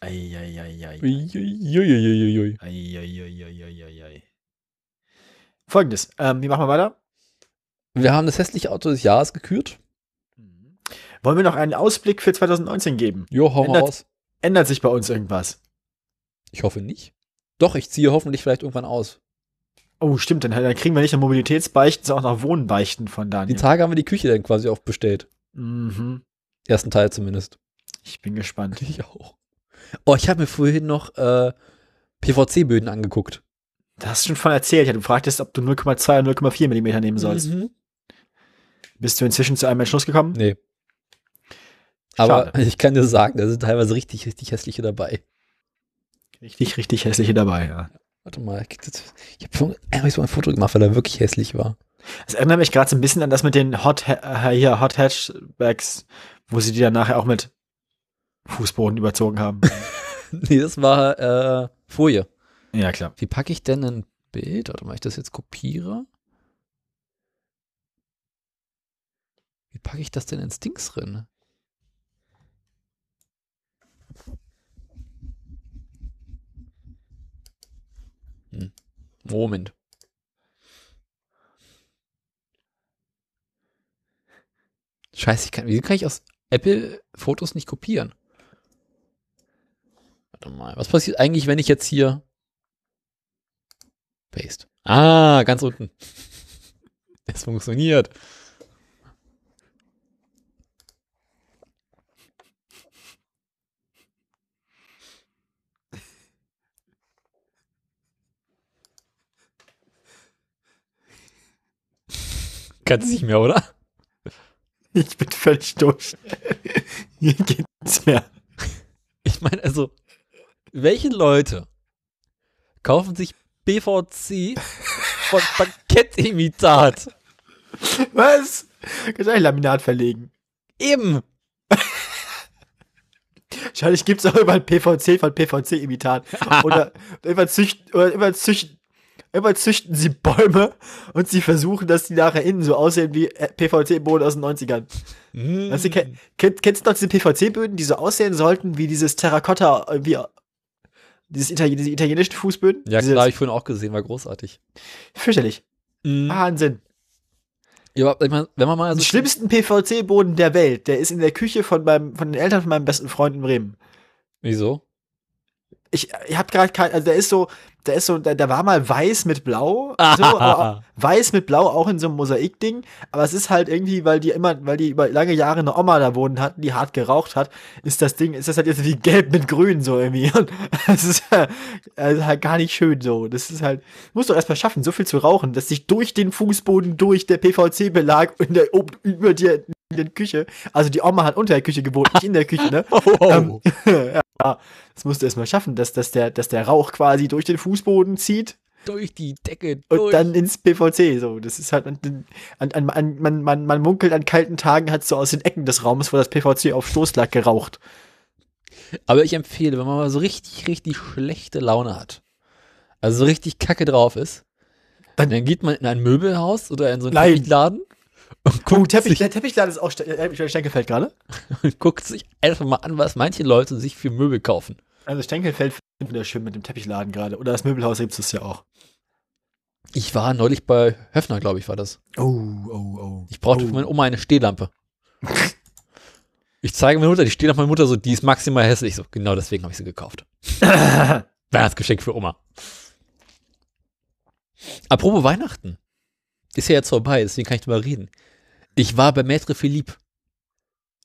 Eieieiei.
Uiuiuiuiui.
Eieieiei. Folgendes, ähm, wie machen wir weiter?
Wir haben das hässliche Auto des Jahres gekürt.
Wollen wir noch einen Ausblick für 2019 geben?
Jo, hau mal
Ändert-
aus.
Ändert sich bei uns irgendwas?
Ich hoffe nicht. Doch, ich ziehe hoffentlich vielleicht irgendwann aus.
Oh, stimmt, dann, dann kriegen wir nicht nur Mobilitätsbeichten, sondern auch noch Wohnbeichten von
Die
Daniel.
Tage haben wir die Küche dann quasi aufbestellt.
mhm.
Ersten Teil zumindest.
Ich bin gespannt.
(laughs) Ich auch. Oh, ich habe mir vorhin noch äh, PVC-Böden angeguckt.
Da hast du schon von erzählt, ja, du fragtest, ob du 0,2 oder 0,4 Millimeter nehmen sollst.
Mhm.
Bist du inzwischen zu einem Entschluss gekommen?
Nee. Aber ich kann dir sagen, da sind teilweise richtig, richtig hässliche dabei.
Richtig, richtig hässliche dabei, ja.
Warte mal, ich, ich habe vorhin einmal so ein Foto gemacht, weil er wirklich hässlich war.
Das erinnert mich gerade so ein bisschen an das mit den Hot, äh, hier, Hot Hatchbacks, wo sie die dann nachher auch mit Fußboden überzogen haben.
(laughs) Nee, das war äh, Folie.
ja, klar.
Wie packe ich denn ein Bild? Warte mal, ich das jetzt kopiere. Wie packe ich das denn ins Dings rein? Hm. Moment. Scheiße, ich kann, wieso kann ich aus Apple Fotos nicht kopieren? Warte mal, was passiert eigentlich, wenn ich jetzt hier Paste. Ah, ganz unten. (laughs) Es funktioniert. Kannst nicht mehr, oder?
Ich bin völlig durch. (laughs) Hier geht nichts mehr.
Ich meine, also, welche Leute kaufen sich BVC von Parkettimitat?
Was? Kannst du eigentlich Laminat verlegen?
Eben.
Wahrscheinlich gibt's auch überall PVC von PVC-Imitat.
(laughs)
oder immer züchten, oder immer züchten, immer züchten sie Bäume und sie versuchen, dass die nachher innen so aussehen wie äh, PVC-Boden aus den 90ern.
Hm.
Weißt du, ke- kenn, kennst du noch diese PVC-Böden, die so aussehen sollten wie dieses Terrakotta, äh, wie dieses Itali diese italienischen Fußböden?
Ja,
Diese-
klar, habe ich vorhin auch gesehen, war großartig.
Fürchterlich.
Mhm.
Wahnsinn.
Ja, aber ich mein, wenn man mal so.
Den schlimmsten PVC-Boden der Welt, der ist in der Küche von, meinem, von den Eltern von meinem besten Freund in Bremen.
Wieso?
Ich, ich hab gerade kein, also der ist so, da ist so, da, da war mal weiß mit blau, so, aber auch- weiß mit blau auch in so einem Mosaikding, aber es ist halt irgendwie, weil die immer, weil die über lange Jahre eine Oma da wohnen hatten, die hart geraucht hat, ist das Ding, ist das halt jetzt wie gelb mit grün so irgendwie. (laughs) Und das ist äh, also halt gar nicht schön so. Das ist halt, musst du erstmal schaffen, so viel zu rauchen, dass sich durch den Fußboden, durch der PVC-Belag und der oben über dir in der Küche, also die Oma hat unter der Küche gewohnt, nicht in der Küche, ne? Ähm, ja, das musst du erstmal schaffen, dass, dass, der, dass der Rauch quasi durch den Fußboden zieht
durch die Decke.
und
Durch.
dann ins PVC. So, das ist halt, an, an, an, an, man, man, man munkelt an kalten Tagen, hat so aus den Ecken des Raumes, wo das PVC auf Stoß lag, geraucht.
Aber ich empfehle, wenn man mal so richtig, richtig schlechte Laune hat, also so richtig kacke drauf ist,
Dann-
dann, geht man in ein Möbelhaus oder in so einen
Nein.
Laden und
Oh,
guckt,
Teppich,
sich,
der Teppichladen ist auch Ste- äh, Stenkelfeld gerade.
(laughs) und guckt sich einfach mal an, was manche Leute sich für Möbel kaufen.
Also Stenkelfeld findet wieder schön mit dem Teppichladen gerade. Oder das Möbelhaus gibt es ja auch.
Ich war neulich bei Höfner, glaube ich, war das.
Oh, oh, oh.
Ich brauchte
Oh.
für meine Oma eine Stehlampe. Ich zeige meine Mutter, die steht auf meine Mutter so, die ist maximal hässlich. So, genau deswegen habe ich
(laughs)
sie gekauft. Weihnachtsgeschenk für Oma. Apropos Weihnachten. Ist ja jetzt vorbei, deswegen kann ich drüber reden. Ich war bei Maître Philippe.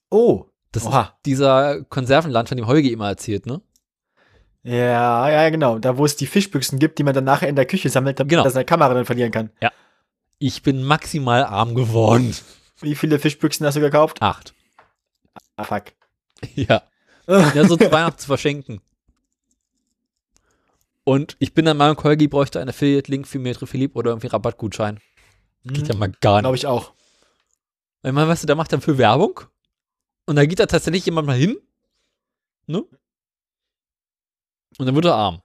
Oh.
Das
Oha.
ist dieser Konservenland, von dem Holgi immer erzählt, ne?
Ja, ja, genau. Da, wo es die Fischbüchsen gibt, die man dann nachher in der Küche sammelt, damit
Genau.
man seine Kamera dann verlieren kann.
Ich bin maximal arm geworden.
Wie viele Fischbüchsen hast du gekauft?
Acht.
Ah, fuck.
(laughs) Ja. Ja, so zu Weihnachten zu verschenken. Und ich bin der Meinung, Holgi bräuchte einen Affiliate-Link für Metre Philipp oder irgendwie Rabattgutschein. Geht ja mal gar
Glaube
nicht.
ich auch.
Ich meine, weißt du, da macht er für Werbung. Und da geht da tatsächlich jemand mal hin. Ne? Und dann wird er arm.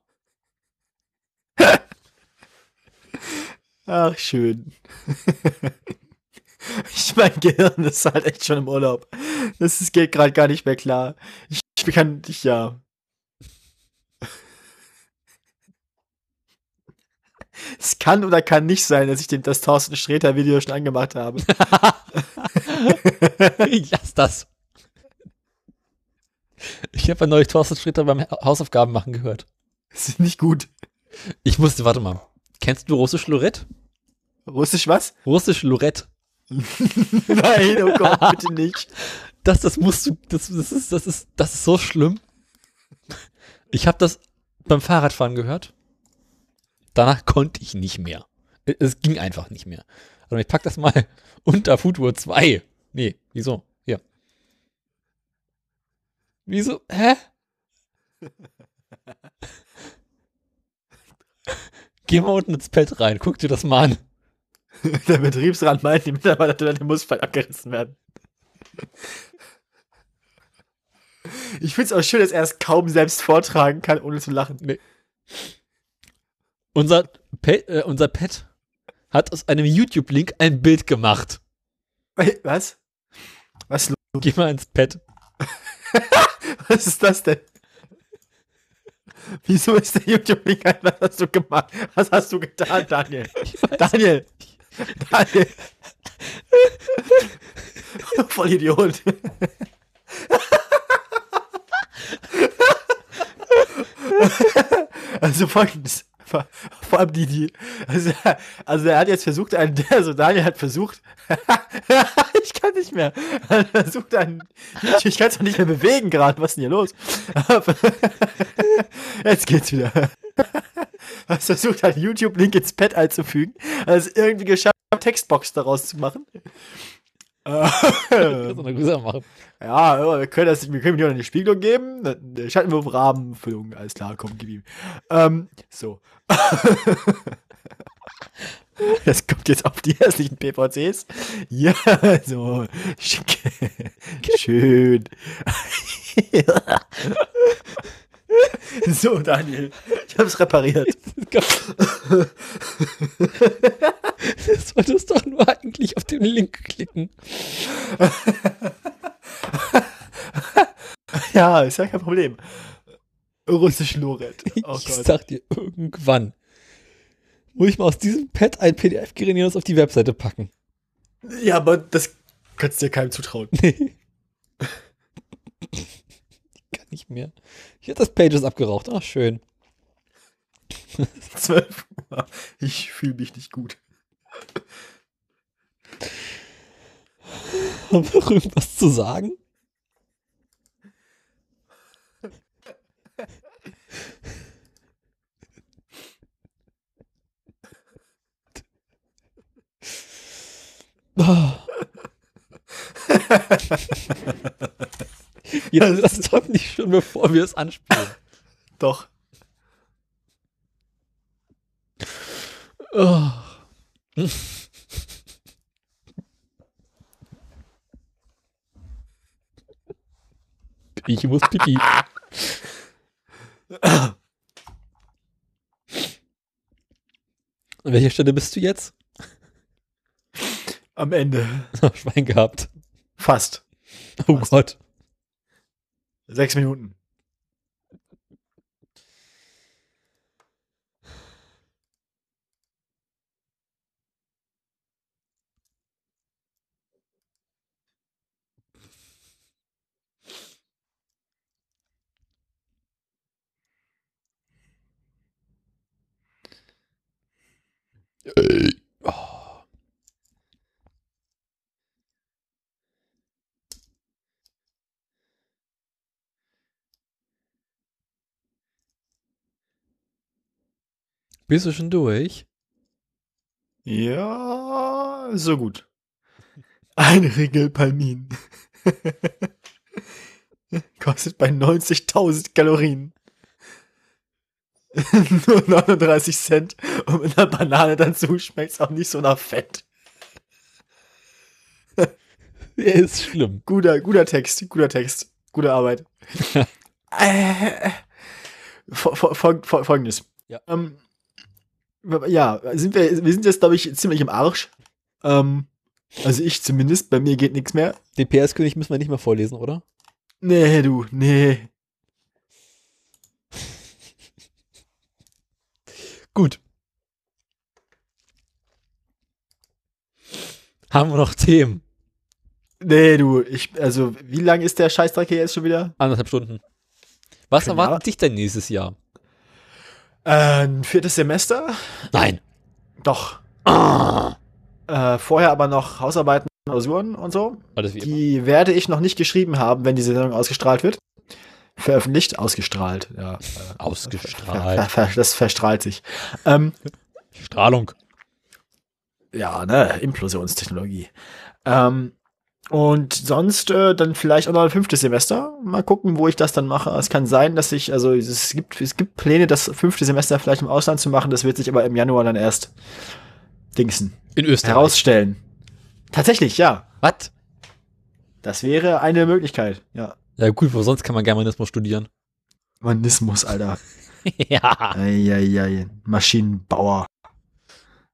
Ach, schön. (laughs) ich mein Gehirn ist halt echt schon im Urlaub. Das ist, geht gerade gar nicht mehr klar. Ich, ich kann, ich, ja. Es kann oder kann nicht sein, dass ich dem das Thorsten Sträter Video schon angemacht habe.
ich lass das. Ich habe ja neulich Thorsten Sträter beim Hausaufgaben machen gehört.
Das ist nicht gut.
Ich musste, warte mal. Kennst du russisch Lorette?
Russisch was? (laughs)
Russisch Lorette.
Nein, oh Gott, bitte nicht.
Das, das musst du, das, das ist, das ist, das ist so schlimm. Ich habe das beim Fahrradfahren gehört. Danach konnte ich nicht mehr. Es ging einfach nicht mehr. Also ich pack das mal (laughs) unter Futur 2. Nee, wieso? Hier. Wieso? Hä? Geh mal unten ins Pad rein, guck dir das mal an.
Der Betriebsrat meint, die Mitarbeitertoilette muss voll abgerissen werden. Ich find's auch schön, dass er es kaum selbst vortragen kann, ohne zu lachen.
Unser, Pet- äh, unser Pet hat aus einem YouTube-Link ein Bild gemacht.
Ey, Was? Was,
Geh mal ins Pet.
(laughs) was ist das denn? Wieso ist der YouTube-Link ein? Was hast du gemacht? Was hast du getan, Daniel? Daniel! Daniel! (laughs) Voll Idiot. Also folgendes. Vor vor allem die, die. Also, also er hat jetzt versucht, einen, also Daniel hat versucht. (laughs) ich kann nicht mehr. Er hat versucht einen. Ich, ich kann es doch nicht mehr bewegen gerade. Was ist denn hier los? (laughs) jetzt geht's wieder. Er hat versucht, einen YouTube-Link ins Pad einzufügen. Er hat es irgendwie geschafft, eine Textbox daraus zu machen. Ähm.
Das ist eine Grüße machen.
Ja, wir können das, wir können ihm noch eine Spiegelung geben. Der Schattenwurf, Rahmenfüllung, alles klar, komm, gib ihm. Ähm, so. (laughs) Das kommt jetzt auf die hässlichen PVCs. Ja, so. Schick. Schön. So, Daniel. Ich hab's repariert.
Das solltest doch nur eigentlich auf den Link klicken.
Ja, ist ja kein Problem. Russisch Lorette. Oh
ich
Gott.
sag dir, irgendwann muss ich mal aus diesem Pad ein PDF generieren und es auf die Webseite packen.
Ja, aber das kannst du dir keinem zutrauen.
Nee. Ah, Ich kann nicht mehr. Ich hätte das Pages abgeraucht. Ach, schön.
12 Uhr. Ich fühle mich nicht gut.
Haben wir noch irgendwas um zu sagen? Ah. Jeder das Top nicht schon, bevor wir es anspielen.
Doch.
Ah. Ich muss pipi. An welcher Stelle bist du jetzt?
Am Ende.
Schwein gehabt.
Fast.
Oh Gott.
Sechs Minuten.
Bist du schon durch?
Ja, so gut. Ein Riegel Palmin. (laughs) Kostet bei 90.000 Kalorien. (laughs) Nur 39 Cent. Und mit einer Banane dazu schmeckt es auch nicht so nach Fett.
Er ist schlimm.
Guter, guter Text, guter Text. Gute Arbeit. äh, fol fol fol fol Folgendes.
Ja.
Ähm, ja, sind wir, wir sind jetzt, glaube ich, ziemlich im Arsch. Ähm, also ich zumindest, bei mir geht nichts mehr.
Den PS-König müssen wir nicht mehr vorlesen, oder?
Nee, du, nee.
Gut. Haben wir noch Themen?
Nee, du, ich, also, wie lang ist der Scheißdreck hier jetzt schon wieder?
Anderthalb Stunden. Was
Genau.
erwartet dich denn nächstes Jahr?
Äh, ein viertes Semester?
Nein.
Doch. Äh, vorher aber noch Hausarbeiten, Klausuren und so.
Alles wie immer.
Die werde ich noch nicht geschrieben haben, wenn die Sendung ausgestrahlt wird. Veröffentlicht, ausgestrahlt, ja. äh, ver-
Ausgestrahlt.
ver- Das verstrahlt sich. Ähm,
Strahlung.
ja, ne, Implosionstechnologie. Ähm, und sonst äh, dann vielleicht auch noch ein fünftes Semester. Mal gucken, wo ich das dann mache. Es kann sein, dass ich, also es gibt, es gibt Pläne, das fünfte Semester vielleicht im Ausland zu machen. Das wird sich aber im Januar dann erst dingsen,
In Österreich.
herausstellen. Tatsächlich, ja.
Was?
Das wäre eine Möglichkeit, ja.
Ja gut, wo sonst kann man Germanismus studieren?
Manismus, Alter.
ja.
Eieiei. Maschinenbauer.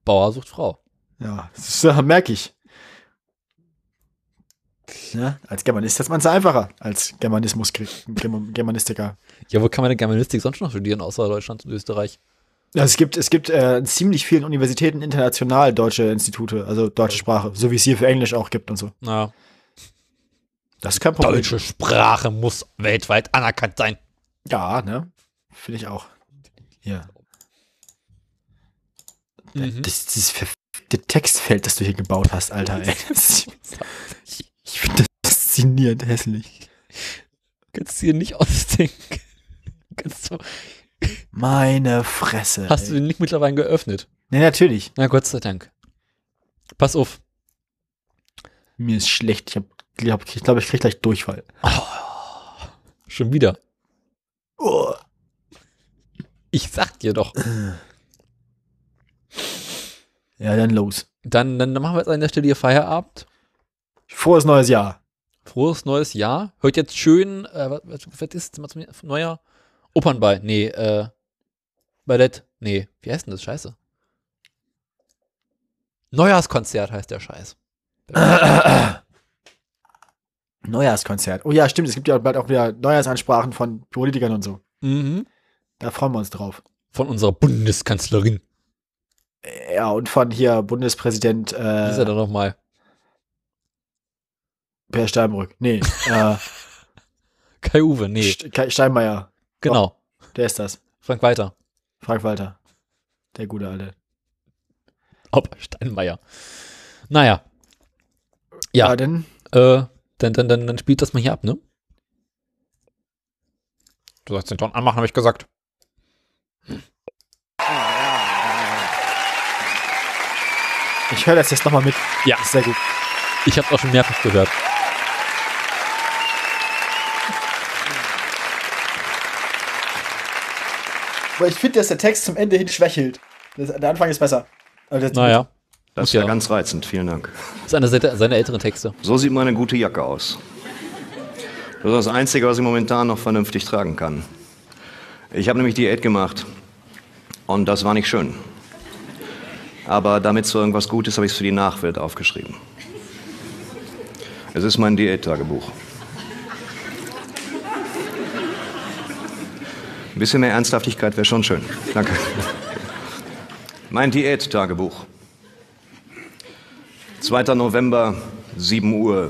Bauer sucht Frau.
Ja, das ist- merke ich. Ja, als Germanist hat man es einfacher, als Germanismus, Germ- Germanistiker.
Ja, wo kann man denn Germanistik sonst noch studieren, außer Deutschland und Österreich?
Ja, es gibt, es gibt äh, an ziemlich vielen Universitäten international deutsche Institute, also deutsche Sprache, so wie es hier für Englisch auch gibt und so.
Na,
Das ist kein Problem.
deutsche Sprache muss weltweit anerkannt sein.
Ja, ne? Finde ich auch. Ja. Das, dieses verfickte Textfeld, das du hier gebaut hast, Alter, ey. Das, ich ich finde das faszinierend hässlich.
Kannst du dir nicht (laughs) ausdenken. Kannst du,
Meine Fresse.
hast
ey.
du den Link mittlerweile geöffnet?
Nee, natürlich.
Na Gott sei Dank. Pass auf.
Mir ist schlecht. Ich glaube, ich, glaub, ich krieg gleich Durchfall.
Schon wieder.
Oh.
Ich sag dir doch.
Ja, dann los.
Dann, dann machen wir jetzt an der Stelle hier Feierabend.
Frohes neues Jahr.
Frohes neues Jahr. Hört jetzt schön, äh, was, was, was ist mal zum neuer Opernball? Nee, äh, Ballett. Nee, wie heißt denn das? Scheiße. Neujahrskonzert heißt der Scheiß.
Neujahrskonzert. Oh ja, stimmt. Es gibt ja bald auch wieder Neujahrsansprachen von Politikern und so.
Mhm.
Da freuen wir uns drauf.
Von unserer Bundeskanzlerin.
Ja, und von hier Bundespräsident
Wie ist er
äh,
da nochmal?
Per Steinbrück.
(laughs)
Nee, äh,
Kai Uwe, nee.
St- Oh. Kai Steinmeier.
genau.
Der ist das.
Frank Walter.
Frank Walter. Der gute alte.
(laughs) Ob Steinmeier. Naja, Ja.
Aber dann
äh, dann, dann, dann, dann spielt das mal hier ab, ne? Du sollst den Ton anmachen, habe ich gesagt.
Ich höre das jetzt nochmal mit.
Ja.
Ist sehr gut.
Ich habe auch schon mehrfach gehört.
Aber ich finde, dass der Text zum Ende hin schwächelt. Das, der Anfang ist besser. Aber das-
Naja,
Das ist
Ja.
ja ganz reizend, vielen Dank.
das ist einer seiner seiner älteren Texte.
So sieht meine gute Jacke aus. Das ist das Einzige, was ich momentan noch vernünftig tragen kann. Ich habe nämlich Diät gemacht und das war nicht schön. Aber damit es so irgendwas gut ist, habe ich es für die Nachwelt aufgeschrieben. Es ist mein Diättagebuch. Ein bisschen mehr Ernsthaftigkeit wäre schon schön. Danke. Mein Diättagebuch. 2. November, 7 Uhr.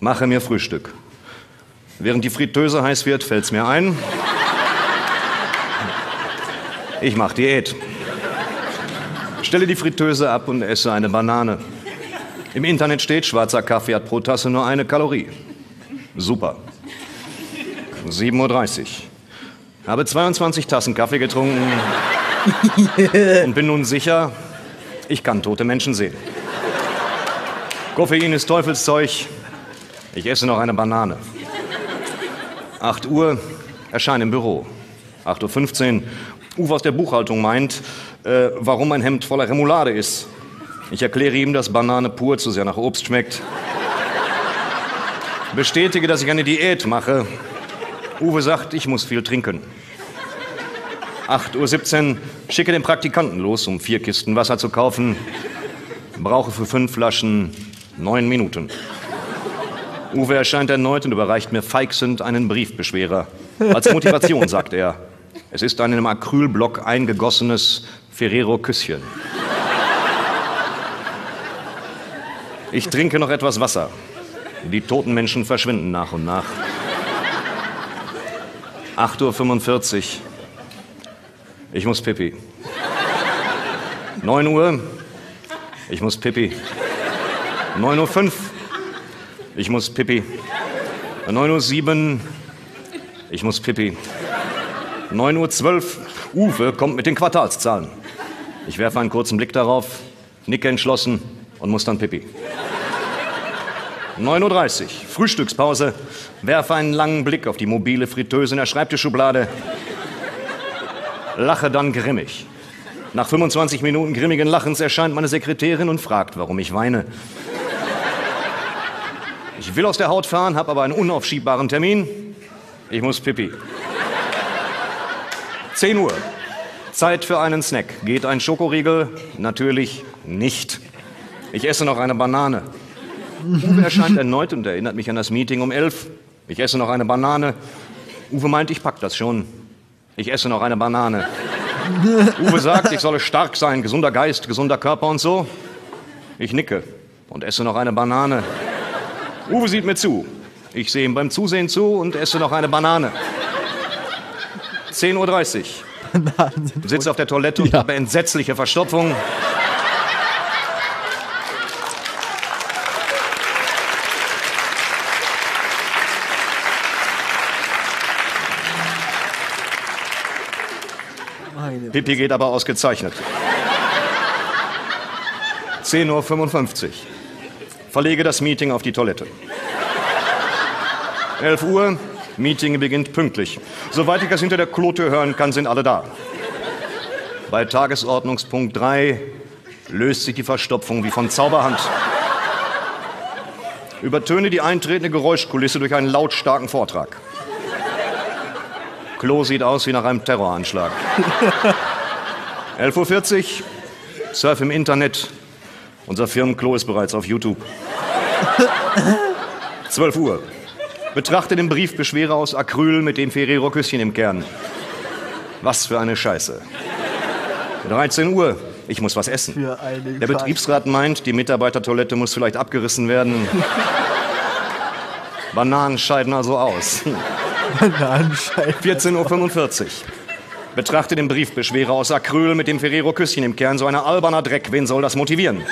Mache mir Frühstück. Während die Fritteuse heiß wird, fällt's mir ein. Ich mache Diät. Stelle die Fritteuse ab und esse eine Banane. Im Internet steht, schwarzer Kaffee hat pro Tasse nur eine Kalorie. Super. 7.30 Uhr. Habe 22 Tassen Kaffee getrunken und bin nun sicher, ich kann tote Menschen sehen. Koffein ist Teufelszeug. Ich esse noch eine Banane. 8 Uhr, erscheine im Büro. 8.15 Uhr, Uwe aus der Buchhaltung meint, äh, warum mein Hemd voller Remoulade ist. Ich erkläre ihm, dass Banane pur zu sehr nach Obst schmeckt. Bestätige, dass ich eine Diät mache. Uwe sagt, ich muss viel trinken. 8.17 Uhr, schicke den Praktikanten los, um vier Kisten Wasser zu kaufen. Brauche für fünf Flaschen neun Minuten. Uwe erscheint erneut und überreicht mir feixend einen Briefbeschwerer. Als Motivation sagt er, es ist ein in einem Acrylblock eingegossenes Ferrero-Küsschen. Ich trinke noch etwas Wasser. Die toten Menschen verschwinden nach und nach. 8.45 Uhr. Ich muss pipi. 9 Uhr. Ich muss pipi. 9.05 Uhr. Ich muss pipi. 9.07 Uhr. Ich muss pipi. 9.12 Uhr. Uwe kommt mit den Quartalszahlen. Ich werfe einen kurzen Blick darauf, nicke entschlossen und muss dann pipi. 9.30 Uhr. Frühstückspause. Werfe einen langen Blick auf die mobile Fritteuse in der Schreibtischschublade. Lache dann grimmig. Nach 25 Minuten grimmigen Lachens erscheint meine Sekretärin und fragt, warum ich weine. Ich will aus der Haut fahren, habe aber einen unaufschiebbaren Termin. Ich muss pipi. 10 Uhr. Zeit für einen Snack. Geht ein Schokoriegel? Natürlich nicht. Ich esse noch eine Banane. Uwe erscheint erneut und erinnert mich an das Meeting um 11. Ich esse noch eine Banane. Uwe meint, ich pack das schon. Ich esse noch eine Banane. Uwe sagt, ich solle stark sein, gesunder Geist, gesunder Körper und so. Ich nicke und esse noch eine Banane. Uwe sieht mir zu. Ich sehe ihm beim Zusehen zu und esse noch eine Banane. 10.30 Uhr. Sitze auf der Toilette und
Ja.
habe entsetzliche Verstopfung. Pipi geht aber ausgezeichnet. 10.55 Uhr. Verlege das Meeting auf die Toilette. 11 Uhr. Meeting beginnt pünktlich. Soweit ich das hinter der Klotür hören kann, sind alle da. Bei Tagesordnungspunkt 3 löst sich die Verstopfung wie von Zauberhand. Übertöne die eintretende Geräuschkulisse durch einen lautstarken Vortrag. Klo sieht aus wie nach einem Terroranschlag. 11.40 Uhr, surf im Internet. Unser Firmenklo ist bereits auf YouTube. 12 Uhr, betrachte den Briefbeschwerer aus Acryl mit dem Ferrero-Küsschen im Kern. Was für eine Scheiße. 13 Uhr, ich muss was essen. Der Betriebsrat meint, die Mitarbeitertoilette muss vielleicht abgerissen werden. Bananen scheiden also aus. 14.45 Uhr. Betrachte den Briefbeschwerer aus Acryl mit dem Ferrero-Küsschen im Kern, so ein alberner Dreck. Wen soll das motivieren?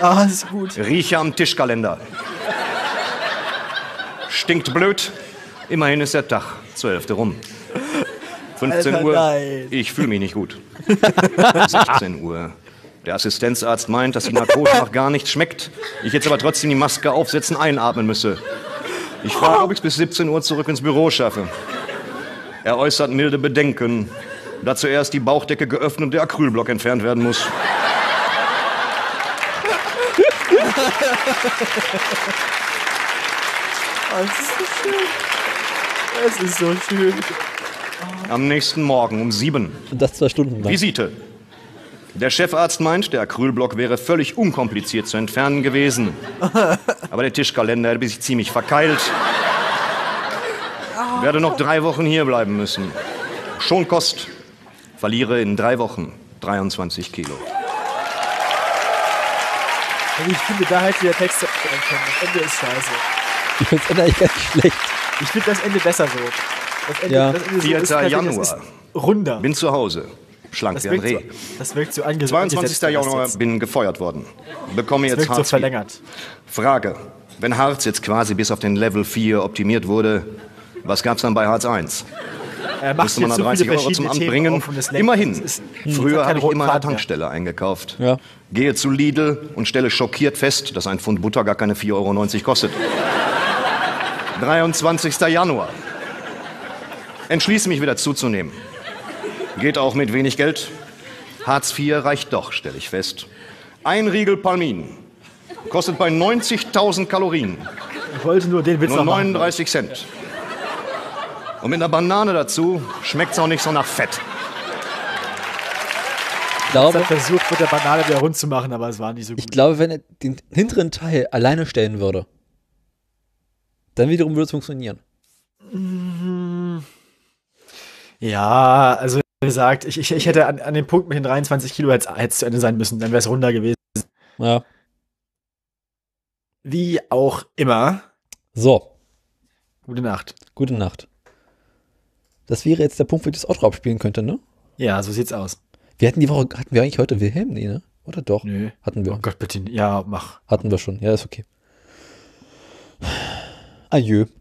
Ah, das ist gut.
Rieche am Tischkalender. Stinkt blöd. Immerhin ist der Tag zur Hälfte rum. 15
Alter,
Uhr.
nein.
Ich fühle mich nicht gut.
(laughs)
16 Uhr. Der Assistenzarzt meint, dass die Narkose noch gar nicht schmeckt. Ich jetzt aber trotzdem die Maske aufsetzen, einatmen müsse. Ich frage, ob ich es bis 17 Uhr zurück ins Büro schaffe. Er äußert milde Bedenken, da zuerst die Bauchdecke geöffnet und der Acrylblock entfernt werden muss.
Ah, das ist so schön. Das ist so schön.
Am nächsten Morgen um sieben.
Und das zwei Stunden lang.
Visite. Der Chefarzt meint, der Acrylblock wäre völlig unkompliziert zu entfernen gewesen. Aber der Tischkalender hätte sich ziemlich verkeilt. Werde noch drei Wochen hier bleiben müssen. Schon Kost. Verliere in drei Wochen 23 Kilo.
Also Ich finde, da hätte der Text aufhören können. Das Ende ist scheiße.
Ich finde es eigentlich ganz schlecht.
Ich finde das Ende besser so. Das Ende,
Ja.
das Ende so
4.
ist fertig,
Januar.
Das ist runder.
Bin zu Hause. Schlank
das,
wie ein
wirkt
Reh.
so, das wirkt so ange- angesetzt,
22.
das
Januar
jetzt.
bin gefeuert worden. Bekomme
Das
jetzt
wirkt so
Hartz IV.
verlängert.
Frage. Wenn Hartz jetzt quasi bis auf den Level 4 optimiert wurde, was gab's dann bei Hartz 1?
Er Äh, macht
Musste man
jetzt so
da 30
viele
Euro zum
verschiedene
Amt
Themen
bringen?
auf und es lenkt-
Immerhin.
es ist- es hat
Früher
keinen
habe ich
roten
immer an der
Faden mehr.
Tankstelle eingekauft.
Ja.
Gehe zu Lidl und stelle schockiert fest, dass ein Pfund Butter gar keine 4,90 Euro kostet. 23. Januar. Entschließe mich wieder zuzunehmen. Geht auch mit wenig Geld. Hartz IV reicht doch, stelle ich fest. Ein Riegel Palmin. Kostet bei 90.000 Kalorien
Ich wollte nur den Witz
nur
noch machen.
39 Cent. Und mit einer Banane dazu schmeckt's auch nicht so nach Fett.
Ich
Ich
glaube,
hab versucht, mit der Banane wieder rund zu machen, aber es war nicht so
ich
gut.
glaube, wenn er den hinteren Teil alleine stellen würde, dann wiederum würde es funktionieren.
Hm. Ja, also wie gesagt, ich, ich, ich hätte an, an dem Punkt mit den 23 Kilo hätte es zu Ende sein müssen, dann wäre es runder gewesen.
Ja.
Wie auch immer.
So,
Gute Nacht.
gute Nacht. Das wäre jetzt der Punkt, wo ich das Outro abspielen könnte, ne?
Ja, so sieht's aus.
Wir hatten die Woche, hatten wir eigentlich heute Wilhelm? Nee, ne? Oder doch?
Nö.
Hatten
Oh
wir.
Gott, bitte. Ja, mach.
Hatten wir schon. Ja, ist okay. Adieu.